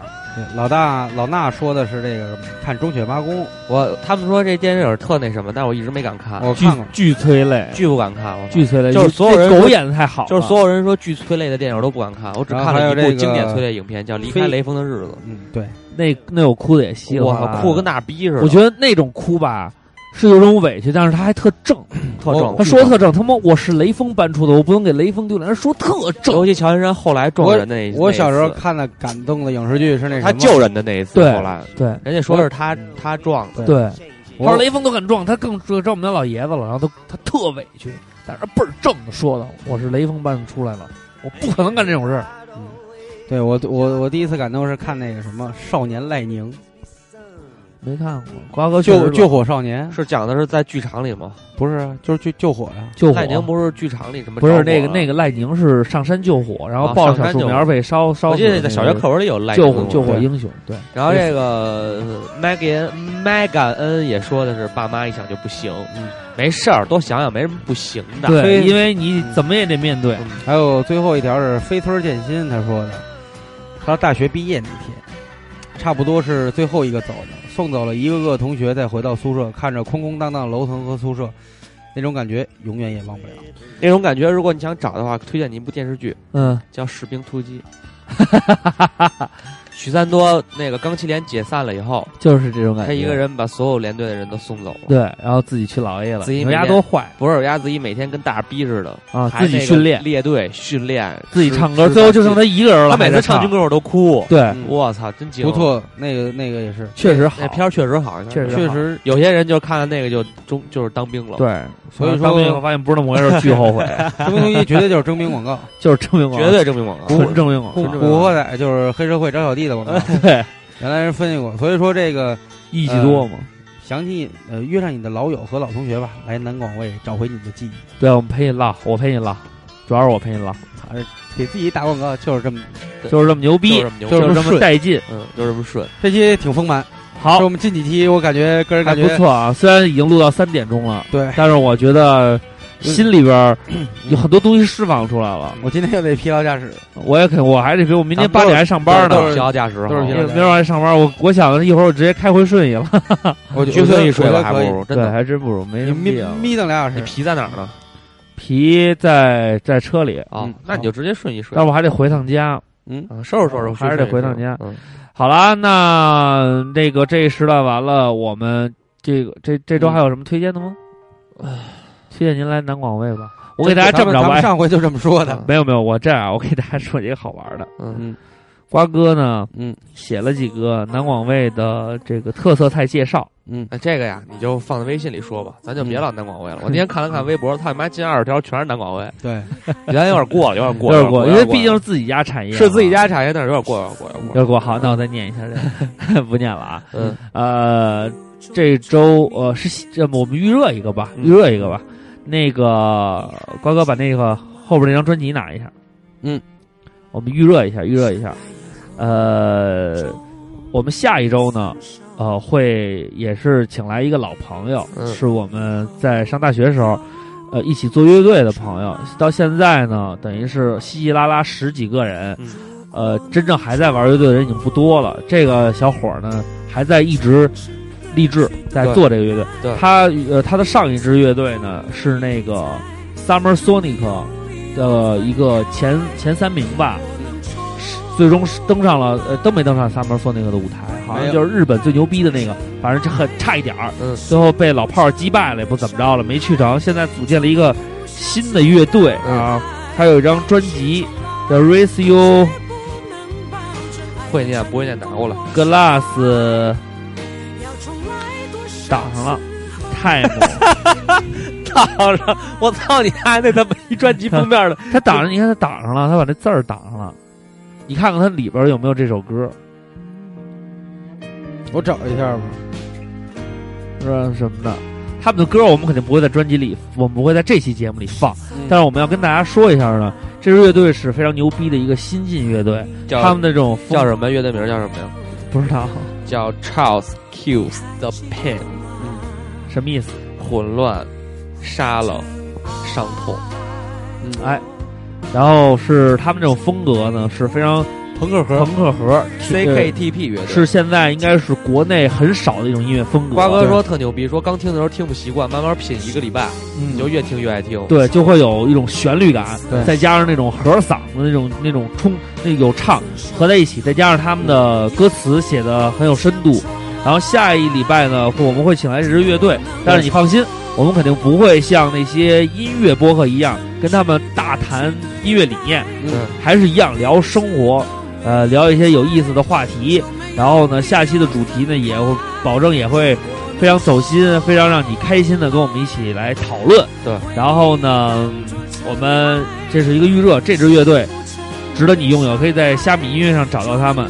Speaker 6: 老大老衲说的是这个看《忠犬八公》，
Speaker 4: 我他们说这电影特那什么，但是我一直没敢看。
Speaker 6: 我看过
Speaker 2: 巨催泪，
Speaker 4: 巨不敢看，我
Speaker 2: 巨催泪
Speaker 4: 就是
Speaker 2: 这
Speaker 4: 所有人
Speaker 2: 狗
Speaker 4: 说
Speaker 2: 演得太好了
Speaker 4: 就是所有人说巨催泪的电影我都不敢看，我只
Speaker 6: 然后
Speaker 4: 看
Speaker 6: 还
Speaker 4: 了
Speaker 6: 有
Speaker 4: 一
Speaker 6: 这
Speaker 4: 部
Speaker 6: 个
Speaker 4: 经典催泪影片，叫《离开
Speaker 6: 飞
Speaker 4: 雷锋的日子
Speaker 6: 嗯，对，
Speaker 2: 那那我哭的也稀里》，
Speaker 4: 我
Speaker 2: 哗
Speaker 4: 靠，
Speaker 2: 啦，
Speaker 4: 哭跟那逼似的。
Speaker 2: 我觉得那种哭吧，是有种委屈，但是他还特正，
Speaker 4: [CLEARS THROAT] 特正
Speaker 2: 他说特正，他妈我是雷锋搬出的，我不能给雷锋丢脸。他说特正，
Speaker 4: 尤其乔杉山后来撞
Speaker 6: 我
Speaker 4: 人的那一
Speaker 6: 我
Speaker 4: 那一
Speaker 6: 小时候
Speaker 4: 次
Speaker 6: 看的感动的影视剧是那什
Speaker 4: 他
Speaker 6: 么
Speaker 4: 救人的那一次，
Speaker 2: 对
Speaker 4: 后来
Speaker 2: 对
Speaker 4: 人家说是他他撞的，
Speaker 2: 对，他
Speaker 4: 我
Speaker 2: 说雷锋都敢撞，他更说找我们家老爷子了，然后他他特委屈，但是倍儿正的说的，我是雷锋搬出来了，我不可能干这种事儿。
Speaker 6: 对我我我第一次感动是看那个什么《少年赖宁》，
Speaker 2: 没看过，瓜哥确实
Speaker 6: 救
Speaker 2: 老
Speaker 6: 救火少年
Speaker 4: 是讲的是在剧场里吗？
Speaker 6: 不是啊就是救救火呀，
Speaker 2: 救火
Speaker 4: 赖宁不是剧场里什么
Speaker 2: 不
Speaker 4: 着
Speaker 2: 是
Speaker 4: 火啊
Speaker 2: 那个
Speaker 4: 了
Speaker 2: 那个赖宁是上山救火，然后
Speaker 4: 啊
Speaker 2: 抱
Speaker 4: 上
Speaker 2: 着小
Speaker 4: 山
Speaker 2: 树
Speaker 4: 救
Speaker 2: 苗
Speaker 4: 火
Speaker 2: 被烧烧
Speaker 4: 我
Speaker 2: 死
Speaker 4: 记
Speaker 2: 的那个。
Speaker 4: 得在小学课文里有赖
Speaker 2: 救
Speaker 4: 宁
Speaker 2: 火
Speaker 4: 嘛
Speaker 2: 救火
Speaker 4: 对
Speaker 2: 英雄，对。
Speaker 4: 然后这个 Megan Megan N 也说的是爸妈一想就不行，没事儿，多想想没什么不行的。
Speaker 2: 嗯
Speaker 4: 嗯
Speaker 2: 对，因为你怎么也得面对。
Speaker 6: 还有最后一条是飞村健新他说的，他说大学毕业那天，差不多是最后一个走的，送走了一个个同学，再回到宿舍，看着空空荡荡楼层和宿舍，那种感觉永远也忘不了。
Speaker 4: 那种感觉，如果你想找的话，推荐你一部电视剧，
Speaker 2: 嗯，
Speaker 4: 叫《士兵突击》。
Speaker 2: [LAUGHS]
Speaker 4: 许三多那个钢七连解散了以后，
Speaker 2: 就是这种感觉
Speaker 4: 他一个人把所有连队的人都送走了。
Speaker 2: 哎对，然后自己去老爷了，
Speaker 4: 自己
Speaker 2: 你
Speaker 4: 每
Speaker 2: 们家
Speaker 4: 天
Speaker 2: 多坏，，
Speaker 4: 不是，丫自己每天跟大逼似的
Speaker 2: 啊
Speaker 4: 还
Speaker 2: 自己
Speaker 4: 那个
Speaker 2: 训练
Speaker 4: 列队训练，
Speaker 2: 自己
Speaker 4: 吃
Speaker 2: 唱歌
Speaker 4: 吃
Speaker 2: 最后
Speaker 4: 饭
Speaker 2: 就剩他一个人了
Speaker 4: 他每
Speaker 2: 还
Speaker 4: 次
Speaker 2: 在
Speaker 4: 唱
Speaker 2: 唱
Speaker 4: 军歌我都哭。
Speaker 2: 对
Speaker 4: 嗯我操，真惊！
Speaker 6: 不错，那个那个也是，
Speaker 2: 确实
Speaker 4: 那片儿确实好，
Speaker 2: 确实
Speaker 4: 确
Speaker 2: 好
Speaker 4: 实有些人就是看了那个就中就是当兵了。
Speaker 2: 对，
Speaker 6: 所以说。
Speaker 2: 当兵以后发现不是那么回事儿，巨后悔
Speaker 6: 征兵一绝对就是征兵广告，
Speaker 2: [LAUGHS] 就是征兵广告，
Speaker 4: 绝对征兵广告
Speaker 2: 纯征兵广
Speaker 6: 古
Speaker 2: 告，。
Speaker 6: 古惑仔就是黑社会找小弟的广告
Speaker 2: [LAUGHS] 对，
Speaker 6: 原来人分析过，所以说这个
Speaker 2: 一己多嘛。
Speaker 6: 呃想起呃，约上你的老友和老同学吧，来南广卫找回你的记忆。
Speaker 2: 对，我们陪你唠，我陪你唠，主要是我陪你唠，
Speaker 6: 还是给自己打广告就是这么，
Speaker 2: 就是这么牛逼，
Speaker 6: 就
Speaker 2: 就是是
Speaker 6: 这
Speaker 2: 这
Speaker 6: 么
Speaker 2: 么带劲，
Speaker 4: 嗯，就这么顺。
Speaker 6: 这期挺丰满。
Speaker 2: 好，
Speaker 6: 我们近几期我感觉个人
Speaker 2: 还
Speaker 6: 感
Speaker 2: 不
Speaker 6: 觉
Speaker 2: 错。啊。虽然已经录到三点钟了，
Speaker 6: 对，
Speaker 2: 但是我觉得心里边儿有很多东西释放出来了。
Speaker 6: 我今天又得疲劳驾驶，
Speaker 2: 我也肯，我还得比我明天
Speaker 6: 咱们都
Speaker 2: 八
Speaker 6: 是
Speaker 2: 点还上班呢，
Speaker 6: 都是疲劳
Speaker 4: 驾驶嗯
Speaker 6: 都是疲劳驾驶
Speaker 2: 明天我还上班。我我想的一会儿我直接开回顺义了，
Speaker 6: 我觉
Speaker 4: 去
Speaker 6: 我觉得
Speaker 4: 顺义睡
Speaker 6: 我觉
Speaker 4: 吧，还
Speaker 6: 得可以
Speaker 4: 不如真
Speaker 2: 对，
Speaker 4: 的
Speaker 2: 还真不如，没什么
Speaker 6: 眯
Speaker 2: 必要。
Speaker 6: 眯瞪俩小时。
Speaker 4: 皮在哪儿呢？
Speaker 2: 皮在在车里
Speaker 4: 啊
Speaker 2: 嗯，
Speaker 6: 啊
Speaker 4: 那你就直接顺义睡。
Speaker 2: 但我还得回趟家。
Speaker 4: 嗯，收拾收拾，
Speaker 2: 还是得回趟家
Speaker 4: 嗯
Speaker 2: 好啦，那这个这一时段完了，我们这个这这周还有什么推荐的吗？推荐您来南广卫吧。我给大家这么着
Speaker 6: 嗯咱们
Speaker 2: 吧，
Speaker 6: [LAUGHS] 上回就这么说
Speaker 2: [LAUGHS]
Speaker 6: 的。
Speaker 2: 没有没有，我这样啊，我给大家说几个好玩的。
Speaker 4: 嗯，
Speaker 2: 瓜哥呢，
Speaker 4: 嗯，
Speaker 2: 写了几个南广卫的这个特色菜介绍。
Speaker 4: 嗯，哎，这个呀，你就放在微信里说吧，咱就别老南广味了。我那天看了看微博，他妈近二十条全是南广味，
Speaker 6: 对，
Speaker 4: 咱有点过了，有点过，
Speaker 2: [LAUGHS] 有
Speaker 4: 有
Speaker 2: 点过，因
Speaker 4: 有
Speaker 2: 为
Speaker 4: 点
Speaker 2: 毕竟是自己家产业，
Speaker 4: 是自己。家产业，但是有点过，有点过，有点过。
Speaker 2: 要给我好，那我再念一下这个，不 [LAUGHS] 念了啊。
Speaker 4: 嗯，
Speaker 2: 呃，这周呃是这我们预热一个吧，预热一个吧。那个瓜哥把那个后边那张专辑拿一下。
Speaker 4: 嗯，
Speaker 2: 我们预热一下，预热一下。呃，我们下一周呢，呃，会也是请来一个老朋友，
Speaker 4: 嗯
Speaker 2: 是我们在上大学时候。呃，一起做乐队的朋友，到现在呢，等于是稀稀拉拉十几个人，
Speaker 4: 嗯
Speaker 2: 呃，真正还在玩乐队的人已经不多了。这个小伙儿呢，还在一直立志在
Speaker 4: 对
Speaker 2: 做这个乐队。
Speaker 4: 对
Speaker 2: 他呃，他的上一支乐队呢是那个 Summer Sonic 的一个前前三名吧，是最终是登上了呃，登没登上 Summer Sonic 的舞台？好
Speaker 4: 没有
Speaker 2: 像就是日本最牛逼的那个，反正这很差一点儿。
Speaker 4: 嗯
Speaker 2: 最后被老炮儿击败了，也不怎么着了，没去成。现在组建了一个新的乐队
Speaker 4: 嗯
Speaker 2: 啊，他有一张专辑叫《Raise You
Speaker 4: 会念不会念打过来，
Speaker 2: Glass》，打
Speaker 4: [LAUGHS]
Speaker 2: 上了 Time，
Speaker 4: 操上！我操你还那他妈一专辑封面的，
Speaker 2: 他打上，你看他打上了，他把这字儿打上了，你看看它里边有没有这首歌，
Speaker 6: 我找一下吧。
Speaker 2: 是吧什么的。他们的歌我们肯定不会在专辑里，我们不会在这期节目里放，
Speaker 4: 嗯
Speaker 2: 但是我们要跟大家说一下呢，这支乐队是非常牛逼的一个新晋乐队，
Speaker 4: 叫
Speaker 2: 他们的这种风
Speaker 4: 叫什么乐队名叫什么呀？
Speaker 2: 不知道
Speaker 4: 叫 Charles Kills the 嗯 Pain，
Speaker 2: 什么意思。
Speaker 4: 混乱、沙漏、伤痛。
Speaker 2: 哎，然后是他们这种风格呢是非常
Speaker 4: 朋克
Speaker 2: 朋克盒
Speaker 4: CKTP 乐队
Speaker 2: 是现在应该是国内很少的一种音乐风格。
Speaker 4: 瓜哥说特牛逼，说刚听的时候听不习惯，慢慢品一个礼拜，
Speaker 2: 嗯
Speaker 4: 你就越听越爱听。
Speaker 2: 对，就会有一种旋律感
Speaker 4: 对，
Speaker 2: 再加上那种和嗓子那种那种冲那有唱合在一起，再加上他们的歌词写的很有深度。然后下一礼拜呢，我们会请来这支乐队，但是你放心，我们肯定不会像那些音乐播客一样跟他们大谈音乐理念，
Speaker 4: 嗯，
Speaker 2: 还是一样聊生活，呃，聊一些有意思的话题。然后呢，下期的主题呢，也会保证也会非常走心，非常让你开心的跟我们一起来讨论。
Speaker 4: 对，
Speaker 2: 然后呢，我们这是一个预热，这支乐队值得你拥有，可以在虾米音乐上找到他们。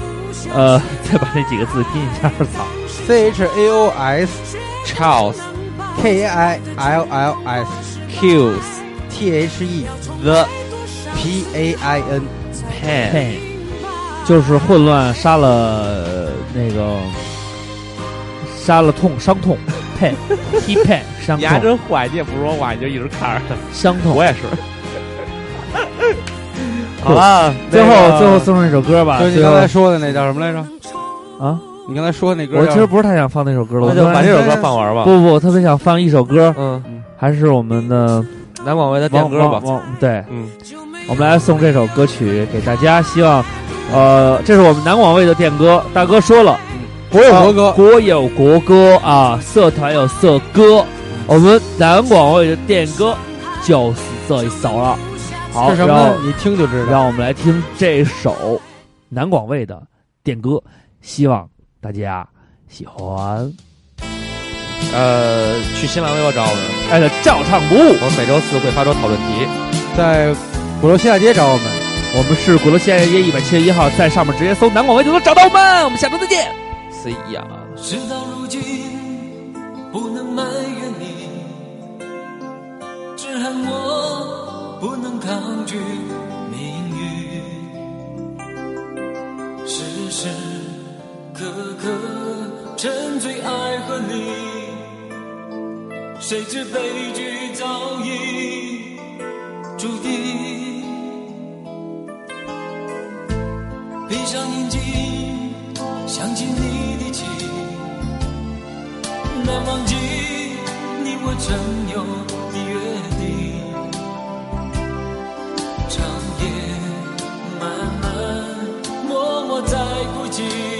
Speaker 2: 呃，再把那几个字拼一下，
Speaker 4: [LAUGHS]
Speaker 2: 操，
Speaker 6: C H A O S
Speaker 4: Charles
Speaker 6: K A I L L S
Speaker 4: Kills
Speaker 6: T H E
Speaker 4: the
Speaker 6: P A I N
Speaker 4: Pain
Speaker 2: [LAUGHS] 就是混乱杀了呃那个杀了痛伤痛， [LAUGHS] 配 p 配伤
Speaker 4: 你还
Speaker 2: 痛
Speaker 4: 真坏，你也不说话，你就一直看着他。
Speaker 2: 伤痛。
Speaker 4: 我
Speaker 2: [LAUGHS]
Speaker 4: 也是。
Speaker 2: 好
Speaker 4: 好了，
Speaker 2: 最后
Speaker 4: 那个
Speaker 2: 最后送上一首歌吧。
Speaker 6: 就是你
Speaker 2: 最后
Speaker 6: 刚才说的那叫什么来着？
Speaker 2: 啊，
Speaker 6: 你刚才说那歌叫，
Speaker 2: 我其实不是太想放那首歌了，
Speaker 4: 那就
Speaker 2: 我突然
Speaker 4: 把这首歌放完吧。
Speaker 2: 不不，我特别想放一首歌，
Speaker 4: 嗯，
Speaker 2: 还是我们的
Speaker 4: 南广为他点
Speaker 2: 王
Speaker 4: 歌吧
Speaker 2: 王。王对，
Speaker 4: 嗯，
Speaker 2: 我们来送这首歌曲给大家，希望，呃，这是我们南广卫的电歌。大哥说了，啊
Speaker 6: 国有国歌，
Speaker 2: 国有国歌啊，社团有社歌，我们南广卫的电歌就是这一首了。好，
Speaker 6: 是什么
Speaker 2: 让
Speaker 6: 呢
Speaker 2: 我？
Speaker 6: 你听就知道。
Speaker 2: 让我们来听这首南广卫的电歌，希望大家喜欢。
Speaker 4: 呃，去新浪微博找我们，
Speaker 2: 哎，照唱不误，
Speaker 4: 我每周四会发出讨论题。
Speaker 6: 在鼓楼西大街找我们，
Speaker 2: 我们是鼓楼西大街一百七十一号，在上面直接搜南广卫就能找到我们。我们下周再见。
Speaker 4: C E 啊，
Speaker 15: 事到如今，不能埋怨你，只恨我不能抗拒命运。时时刻刻沉醉爱和你，谁知悲剧早已注定。闭上眼睛。想起你的情，难忘记你我曾有的约定。长夜漫漫，
Speaker 14: 哎哎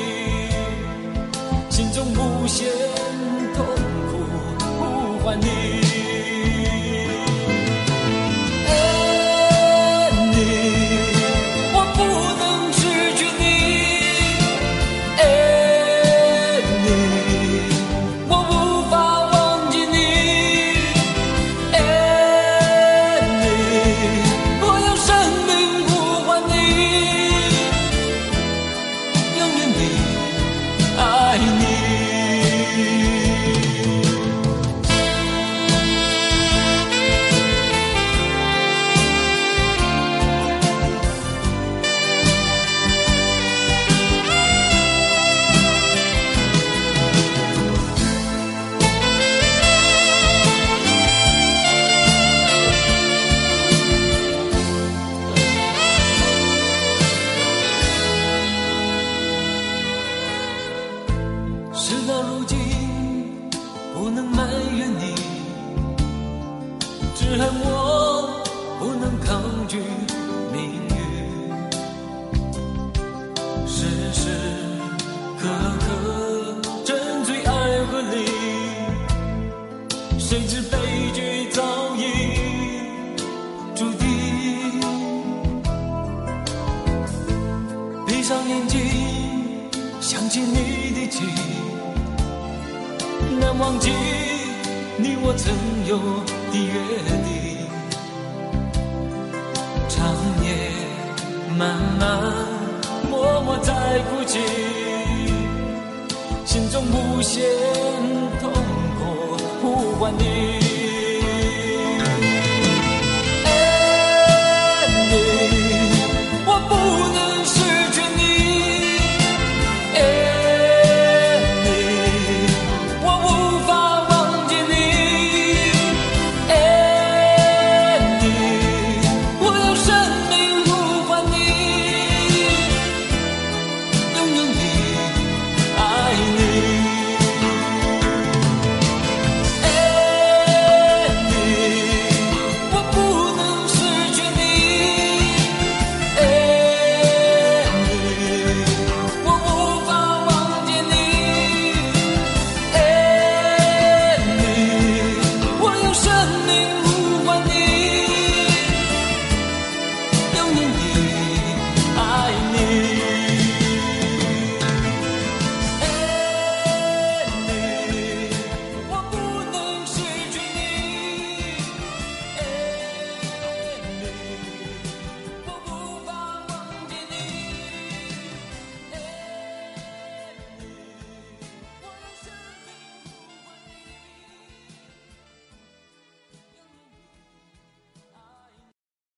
Speaker 15: 只恨我不能抗拒命运，时时刻刻沉醉爱和离，谁知悲剧早已注定。闭上眼睛，想起你的情，难忘记你我曾有的约定。长夜漫漫，默默在哭泣，心中无限痛苦呼唤
Speaker 14: 哎
Speaker 15: 你。
Speaker 14: 哎哎